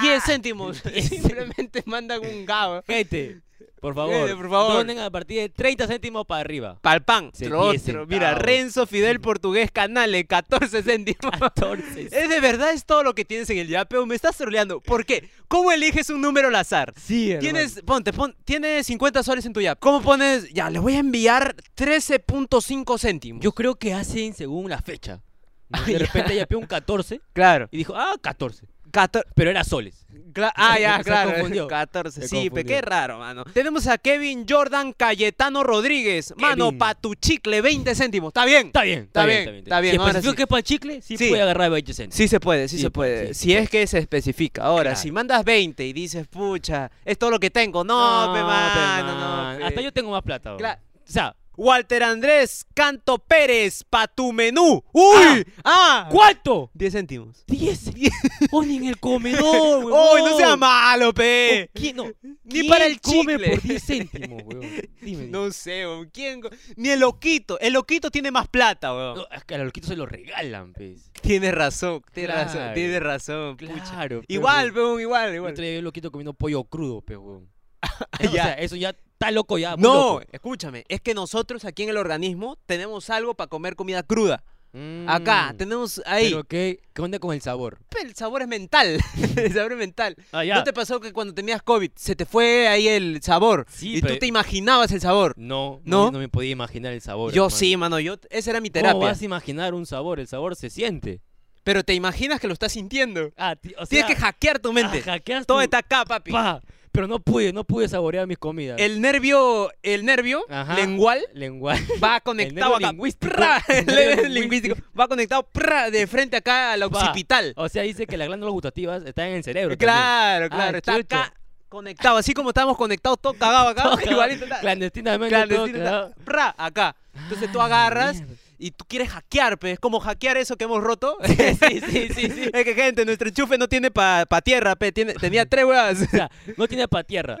S4: 10 céntimos. Simplemente mandan un gao.
S2: Gente, por favor,
S4: Gente, por favor.
S2: donen a partir de 30 céntimos para arriba.
S4: Palpan.
S2: Se
S4: Otro,
S2: diez centavos.
S4: Mira, Renzo Fidel Portugués Canale, 14 céntimos.
S2: 14.
S4: ¿Es de verdad es todo lo que tienes en el yape o me estás troleando? ¿Por qué? ¿Cómo eliges un número al azar?
S2: Sí, hermano.
S4: Tienes, ponte, pon, tienes 50 soles en tu yape. ¿Cómo pones? Ya, le voy a enviar 13.5 céntimos.
S2: Yo creo que hacen según la fecha. ¿no?
S4: Ah,
S2: de
S4: ya.
S2: repente ya pegó un 14
S4: claro.
S2: y dijo, ah, 14.
S4: 14.
S2: Pero era soles.
S4: Cla- ah,
S2: Se
S4: ya, claro.
S2: confundió.
S4: 14.
S2: Se
S4: Sí, pe,
S2: confundió.
S4: qué raro, mano. Tenemos a Kevin Jordan Cayetano Rodríguez. Mano,
S2: Kevin.
S4: pa' tu chicle, 20 céntimos. ¿Está bien.
S2: Está bien,
S4: Está
S2: está
S4: bien,
S2: bien.
S4: está bien,
S2: Si
S4: ahora
S2: especificó
S4: sí.
S2: que es para chicle, sí,
S4: Sí.
S2: puede agarrar 20 centavos.
S4: Sí se puede, sí, pues.
S2: Sí,
S4: se puede.
S2: sí,
S4: si es que se especifica. Ahora,
S2: Claro.
S4: si mandas 20 y dices, pucha, es todo lo que tengo. No, pe,
S2: pe,
S4: mano,
S2: man.
S4: no. pe.
S2: Hasta yo tengo más plata. bro.
S4: Cla-
S2: O sea,
S4: Walter Andrés Canto Pérez, pa' tu menú. ¡Uy! ¡Ah!
S2: ¿cuánto?
S4: 10 céntimos.
S2: 10. Oye, en el comedor,
S4: ¡Uy,
S2: weón.
S4: no sea malo, pe!
S2: ¿Quién, no,
S4: Ni
S2: ¿quién
S4: para el
S2: come
S4: chicle.
S2: por 10 céntimos, weón? Dime. dime.
S4: No sé, weón, ¿quién? go- Ni el loquito. El loquito tiene más plata, weón.
S2: No, es que a los loquitos se lo regalan, pues.
S4: Tienes razón, tienes razón,
S2: Claro.
S4: tienes razón. pucha.
S2: Claro. pe,
S4: Igual,
S2: weón.
S4: weón, igual,
S2: Yo
S4: igual.
S2: traía un loquito comiendo pollo crudo, pe, weón. o
S4: Ya.
S2: sea, eso ya está loco ya. muy
S4: No,
S2: loco.
S4: escúchame, es que nosotros aquí en el organismo tenemos algo para comer comida cruda.
S2: Mm.
S4: Acá, tenemos ahí.
S2: Pero ¿qué, ¿qué onda con el sabor?
S4: Pe, El sabor es mental. el sabor es mental.
S2: Ah,
S4: ¿No te pasó que cuando tenías COVID se te fue ahí el sabor?
S2: Sí,
S4: y tú
S2: pero-
S4: te imaginabas el sabor.
S2: No,
S4: ¿No?
S2: no, no me podía imaginar el sabor.
S4: yo
S2: hermano.
S4: sí, mano, yo esa era mi
S2: ¿Cómo
S4: terapia.
S2: vas a imaginar un sabor? El sabor se siente.
S4: Pero te imaginas que lo estás sintiendo.
S2: Ah, ti- o
S4: Tienes
S2: sea,
S4: que hackear tu mente.
S2: ah, hackeas
S4: Todo
S2: tu-
S4: está acá, papi.
S2: pa, Pero no pude, no pude saborear mis comidas.
S4: El nervio, el nervio
S2: Ajá.
S4: lengual
S2: lenguaje.
S4: va conectado
S2: nervio
S4: acá.
S2: lingüístico.
S4: prra, el
S2: El nervio
S4: nervio lingüístico
S2: lingüístico.
S4: va conectado prra, de frente acá al
S2: Pa.
S4: occipital.
S2: O sea, dice que las glándulas gustativas están en el cerebro.
S4: Claro,
S2: Ah,
S4: claro, está
S2: chuta.
S4: acá conectado, así como estamos conectados todo cagado acá,
S2: también. Todo
S4: igualito
S2: cagado,
S4: está.
S2: Clandestinamente.
S4: clandestino
S2: todo
S4: está,
S2: cagado.
S4: prra, acá. Entonces tú
S2: Ah,
S4: agarras
S2: mierda.
S4: y tú quieres hackear, pero es como hackear eso que hemos roto.
S2: sí, sí, sí, sí.
S4: Es que gente, nuestro enchufe no tiene para pa tierra, pe, tiene, tenía tres huevas.
S2: O sea, no tiene para tierra.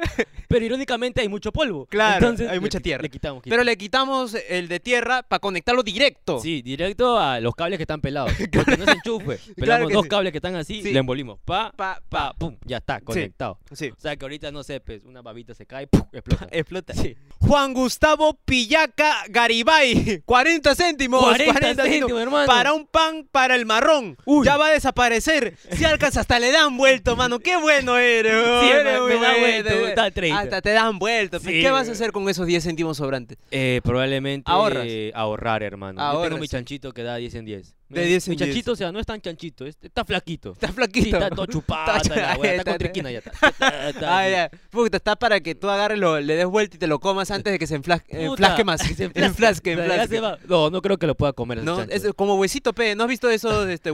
S2: Pero irónicamente hay mucho polvo.
S4: Claro,
S2: Entonces,
S4: hay
S2: le
S4: mucha
S2: qui-
S4: tierra.
S2: Le quitamos.
S4: Pero le quitamos el de tierra para conectarlo directo.
S2: Sí, directo a los cables que están pelados. Porque no se enchufe. Pelamos
S4: que
S2: dos
S4: sí.
S2: cables que están así,
S4: Sí.
S2: le embolimos. Pa, pa,
S4: Pa, pa.
S2: pum, ya está, conectado.
S4: Sí.
S2: O sea que ahorita, no sé, pues, una babita se cae, pum, explota.
S4: Explota.
S2: Sí.
S4: Juan Gustavo Pillaca Garibay, 40 céntimos. céntimos, 40,
S2: 40
S4: céntimos,
S2: céntimos, hermano.
S4: para un pan, para el marrón. Ya va a desaparecer. Si alcanzas, hasta le dan vuelto, mano. Qué bueno eres.
S2: Sí,
S4: eres
S2: me-
S4: muy
S2: me da
S4: bueno,
S2: vuelto,
S4: eres-
S2: da 30.
S4: Hasta te dan vuelto. pues,
S2: Sí,
S4: ¿Qué vas a
S2: güey.
S4: hacer con esos 10 céntimos sobrantes?
S2: Eh, probablemente
S4: Ahorras.
S2: eh, ahorrar, hermano. Yo
S4: Ahorras,
S2: tengo mi
S4: sí.
S2: chanchito que da 10 en 10.
S4: De
S2: Mi-
S4: 10 en
S2: Mi
S4: 10.
S2: chanchito, o sea, no es tan chanchito, es- está flaquito.
S4: Está
S2: Sí,
S4: flaquito.
S2: está todo chupado, está, la wea, está
S4: Está-
S2: con triquina ya. Está, está- está-
S4: Ah, ya. Puta, está para que tú agarres, lo, le des vuelta y te lo comas antes de que se enflas-
S2: Puta,
S4: enflasque más.
S2: se enflasca,
S4: enflasque,
S2: o sea, ya
S4: enflasque.
S2: se va. No, no creo que lo pueda comer. ese
S4: No,
S2: chancho.
S4: es como huesito, pe. ¿No has visto esos este,
S2: ya,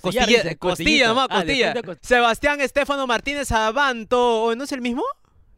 S2: costillar,
S4: Costilla,
S2: dice,
S4: costilla,
S2: costillita.
S4: nomás,
S2: Ah, de
S4: costilla.
S2: frente a cost-
S4: Sebastián Estefano Martínez Abanto. ¿O ¿No es el mismo?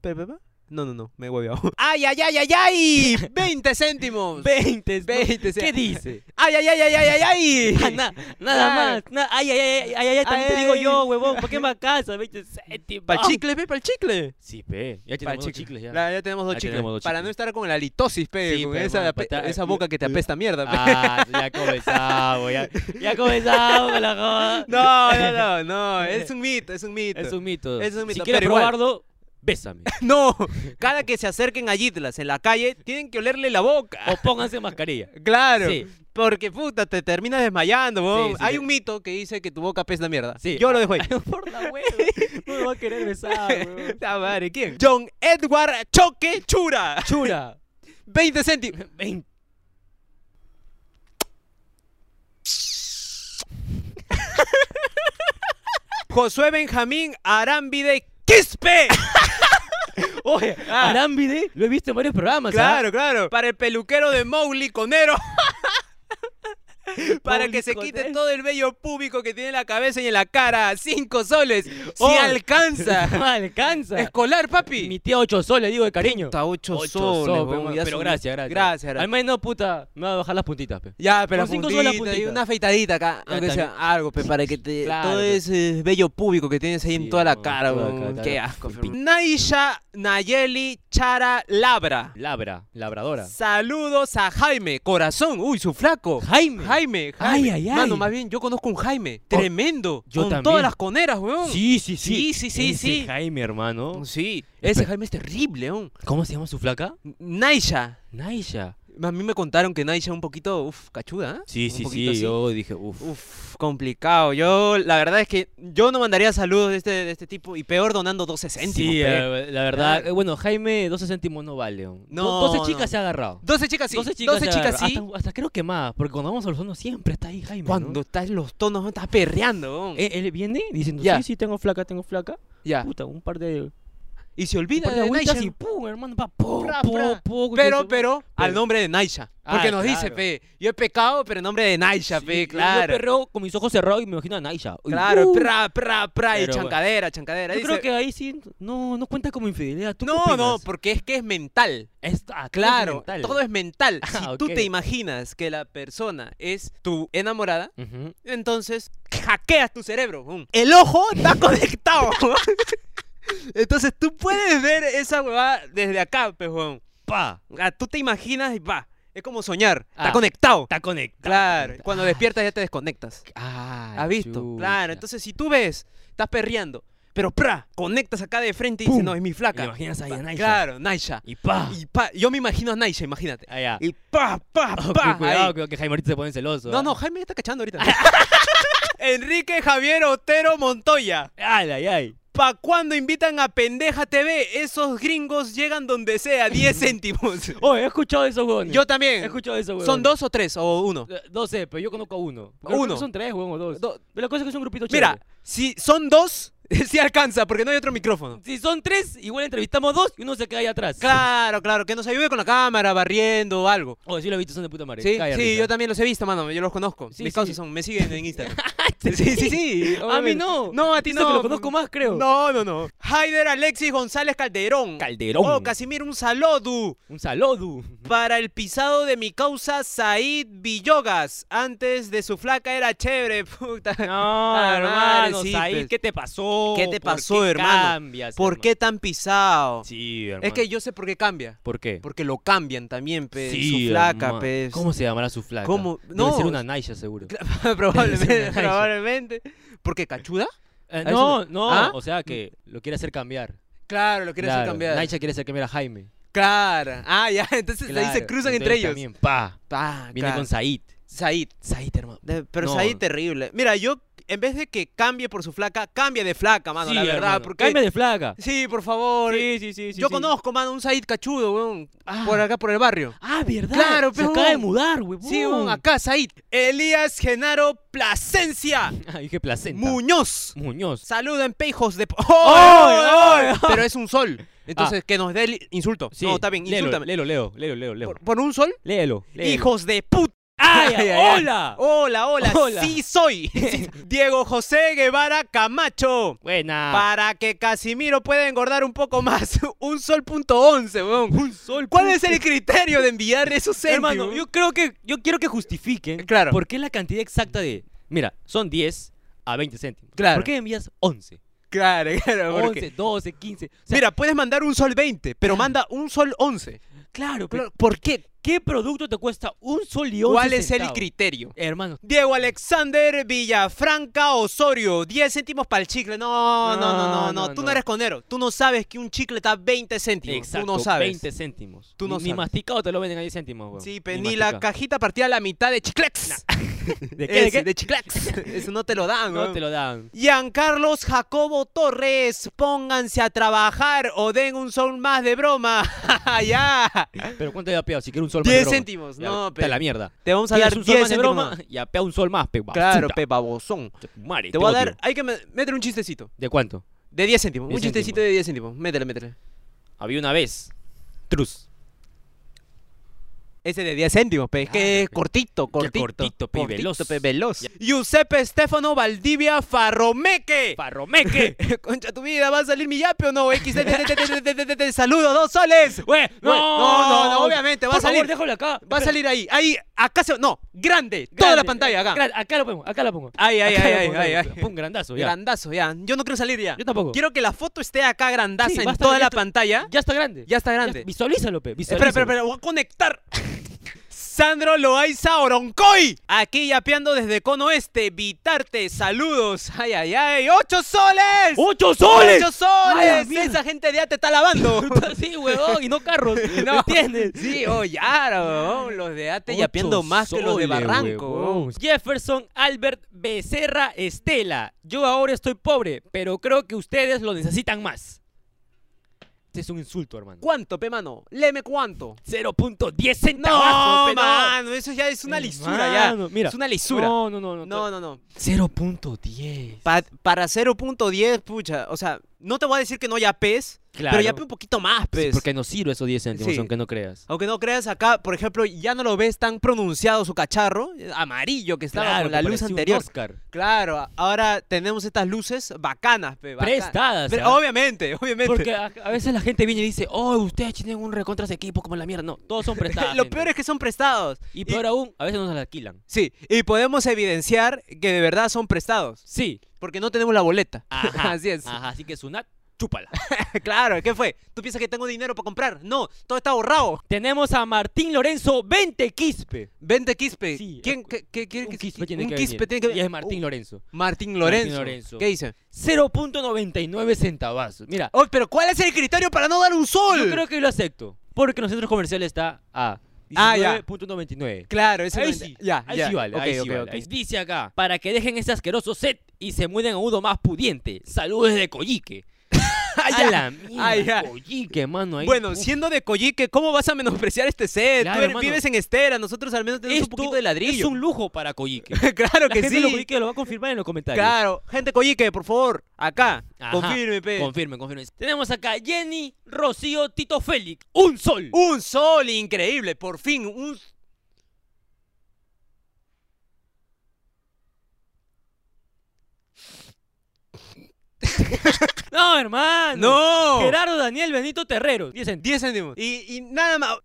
S4: Pe, pe, pe. No, no, no, me he hueveado. ¡Ay, ay, ay, ay, ay! ¡20 céntimos!
S2: 20, ¿no?
S4: 20, sí.
S2: ¿Qué dice?
S4: ¡Ay, ay, ay, ay, ay, ay, ay!
S2: Ah, na- nada más. na- ay, ay, ay, ay, ay, ay, también te digo yo, huevón. ¿Por qué me acasas? 20 céntimos.
S4: ¡Pal chicle, pe! ¡Pal chicle!
S2: Sí, pe. Ya
S4: Pa'l
S2: tenemos dos chicles ya.
S4: La- Ah. ya tenemos dos
S2: Ya
S4: chicles.
S2: tenemos dos
S4: Para
S2: chicles.
S4: no estar con la litosis, pe.
S2: Sí,
S4: con
S2: pe,
S4: esa,
S2: hermano, pa' estar-
S4: esa boca que te apesta mierda, pe.
S2: Ah, ya comenzamos, ya, ya comenzamos con la joda.
S4: No, no, no, no. Es un mito, es un mito.
S2: Es un mito.
S4: Es un mito,
S2: Si quieres
S4: pero igual.
S2: probarlo, bésame.
S4: No, cada que se acerquen a Yitlas en la calle, tienen que olerle la boca.
S2: O pónganse mascarilla.
S4: Claro.
S2: Sí.
S4: Porque puta, te terminas desmayando, weón.
S2: Sí, sí,
S4: Hay
S2: sí.
S4: un mito que dice que tu boca pesa mierda.
S2: Sí.
S4: Yo lo dejo ahí.
S2: Por la hueva. No me va a querer besar, huevón.
S4: La madre, ¿quién? John Edward Choque Chura.
S2: Chura.
S4: 20 céntimos.
S2: Ven.
S4: Josué Benjamín Arambide Quispe.
S2: Oye,
S4: Ah.
S2: Arámbide lo he visto en varios programas. ¿ah?
S4: Claro, claro. Para el peluquero de Mowgli Conero. Para que se
S2: Mowgli
S4: quite
S2: Conero.
S4: todo el vello público que tiene en la cabeza y en la cara. Cinco soles. Si
S2: Oh. No
S4: alcanza.
S2: alcanza.
S4: Escolar, papi.
S2: Ah, Mi tía 8 soles, digo de cariño.
S4: Puta, ocho
S2: Ocho
S4: soles,
S2: soles,
S4: weón,
S2: weón,
S4: ya
S2: Pero
S4: son-
S2: gracias, gracias.
S4: Gracias, gracias.
S2: Al menos, puta, me va a bajar las puntitas, pe.
S4: Ya, pero
S2: Con cinco
S4: puntita,
S2: soles puntita.
S4: y una afeitadita acá,
S2: Ya,
S4: aunque sea algo, pe, para que te
S2: Claro,
S4: todo
S2: pe.
S4: ese bello público que tienes ahí en
S2: Sí,
S4: toda la
S2: no,
S4: cara,
S2: toda la
S4: weón.
S2: cara,
S4: Qué
S2: cara.
S4: asco, pe. Naisha Nayeli Chara Labra.
S2: Labra, labradora.
S4: Saludos a Jaime, corazón. Uy, su flaco.
S2: Jaime.
S4: Jaime,
S2: Ay,
S4: Jaime.
S2: ay, ay.
S4: Mano, más bien, yo conozco un Jaime. Tremendo.
S2: yo
S4: con
S2: también.
S4: todas las coneras, weón.
S2: Sí, sí,
S4: Sí,
S2: sí.
S4: sí, sí,
S2: Ese
S4: sí.
S2: Jaime, hermano.
S4: Sí.
S2: Espe-
S4: Ese Jaime es terrible, weón.
S2: ¿Cómo se llama su flaca?
S4: Naisha.
S2: Naisha.
S4: A mí me contaron que Naisha un poquito, uff, cachuda, ¿eh?
S2: Sí,
S4: Un
S2: sí, sí.
S4: poquito así.
S2: Yo dije, uff.
S4: Uf, complicado. Yo, la verdad es que yo no mandaría saludos de este, de este tipo y peor donando 12 céntimos.
S2: Sí,
S4: pe.
S2: eh, la verdad.
S4: Claro.
S2: eh, Bueno, Jaime, 12 céntimos no vale. No,
S4: No,
S2: 12 chicas
S4: no.
S2: se ha agarrado.
S4: 12 chicas sí.
S2: 12 chicas,
S4: 12
S2: se
S4: chicas
S2: agarra-
S4: sí.
S2: Hasta, hasta creo que más, porque cuando vamos a los sonos siempre está ahí Jaime. ¿no?
S4: Cuando estás en los tonos, estás perreando.
S2: Eh, Él, viene diciendo,
S4: Ya.
S2: sí, sí, tengo flaca, tengo flaca.
S4: Ya.
S2: Puta, un par de, un
S4: Y se olvida
S2: par de
S4: de
S2: agüitas
S4: Naisha.
S2: y pum, hermano, pa, pum,
S3: Pra,
S2: pum,
S3: pra.
S2: pum,
S4: Pero,
S2: yo-
S4: pero, al
S2: Pero-
S4: nombre de Naisha. Porque
S2: Ah,
S4: nos dice,
S2: claro.
S4: pe, yo he pecado, pero en nombre de Naisha,
S2: Sí,
S4: pe,
S2: yo-
S4: claro.
S2: Yo perreo con mis ojos cerrados y me imagino a Naisha. Uy,
S4: Claro,
S2: uh,
S4: pra, pra, pra, y
S2: Pero, bueno.
S4: chancadera, chancadera.
S2: Yo
S4: Dice,
S2: creo que ahí sí, no, no cuenta como infidelidad. ¿Tú qué
S4: No, no,
S2: opinas?
S4: porque es que es mental.
S2: Es- ah,
S4: Claro,
S2: mental.
S4: todo es mental.
S2: Ah,
S4: si tú
S2: ok.
S4: te imaginas que la persona es tu enamorada,
S2: Ujú.
S4: entonces hackeas tu cerebro. boom. El ojo está conectado. entonces tú puedes ver esa huevada desde acá, pues, pejón.
S2: Pa,
S4: Tú te imaginas y va. Es como soñar. Está
S2: Ah,
S4: conectado.
S2: está conectado.
S4: Claro.
S2: está-
S4: Cuando despiertas ya te desconectas.
S2: Ah,
S4: ¿Has visto? Claro.
S2: chucha.
S4: Entonces si tú ves, estás perreando, pero pra, conectas acá de frente y dices,
S2: Pum.
S4: no, es mi
S2: Y te
S4: flaca.
S2: imaginas ahí a
S4: Pa-
S2: Naisha.
S4: Claro, Naisha.
S2: Y pa.
S4: Y pa, yo me imagino a Naisha, imagínate.
S2: Ah, ya.
S4: Y pa, pa,
S2: Oh, cu- cuidado,
S4: pa. ahí.
S2: cuidado, que Jaime ahorita se pone celoso.
S4: No,
S2: ¿ah?
S4: no, Jaime está cachando ahorita. Enrique Javier Otero Montoya.
S2: Ay, ay, ay.
S4: ¿Pa' cuando invitan a Pendeja TV? Esos gringos llegan donde sea, 10 céntimos.
S2: Oh, he escuchado de esos huevones.
S4: Yo
S2: he
S4: también.
S2: escuchado de esos huevones.
S4: ¿Son dos o tres o uno?
S2: Eh, No sé, pero yo conozco a uno. Pero creo
S4: Uno.
S2: que son tres, huevón, o dos.
S4: Do-
S2: Pero la cosa es que es un grupito chévere.
S4: Mira, si son dos, sí alcanza, porque no hay otro micrófono.
S2: Si son tres, igual entrevistamos dos y uno se queda ahí atrás.
S4: Claro, claro, que nos ayude con la cámara, barriendo o algo.
S2: Oh, sí lo he visto, son de puta madre.
S4: Sí,
S2: Cae de
S4: sí,
S2: risa.
S4: yo también los he visto, mano, yo los conozco.
S2: Sí, sí.
S4: Mis causas son, me siguen en Instagram. sí, sí, sí.
S2: A mí
S4: obviamente.
S2: no.
S4: No, a ti
S2: Eso
S4: no.
S2: que lo conozco más, creo.
S4: No, no, no. Haider Alexis González Calderón.
S2: Calderón.
S4: Oh, Casimiro, un saludo.
S2: Un saludo.
S4: Para el pisado de mi causa, Said Villogas. Antes de su flaca era chévere, puta.
S2: No,
S4: Ah,
S2: hermano,
S4: madre, sí,
S2: Said,
S4: pues.
S2: ¿qué te pasó?
S4: ¿Qué te
S2: ¿Por
S4: pasó,
S2: qué
S4: hermano?
S2: Cambias,
S4: ¿Por qué tan pisado?
S2: hermano? Sí, hermano.
S4: es que yo sé por qué cambia.
S2: ¿Por qué?
S4: Porque lo cambian también, pe.
S2: Sí,
S4: su flaca,
S2: hermano.
S4: pe.
S2: ¿Cómo se llamará su flaca?
S4: ¿Cómo?
S2: Debe
S4: No.
S2: ser una Naisha, seguro.
S4: probablemente,
S2: Naisha.
S4: probablemente. Porque cachuda?
S2: Eh,
S4: ¿A eso
S2: no,
S4: me-
S2: no.
S4: ¿Ah?
S2: O sea que lo quiere hacer cambiar.
S4: Claro, lo quiere hacer
S2: Claro,
S4: cambiar.
S2: Naisha quiere hacer cambiar a Jaime.
S4: Claro. Ah, ya. Entonces ahí se
S2: Claro,
S4: cruzan
S2: entonces
S4: entre ellos.
S2: También, pa.
S4: Pa,
S2: Viene
S4: claro.
S2: con Said.
S4: Said.
S2: Said, hermano.
S4: De- pero
S2: No.
S4: Said terrible. Mira, yo en vez de que cambie por su flaca, cambia de flaca, mano, Ah, la verdad.
S2: hermano.
S4: Porque...
S2: Cambia de flaga.
S4: Sí, por favor.
S2: Sí, sí, sí. sí,
S4: yo
S2: sí.
S4: conozco, mano, un Said cachudo, weón.
S2: Ah.
S4: Por acá, por el barrio.
S2: Ah, ¿verdad?
S4: Claro,
S2: Se
S4: pero-
S2: acaba de mudar, huevón.
S4: Sí, weón, acá, Said. Elías Genaro Plasencia
S2: Ah, dije placenta.
S4: Muñoz.
S2: Muñoz.
S4: Saluden, pejos de... ¡Ay,
S2: ¡Ay,
S4: ay!
S2: ay!
S4: Pero es un sol. Entonces, que nos dé el insulto.
S2: Sí,
S4: No, está bien,
S2: léelo,
S4: insúltame.
S2: Léelo, leo, leo, leo, leo.
S4: Por, por un sol?
S2: Léelo, léelo.
S4: ¡Hijos de puta!
S2: ¡Ay,
S4: Ay, ay, ay.
S2: hola!
S4: Hola, hola,
S2: Hola.
S4: sí soy. Sí, Diego José Guevara Camacho.
S2: Buena.
S4: Para que Casimiro pueda engordar un poco más. Un sol punto once, weón. Un sol. ¿Cuál es el criterio de enviar esos céntimos? Eh,
S2: Hermano, yo creo que yo quiero que justifiquen
S4: Claro.
S2: por qué la cantidad exacta de, mira, son 10 a 20 céntimos.
S4: Claro.
S2: ¿Por qué envías 11?
S4: Claro, claro.
S2: 11,
S4: porque-
S2: 12, 15. O sea,
S4: Mira, puedes mandar un sol 20, pero manda un sol 11.
S2: claro, pero
S4: Ah. ¿Por qué?
S2: ¿qué producto te cuesta un sol y 11
S4: ¿Cuál es el
S2: centavos?
S4: criterio?
S2: Hermano,
S4: Diego Alexander Villafranca Osorio, 10 céntimos para el chicle. No, no, no, no,
S2: No,
S4: no,
S2: no,
S4: Tú no
S2: no.
S4: eres conero. Tú no sabes que un chicle está 20 céntimos.
S2: exacto,
S4: Tú no sabes.
S2: 20 céntimos.
S4: Tú no
S2: ni, ni
S4: sabes.
S2: masticado te lo venden a 10 céntimos, weón.
S4: Sí,
S2: Ni
S4: pero ni la
S2: masticado.
S4: cajita partida a la mitad de chiclex.
S2: ¿De qué? ¿De
S4: Ese,
S2: qué?
S4: de chiclex. Eso no te lo dan,
S2: No
S4: weón.
S2: te lo dan.
S4: Giancarlos Jacobo Torres, pónganse a trabajar o den un sol más de broma. ya.
S2: Pero ¿cuánto te da peado? Si quiero un sol más.
S4: 10
S2: de broma.
S4: céntimos.
S2: Ya,
S4: No,
S2: está
S4: pero
S2: la mierda.
S4: te vamos a
S2: ¿Quieres
S4: dar
S2: un sol
S4: 10
S2: más de
S4: céntimos.
S2: broma? Ya, pea un sol más, pe.
S4: Claro,
S2: basura.
S4: pe babosón.
S2: Madre,
S4: Te voy a
S2: odio.
S4: dar, hay que me- meter un chistecito.
S2: ¿De cuánto?
S4: De 10 céntimos.
S2: 10
S4: un chistecito
S2: céntimos.
S4: de 10 céntimos. Métele, métele.
S2: Había una vez. Trus.
S4: Ese de 10 céntimos, pe. Es que es cortito, cortito.
S2: cortito, pe, veloz.
S4: pe, veloz.
S2: Ya.
S4: Giuseppe Estefano Valdivia Farromeque.
S2: Parromeque.
S4: Concha tu vida, ¿va a salir mi yape o no? XD, saludo, dos soles.
S2: Güey,
S4: No, no, no, obviamente, va a
S2: Por favor,
S4: salir.
S2: déjalo acá.
S4: Va a
S2: Espera,
S4: salir ahí, ahí, acá se. No, grande, toda la
S2: grande.
S4: pantalla acá.
S2: Gra- Acá lo pongo, acá lo pongo.
S4: Ay, ay,
S2: Acá
S4: ay,
S2: lo
S4: ay,
S2: pongo,
S4: ay,
S2: acá lo
S4: ay.
S2: pongo. Un grandazo, ya.
S4: Grandazo, ya. Yo no quiero salir ya.
S2: Yo tampoco.
S4: Quiero que la foto esté acá
S2: Sí,
S4: grandaza
S2: va a
S4: en
S2: estar-
S4: toda
S2: ya
S4: la
S2: está-
S4: pantalla.
S2: Ya está grande.
S4: Ya está
S2: Ya-
S4: grande.
S2: Visorízalo, pe.
S4: Espera,
S2: Visualízalo.
S4: espera, espera, voy a conectar. Sandro Loaiza Oroncoy. Aquí yapeando desde Cono Este. Vitarte, saludos. Ay, ay, ay. ¡Ocho soles!
S2: ¡Ocho soles!
S4: ¡Ocho soles!
S2: ¡A la mierda!
S4: Esa gente de allá te está lavando.
S2: sí, huevón, y no carros.
S4: No.
S2: ¿Me entiendes?
S4: Sí, oye, ahora, weón, los de Ate
S2: Ocho
S4: yapeando más que los de
S2: soles,
S4: Barranco.
S2: huevón.
S4: weón.
S2: Jefferson Albert Becerra Estela. Yo ahora estoy pobre, pero creo que ustedes lo necesitan más. Este es un insulto, hermano.
S4: ¿Cuánto, pe, mano? Leme cuánto.
S2: 0.10
S4: No,
S2: centavos, pe,
S4: mano, eso ya es una lisura ya.
S2: Hermano, mira.
S4: Es una lisura.
S2: No, no, no, no.
S4: no, no. no.
S2: 0.10.
S4: Pa- para 0.10, pucha, o sea, no te voy a decir que no yapees,
S2: Claro.
S4: pero yape un poquito más,
S2: Sí,
S4: pues.
S2: porque nos sirve esos 10 céntimos,
S4: Sí.
S2: aunque no creas.
S4: Aunque no creas acá, por ejemplo, ya no lo ves tan pronunciado su cacharro eh, amarillo que estaba con la
S2: que
S4: luz
S2: parecía un
S4: anterior.
S2: Oscar.
S4: Claro, a- ahora tenemos estas luces bacanas, pe, bacán-
S2: Prestadas.
S4: Pre-
S2: ¿ah?
S4: obviamente, obviamente.
S2: Porque a, a veces la gente viene y dice, oh, ustedes tienen un recontra ese equipo como la mierda. No, todos son prestados.
S4: lo peor es que son prestados.
S2: Y peor aún, a veces nos la alquilan.
S4: Sí, y podemos evidenciar que de verdad son prestados,
S2: Sí.
S4: porque no tenemos la boleta.
S2: Ajá.
S4: Así es.
S2: Ajá, así que Sunat, chúpala.
S4: Claro, ¿qué fue? ¿Tú piensas que tengo dinero para comprar? No, todo está borrado.
S2: Tenemos a Martín Lorenzo 20 Quispe.
S4: 20 quispe.
S2: Sí,
S4: ¿Quién,
S2: acu-
S4: qué, qué quiere
S2: Un
S4: que-
S2: Quispe tiene
S4: un
S2: que
S4: quispe
S2: venir.
S4: tiene que-
S2: Y es Martín
S4: Uh,
S2: Lorenzo.
S4: Martín Lorenzo.
S2: Lorenzo.
S4: ¿Qué dice?
S2: 0.99 centavazos. Mira,
S4: Oh, pero ¿cuál es el criterio para no dar un sol?
S2: yo creo que lo acepto. Porque en los centros comerciales está a
S4: Ah, ya.
S2: 19.99.
S4: Claro, ese
S2: Ahí
S4: no-
S2: sí,
S4: Ya,
S2: ahí
S4: ya.
S2: sí vale,
S4: Ok,
S2: ahí sí
S4: ok,
S2: vale.
S4: ok.
S2: Ahí- Dice acá, para que dejen ese asqueroso set y se muden a uno más pudiente. Saludos de Coyique.
S4: Ah,
S2: A
S4: ya.
S2: la
S4: Ah,
S2: mierda,
S4: ya.
S2: Coyique, mano. ahí,
S4: Bueno,
S2: uf.
S4: siendo de Coyique, ¿cómo vas a menospreciar este set?
S2: Claro,
S4: Tú eres-
S2: hermano.
S4: vives en estera, nosotros al menos tenemos
S2: esto
S4: un poquito de ladrillo.
S2: es un lujo para Coyique. La
S4: claro que
S2: gente de
S4: sí.
S2: Coyique lo va a confirmar en los comentarios.
S4: Claro, gente Coyique, por favor, acá,
S2: Ajá.
S4: confirme, pe.
S2: Confirmen, confirmen. Tenemos acá Jenny, Rocío, Tito Félix. ¡Un sol!
S4: Un sol increíble, por fin, un...
S2: ¡No, hermano!
S4: ¡No!
S2: Gerardo Daniel Benito Terreros. Dicen,
S4: 10 céntimos. Y, y nada más.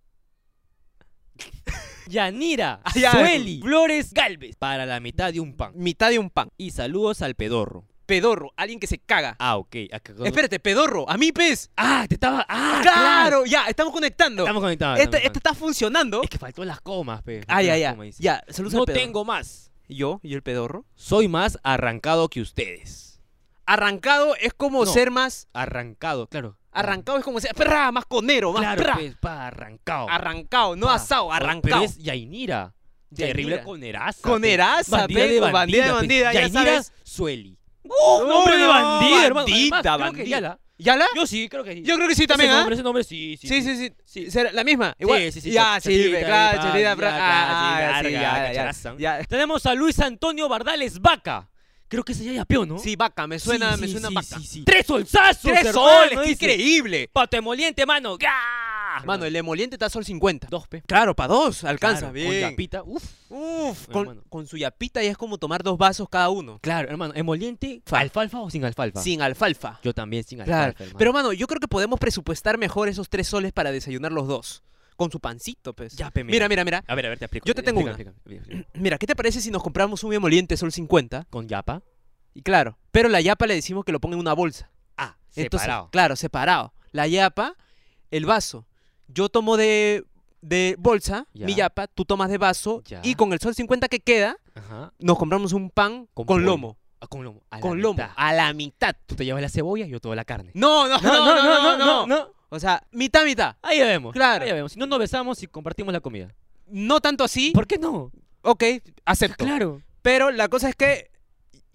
S2: Yanira,
S4: Ah, ya.
S2: Sueli, Flores Galvez. Para la mitad de un pan.
S4: Mitad de un pan.
S2: Y saludos al pedorro.
S4: Pedorro, alguien que se caga.
S2: Ah, ok. Acá-
S4: Espérate, pedorro, a mí pez.
S2: Ah, te estaba. ¡Ah!
S4: Claro, ya, estamos conectando.
S2: Estamos conectados.
S4: Este,
S2: estamos
S4: este está funcionando.
S2: conectados. Es que faltó las comas, pe.
S4: Ah, ya,
S2: Las
S4: ya.
S2: comas, dice.
S4: Ya, saludos al
S2: No
S4: pedorro.
S2: tengo más.
S4: Yo y el pedorro.
S2: Soy más arrancado que ustedes.
S4: Arrancado es como
S2: No.
S4: ser más.
S2: Arrancado, claro.
S4: Arrancado es como sea, perra, más conero, más
S2: Claro,
S4: perra.
S2: pues, pa, arrancado.
S4: Arrancado, no
S2: Pa.
S4: asado,
S2: Pero
S4: arrancado.
S2: es Yainira.
S4: Yainira.
S2: Terrible coneraza.
S4: Coneraza,
S2: pe. Bandida
S4: pe,
S2: de
S4: con bandida de
S2: bandida, pe.
S4: bandida, ya
S2: Yainira
S4: sabes.
S2: Sueli.
S4: ¡Uh,
S2: Un nombre de bandida, hermano.
S4: Bandita,
S2: Además, creo que
S4: bandita.
S2: Yala.
S4: ¿Yala?
S2: Yo sí, creo que sí.
S4: Yo creo que sí
S2: Ese
S4: también, ¿ah?
S2: nombre, Ese nombre, sí, sí.
S4: Sí, sí, sí.
S2: Sí.
S4: ¿Será la misma? Igual.
S2: Sí, sí, sí,
S4: Ya,
S2: cha-
S4: sí,
S2: chachita,
S4: ve, claro,
S2: ahí,
S4: chachita,
S2: va,
S4: fra-
S2: ya,
S4: ah,
S2: claro,
S4: sí,
S2: sí,
S4: ya,
S2: larga,
S4: ya,
S2: charaza.
S4: ya.
S2: Tenemos a Luis Antonio Bardales Vaca. Creo que ese ya yapeó, ¿no?
S4: Sí, vaca, me suena,
S2: Sí,
S4: me
S2: sí,
S4: suena
S2: sí,
S4: vaca.
S2: sí, sí. ¡Tres solsazos!
S4: Tres
S2: hermano,
S4: soles, qué
S2: dice.
S4: increíble.
S2: Patemoliente, mano. ¡Gah!
S4: Mano, el emoliente está a sol 50.
S2: Dos, pe.
S4: Claro, para dos, alcanza.
S2: Ah, Claro, Con
S4: bien.
S2: yapita. Uf.
S4: Uf,
S2: Bueno,
S4: con,
S2: mano.
S4: con su yapita ya es como tomar dos vasos cada uno.
S2: Claro, hermano. ¿Emoliente? ¿Alfalfa o sin alfalfa?
S4: Sin alfalfa.
S2: Yo también sin alfalfa,
S4: Claro.
S2: hermano.
S4: Pero, mano, yo creo que podemos presupuestar mejor esos tres soles para desayunar los dos. Con su pancito, pues.
S2: Ya, pe,
S4: mira, mira, mira.
S2: A ver, a ver, te explico.
S4: Yo te tengo
S2: Explica, explica, explica.
S4: Mira, ¿qué te parece si nos compramos un emoliente sol 50?
S2: Con yapa.
S4: Y claro, pero la yapa le decimos que lo ponga en una bolsa.
S2: Ah,
S4: Entonces,
S2: separado.
S4: claro, separado. La yapa, el vaso. Yo tomo de, de bolsa
S2: Ya.
S4: mi yapa, tú tomas de vaso.
S2: Ya.
S4: Y con el sol 50 que queda,
S2: Ajá.
S4: nos compramos un pan
S2: Con
S4: con,
S2: pollo.
S4: lomo.
S2: Ah, Con lomo. a la
S4: Con lomo.
S2: mitad.
S4: A la mitad.
S2: Tú te llevas la cebolla y yo toda la carne.
S4: No no no no no, no, O sea, mitad, mitad.
S2: Ahí ya vemos.
S4: Claro.
S2: Ahí ya vemos. Si no nos besamos y compartimos la comida.
S4: No tanto así.
S2: ¿Por qué no?
S4: Ok, acepto.
S2: Claro.
S4: Pero la cosa es que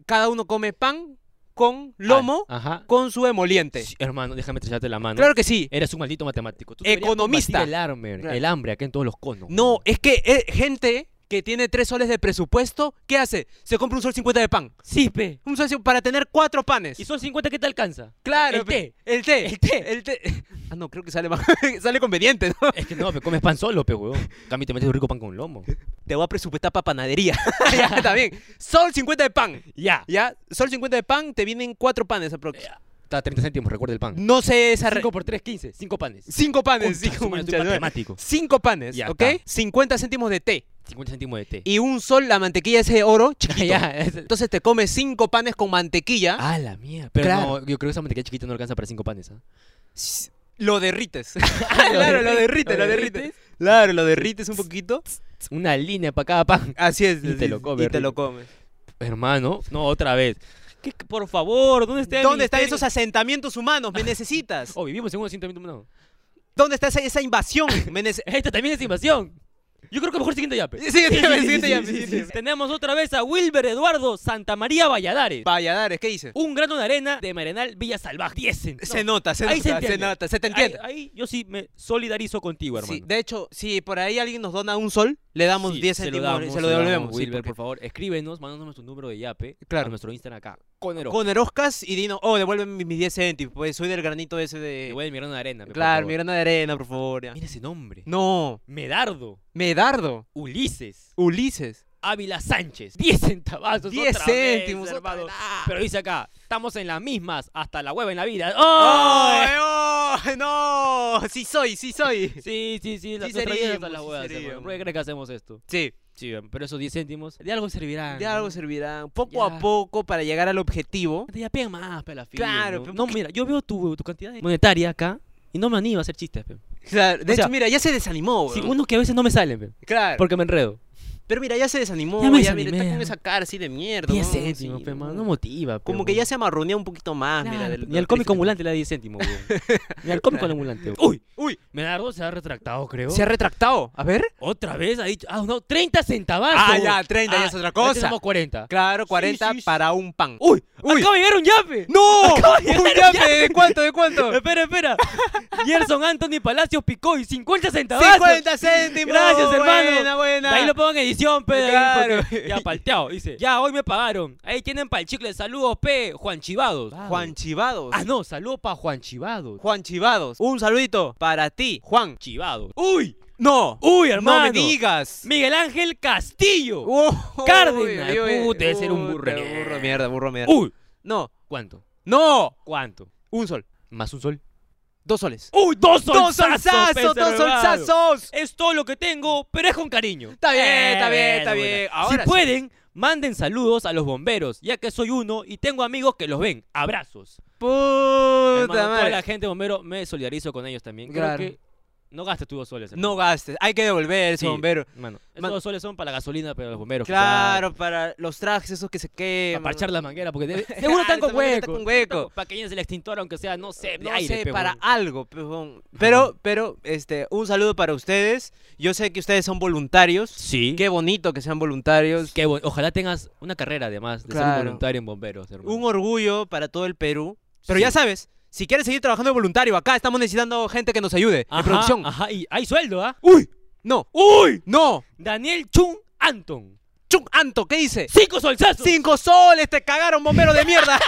S4: cada uno come pan con lomo,
S2: Ah, Ajá.
S4: con su emoliente.
S2: Sí, hermano, déjame estrellarte la mano.
S4: Claro que sí.
S2: Eres un maldito matemático. Tú deberías
S4: Economista.
S2: combatir El hambre,
S4: Claro.
S2: el hambre acá en todos los conos.
S4: No, es que eh, gente que tiene tres soles de presupuesto, ¿qué hace? Se compra un sol 50 de pan.
S2: Sí, pe.
S4: Un sol 50 para tener cuatro panes.
S2: eh, ¿Y son 50 qué te alcanza?
S4: claro,
S2: el
S4: pe-
S2: té.
S4: El té.
S2: El té.
S4: El té. Ah, no, creo que sale más. sale conveniente, ¿no?
S2: Es que no, pe, comes pan solo, pe, weón. En Cambio te metes un rico pan con lomo.
S4: Te voy a presupuestar para panadería. ya, está bien. Sol 50 de pan.
S2: Ya.
S4: Ya, sol 50 de pan, te vienen cuatro panes aprox.
S2: Está a 30 céntimos, recuerda el pan.
S4: No sé esa. re-
S2: 5 por 3, 15. 5 panes.
S4: Cinco panes,
S2: Puta, su
S4: dijo
S2: madre, estoy
S4: muchacho. eh.
S2: matemático.
S4: Cinco panes,
S2: Ya
S4: ¿ok?
S2: está.
S4: 50 céntimos de té.
S2: 50 céntimos de té.
S4: Y un sol, la mantequilla es de oro, chiquito.
S2: ya, es-
S4: Entonces te comes cinco panes con mantequilla.
S2: Ah, la mierda. Pero
S4: Claro.
S2: no, yo creo que esa mantequilla chiquita no alcanza para 5 panes, ¿ah?
S4: Lo derrites. claro, lo derrites, lo derrites. Claro, lo derrites un poquito.
S2: Una línea para cada pan.
S4: Así es.
S2: Y
S4: así
S2: te
S4: es,
S2: lo comes,
S4: Y te lo
S2: rico.
S4: comes.
S2: Hermano, no, otra vez. ¿Qué- qué- por favor, ¿dónde está el
S4: ¿Dónde están
S2: ministerio?
S4: esos asentamientos humanos? Me necesitas.
S2: Oh, vivimos en un asentamiento humano.
S4: ¿Dónde está esa, esa invasión? Me nece-
S2: Esta también es invasión. Yo creo que mejor siguiente yape.
S4: Sí, sí,
S2: Sí, sí, sí,
S4: siguiente
S2: sí,
S4: ya,
S2: sí,
S4: siguiente
S2: sí,
S4: ya.
S2: sí. Tenemos otra vez a Wilber Eduardo Santa María Valladares.
S4: Valladares, ¿qué dices?
S2: Un grano de arena de Marenal Villa Salvaje. 10 centavos.
S4: Se nota, se
S2: ahí se
S4: nota, se,
S2: entiende.
S4: nota, se te entiende.
S2: Ahí, ahí yo sí me solidarizo contigo, hermano.
S4: Sí, de hecho, si por ahí alguien nos dona un sol, le damos
S2: Sí,
S4: 10
S2: se lo
S4: centimos y
S2: damos,
S4: se lo
S2: se lo damos,
S4: devolvemos. sí,
S2: Wilber,
S4: porque-
S2: por favor, escríbenos, mándanos tu número de yape
S4: Claro.
S2: a nuestro Instagram acá. Conero.
S4: Con Eroscas y Dino, oh, devuélveme mis 10 centimos, pues soy del granito ese de...
S2: Igual mi grano de arena. pe, por
S4: claro,
S2: favor.
S4: mi grana de arena, por favor. ya.
S2: Mira ese nombre.
S4: No,
S2: Medardo,
S4: Medardo,
S2: Ulises,
S4: Ulises.
S2: Ávila Sánchez. 10 centavazos.
S4: 10
S2: otra vez,
S4: céntimos, otra
S2: hermano.
S4: vez. Ah.
S2: Pero dice acá, estamos en las mismas hasta la hueva en la vida.
S4: ¡Oh,
S2: ¡Oh!
S4: eh, oh! ¡No! ¡Sí soy, sí soy!
S2: Sí, sí, sí, la
S4: Sí
S2: nuestra vida hasta
S4: seríamos,
S2: la
S4: sí
S2: hueva.
S4: seríamos.
S2: ¿Por qué crees que hacemos esto?
S4: Sí,
S2: Sí, pero esos 10 céntimos de algo servirán.
S4: de
S2: ¿no?
S4: algo servirán. Poco
S2: Ya.
S4: a poco para llegar al objetivo.
S2: Te ya pegan más, pe, la fila.
S4: Claro,
S2: ¿no?
S4: pe,
S2: No, mira, yo veo tu, tu cantidad de monetaria acá y no me animo a hacer chistes, pe.
S4: Claro, de
S2: O sea,
S4: hecho, mira, ya se desanimó,
S2: Sí,
S4: weón.
S2: unos que a veces no me salen, pe,
S4: Claro.
S2: porque me enredo.
S4: Pero mira, ya se desanimó.
S2: Ya
S4: Ya,
S2: me
S4: mira,
S2: desanimé,
S4: está con
S2: ya.
S4: esa cara así de mierda.
S2: 10
S4: ¿no?
S2: céntimos,
S4: Sí,
S2: pe, mano,
S4: weón.
S2: no motiva, pe,
S4: Como que
S2: weón.
S4: ya se amarronea un poquito más, mira.
S2: Claro,
S4: del-
S2: ni al
S4: del
S2: cómico
S4: triste.
S2: ambulante le da 10 céntimos, weón. Ni al cómico ambulante. weón. Uy,
S4: Uy,
S2: Medardo se ha retractado, creo.
S4: se ha retractado. A ver.
S2: Otra vez ha dicho, ah, no, 30 centavazos.
S4: Ah, ya, 30 ya es otra cosa.
S2: Ya tenemos 40.
S4: Claro, 40
S2: sí, sí.
S4: para un pan.
S2: Uy,
S4: Uy.
S2: acaba de llegar un yape.
S4: ¡Uh! ¡No!
S2: Acaba de llegar
S4: ¡Un
S2: un
S4: yape!
S2: yape.
S4: ¿De cuánto? ¿De cuánto?
S2: Espera, espera. Gerson Anthony Palacios Picoy, 50 centavazos.
S4: 50 céntimos.
S2: Gracias, hermano.
S4: Buena, buena. Ah,
S2: De ahí lo pongo en edición, pe. de ahí,
S4: Claro.
S2: porque Ya palteado, dice. Ya, hoy me pagaron. Ahí tienen para el chicle. Saludos, pe. Juan Chivados.
S4: Juan Chivados.
S2: Ah, no, saludos para Juan Chivados.
S4: Juan Chivados. Un saludito para ti, Juan.
S2: Chivados. ¡Uy!
S4: No.
S2: ¡Uy,
S4: No
S2: hermano!
S4: me digas.
S2: Miguel Ángel Castillo. ¡Uy!
S4: Oh,
S2: Cárdenas.
S4: uy, uy,
S2: Puta, debe ser un
S4: puta,
S2: burro de
S4: Burro
S2: mierda.
S4: de mierda, burro de mierda. No.
S2: ¿Cuánto?
S4: No.
S2: ¿Cuánto?
S4: Un sol.
S2: ¿Más un sol?
S4: Dos soles.
S2: ¡Uy, dos
S4: Dos
S2: solsazos!
S4: solsazos,
S2: pe,
S4: dos
S2: hermano.
S4: solsazos.
S2: Es todo lo que tengo, pero es con cariño.
S4: Está bien,
S2: Eh,
S4: está bien, está
S2: bueno.
S4: bien. Ahora
S2: si pueden, manden saludos a los bomberos, ya que soy uno y tengo amigos que los ven. Abrazos.
S4: Puta
S2: Hermano, toda
S4: madre.
S2: la gente bombero, me solidarizo con ellos también. Creo
S4: Claro.
S2: que No gastes tus dos soles.
S4: No gastes, hay que devolver ese
S2: Sí.
S4: bombero.
S2: Mano, esos
S4: Man-
S2: dos soles son para la gasolina, pero los bomberos. quizá,
S4: Claro, para los trajes esos que se
S2: Para
S4: queman.
S2: parchar la manguera, porque debe- seguro están
S4: Claro,
S2: con
S4: seguro
S2: hueco.
S4: están con hueco.
S2: Para que llenes el extintor, aunque sea, no sé, de
S4: no
S2: aire,
S4: sé,
S2: pe,
S4: para
S2: huevón.
S4: algo, pe, huevón. pero, pero, este, un saludo para ustedes. Yo sé que ustedes son voluntarios.
S2: Sí.
S4: Qué bonito que sean voluntarios.
S2: Qué bueno. Ojalá tengas una carrera, además, de ser
S4: Claro.
S2: un voluntario en bomberos, hermano.
S4: Un orgullo para todo el Perú. Pero
S2: Sí.
S4: ya sabes, si quieres seguir trabajando de voluntario, acá estamos necesitando gente que nos ayude en
S2: Ajá,
S4: producción.
S2: Ajá, y hay sueldo, ¿ah?
S4: ¡Uy! No. ¡Uy! No.
S2: Daniel Chung Anton.
S4: Chung Anto, ¿qué dice?
S2: ¡Cinco solsazos!
S4: ¡Cinco soles! ¡Te cagaron, bombero de mierda!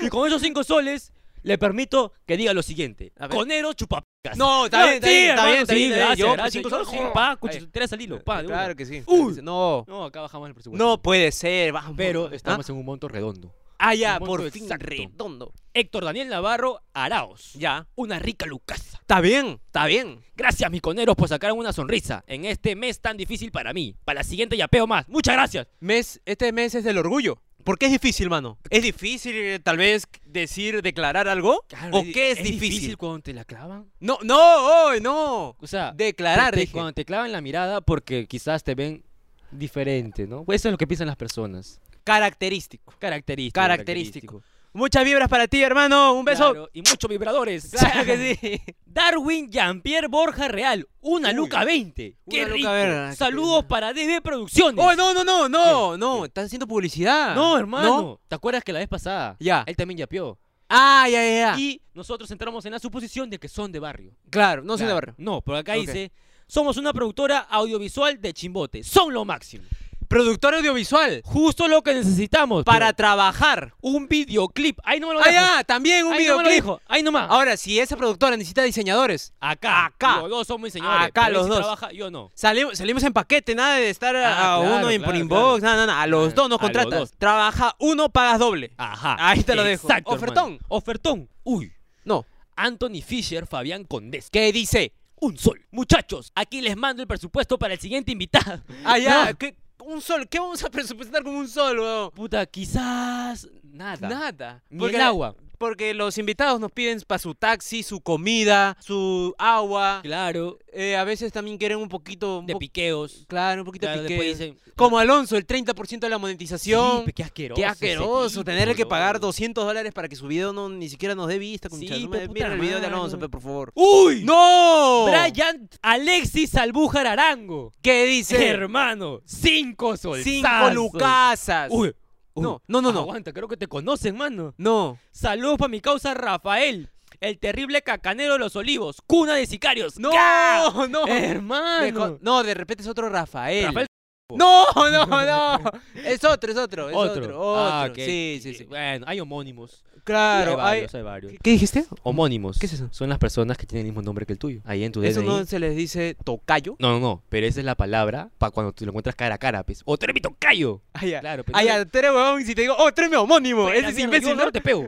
S2: Y con esos cinco soles, le permito que diga lo siguiente.
S4: A ver.
S2: Conero chupapicas.
S4: No, está bien, está
S2: sí,
S4: bien, está
S2: hermano,
S4: bien, está
S2: sí,
S4: bien, está bien.
S2: gracias,
S4: Yo,
S2: gracias.
S4: cinco
S2: Yo,
S4: soles,
S2: sí,
S4: jo.
S2: pa,
S4: Ahí.
S2: cuchillo, tres al hilo, pa, de una.
S4: Claro que sí.
S2: Uy.
S4: No.
S2: No, acá bajamos el presupuesto.
S4: No puede ser, vamos.
S2: Pero
S4: ¿Ah?
S2: estamos en un monto redondo.
S4: Ah, ya,
S2: un
S4: por
S2: punto
S4: fin
S2: exacto.
S4: redondo.
S2: Héctor Daniel Navarro Araos.
S4: Ya.
S2: Una rica lucasa.
S4: Está bien, está bien.
S2: Gracias, mis coneros, por sacar una sonrisa en este mes tan difícil para mí. Para la siguiente yapeo más. Muchas gracias.
S4: Mes, este mes es del orgullo. ¿Por qué es difícil, mano? ¿Es difícil eh, tal vez decir, declarar algo? ¿O qué es, difícil?
S2: cuando te la clavan?
S4: No, no, hoy no.
S2: O sea,
S4: Declarar,
S2: te-
S4: dije.
S2: Ah, cuando te clavan la mirada porque quizás te ven diferente, ¿no? Pues eso es lo que piensan las personas.
S4: Característico.
S2: Característico.
S4: Característico. Muchas vibras para ti, hermano. Un beso.
S2: Claro, y muchos vibradores.
S4: Claro que sí.
S2: Darwin Jean-Pierre Borja Real, una Luca 20.
S4: Una
S2: ¡Qué
S4: luca
S2: rico!
S4: verga, qué
S2: Saludos
S4: pena.
S2: para DB Producciones.
S4: Oh, no, no, no, no, no. Estás haciendo publicidad.
S2: No, hermano.
S4: ¿No?
S2: ¿Te acuerdas que la vez pasada?
S4: Ya.
S2: Él también yapeó.
S4: Ah, ya, ya, ya.
S2: Y nosotros entramos en la suposición de que son de barrio.
S4: claro, no se
S2: Claro.
S4: de barrio.
S2: No, pero acá
S4: Ok.
S2: dice, somos una productora audiovisual de Chimbote. Son lo máximo.
S4: Productor audiovisual.
S2: Justo lo que necesitamos.
S4: Para
S2: pero
S4: trabajar.
S2: un videoclip. Ahí no me lo
S4: Ah,
S2: dejo.
S4: ya, también un
S2: Ahí no me lo
S4: videoclip.
S2: dijo. Ahí nomás.
S4: Ahora, si esa productora necesita diseñadores,
S2: acá.
S4: acá.
S2: Los dos somos diseñadores.
S4: Acá
S2: pero él
S4: los
S2: sí
S4: dos.
S2: trabaja, yo no.
S4: salimos, salimos en paquete, nada de estar a
S2: Ah, claro,
S4: uno en por
S2: claro,
S4: inbox, nada, nada. A
S2: Claro,
S4: los dos nos
S2: a los
S4: contratas.
S2: dos. Ah.
S4: Trabaja uno, pagas doble.
S2: Ajá.
S4: Ahí te lo dejo.
S2: Exacto,
S4: Ofertón.
S2: hermano. Ofertón. Uy.
S4: No.
S2: Anthony Fisher, Fabián Condés.
S4: ¿Qué dice?
S2: Un sol. Muchachos, aquí les mando el presupuesto para el siguiente invitado.
S4: Allá,
S2: No.
S4: ¿qué? Un sol, ¿qué vamos a presupuestar con un sol, weón?
S2: Puta, quizás nada.
S4: Nada.
S2: Ni el agua.
S4: Porque los invitados nos piden para su taxi, su comida, su agua.
S2: Claro,
S4: Eh, a veces también quieren un poquito. un
S2: de
S4: po-
S2: piqueos.
S4: Claro, un poquito
S2: Claro,
S4: de
S2: después
S4: piqueo.
S2: dicen,
S4: Como Alonso, el 30% de la
S2: sí,
S4: monetización.
S2: pe, qué asqueroso.
S4: Qué
S2: ese
S4: asqueroso
S2: tipo,
S4: tenerle que
S2: no.
S4: pagar 200 dólares para que su video no, ni siquiera nos dé vista, con
S2: Sí,
S4: No
S2: pe,
S4: me-
S2: puta
S4: Mira el video de Alonso,
S2: madre.
S4: pe, por favor.
S2: ¡Uy!
S4: ¡No!
S2: Brian Alexis Albújar Arango.
S4: ¿Qué dice?
S2: Hermano, cinco solsazos.
S4: Cinco lucasas.
S2: Uy, uy,
S4: No, no, no, no.
S2: Aguanta, creo que te conocen, mano.
S4: No.
S2: Saludos para mi causa Rafael, el terrible cacanero de los olivos, cuna de sicarios.
S4: No,
S2: ¡Ca!
S4: no. Me co-
S2: Hermano.
S4: No, de repente es otro Rafael.
S2: Rafael
S4: No, no, no. Es otro, es otro, es otro. otro.
S2: Ah, ok.
S4: Sí, sí, sí.
S2: Bueno, hay homónimos.
S4: Claro,
S2: hay
S4: hay-
S2: varios, hay varios.
S4: ¿Qué- ¿Qué dijiste?
S2: Homónimos.
S4: ¿Qué es eso?
S2: Son las personas que tienen el mismo nombre que el tuyo. Ahí en tu
S4: Eso
S2: DNI.
S4: no se les dice tocayo.
S2: No, no, no, pero esa es la palabra para cuando te lo encuentras cara a cara, pues. O trémito callo.
S4: Ah, ya.
S2: Claro, pero
S4: Ah, ya, tú eres huevón, si te digo, oh, tráeme homónimo.
S2: Fuera,
S4: Ese es
S2: mierda, yo
S4: imbécil,
S2: no te pego.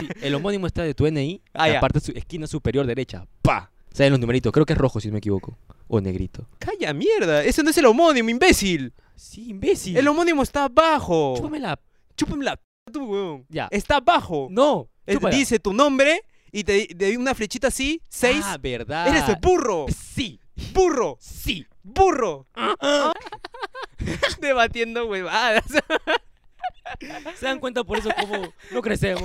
S2: Sí, el homónimo está de tu NI,
S4: Ah,
S2: la
S4: ya.
S2: parte su- esquina superior derecha. Pa. Salen los numeritos, creo que es rojo si no me equivoco o negrito.
S4: Calla, mierda. Eso no es el homónimo, imbécil.
S2: Sí, imbécil.
S4: El homónimo está abajo.
S2: Chúpame la
S4: Chúpame la p- tú, huevón.
S2: ya.
S4: Está abajo.
S2: No,
S4: Eh,
S2: chúpala.
S4: Dice tu nombre y te di- te di una flechita así, seis.
S2: Ah, verdad.
S4: Eres el burro.
S2: Sí,
S4: Burro.
S2: sí.
S4: Burro. Debatiendo huevadas.
S2: ¿Se dan cuenta por eso cómo no crecemos?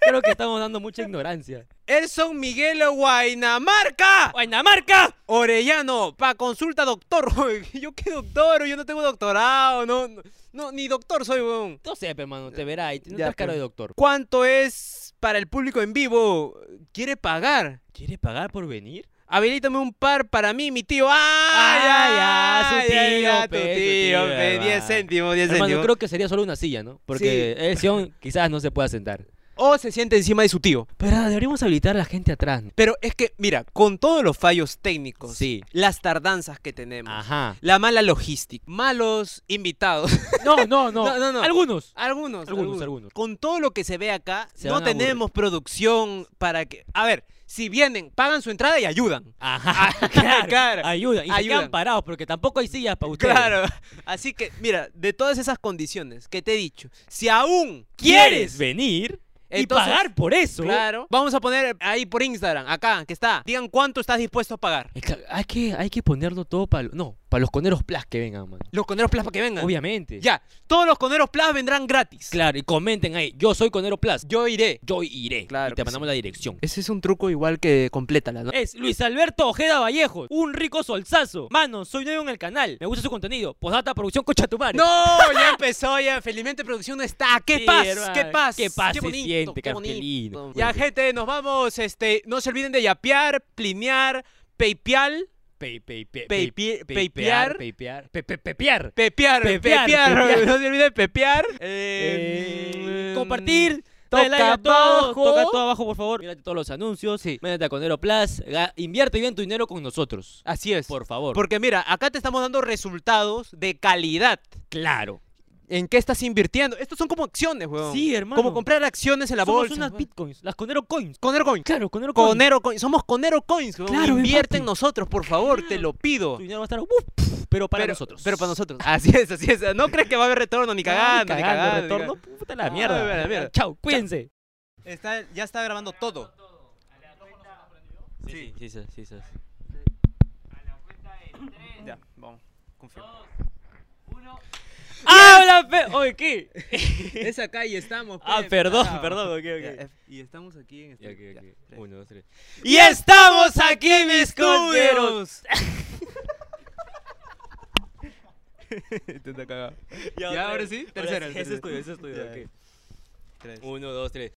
S2: Creo que estamos dando mucha ignorancia.
S4: Elson Miguel Guainamarca.
S2: ¡Guainamarca!
S4: Orellano, pa consulta doctor. yo qué doctor, yo no tengo doctorado, no, no, no, ni doctor soy, huevón.
S2: No sé, pe, hermano, te verá y no
S4: Ya,
S2: estás
S4: pe.
S2: caro de doctor.
S4: ¿Cuánto es para el público en vivo? ¿Quiere pagar?
S2: ¿Quiere pagar por venir?
S4: Habilítame un par para mí, mi tío. ¡Ay, ay,
S2: Ah,
S4: ay!
S2: su
S4: ay,
S2: tío,
S4: ay, tu
S2: pe, su
S4: tío,
S2: tío,
S4: pe.
S2: hermano.
S4: 10 céntimos, 10
S2: Hermano,
S4: céntimos.
S2: creo que sería solo una silla, ¿no? Porque el Sion quizás no se pueda sentar.
S4: O se siente encima de su tío.
S2: Pero deberíamos habilitar a la gente atrás. ¿no?
S4: Pero es que, mira, con todos los fallos técnicos,
S2: Sí.
S4: las tardanzas que tenemos,
S2: Ajá.
S4: la mala logística, malos invitados.
S2: No, no, no.
S4: No, no, no.
S2: Algunos.
S4: Algunos,
S2: Algunos, algunos.
S4: Con todo lo que se ve acá,
S2: Se
S4: no
S2: van a aburrir.
S4: tenemos producción para que. A ver, si vienen, pagan su entrada y ayudan.
S2: Ajá.
S4: claro.
S2: Ah, Claro. Ayuda. Y se
S4: Ayudan.
S2: quedan parados porque tampoco hay sillas para ustedes.
S4: Claro. Así que, mira, de todas esas condiciones que te he dicho, si aún
S2: ¿Quieres venir? y
S4: Entonces,
S2: pagar por eso.
S4: Claro. Vamos a poner ahí por Instagram, acá, que está. Digan cuánto estás dispuesto a pagar.
S2: Exa- Hay que, hay que ponerlo todo para... No, para los coneros plus que vengan, man.
S4: Los coneros Plus para que vengan.
S2: Obviamente.
S4: Ya, todos los coneros Plus vendrán gratis.
S2: Claro, y comenten ahí. Yo soy conero plus.
S4: Yo iré.
S2: Yo iré.
S4: Claro
S2: y te
S4: que
S2: mandamos la dirección.
S4: Ese es un truco igual que completa la
S2: Es Luis Alberto Ojeda Vallejo, un rico solzazo. Mano, soy nuevo en el canal. Me gusta su contenido. Postdata producción cocha tu madre.
S4: No, ya empezó, ya. Felizmente producción no está. ¡Qué
S2: Sí,
S4: paz!
S2: hermano,
S4: ¡Qué paz!
S2: qué paz se
S4: bonito,
S2: siente,
S4: qué bonito.
S2: Carmelino.
S4: Ya, gente, nos vamos. Este, no se olviden de yapear, plinear, paypeal,
S2: Pe- pe- pe-
S4: Pe-
S2: pe-
S4: pe-
S2: pepear,
S4: pepear.
S2: pepear, pe- pe- pepear.
S4: pepear,
S2: Pepear,
S4: pepear.
S2: pepear.
S4: No se olviden de pepear.
S2: Eh,
S4: Eh,
S2: compartir.
S4: toca
S2: dale like a todos,
S4: abajo.
S2: Toca todo abajo, por favor. Mírate todos los anuncios. Sí. Métete a Conero Plus. ga- Invierte bien tu dinero con nosotros.
S4: Así es.
S2: Por favor.
S4: Porque mira, acá te estamos dando resultados de calidad.
S2: claro.
S4: ¿En qué estás invirtiendo? Estos son como acciones, weón.
S2: Sí, hermano.
S4: Como comprar acciones en la
S2: Somos
S4: bolsa.
S2: unas
S4: weón.
S2: bitcoins. Las Conero Coins.
S4: Conero Coin.
S2: Claro, Conero Coins.
S4: Conero Coin. Somos Conero Coins, weón.
S2: Claro, ven,
S4: Invierte en
S2: papi.
S4: nosotros, por favor, te lo pido.
S2: Tu dinero va a estar. uf, pero para
S4: pero,
S2: nosotros.
S4: Pero para nosotros. Así es, así es. No crees que va a haber retorno, ni cagando,
S2: Ni
S4: ni
S2: cagando,
S4: cagando. ni
S2: retorno.
S4: cagando.
S2: Puta la
S4: No,
S2: mierda.
S4: a la mierda.
S2: Chao, cuídense.
S4: Está- ya está grabando todo.
S2: Sí, sí, sí, sí, sí.
S4: Ya, vamos. Confío.
S2: ¡Habla, fe! ¡Ah, Oye, ¿qué?
S4: Es acá y estamos.
S2: Ah,
S4: pe,
S2: perdón,
S4: cagado.
S2: perdón, ok,
S4: Ya,
S2: ok.
S4: F- Y estamos aquí en
S2: Ya,
S4: este.
S2: ok,
S4: ya,
S2: ok.
S4: tres.
S2: Uno, dos, tres. ¡Y estamos aquí, mis culeros!
S4: ¡Culeros! Te está cagado.
S2: Ya,
S4: Ya,
S2: otra
S4: ahora
S2: vez.
S4: sí, tercera,
S2: Ese es
S4: tercera.
S2: tuyo, ese es tuyo,
S4: Ya,
S2: ok.
S4: Tres.
S2: Uno, dos, tres.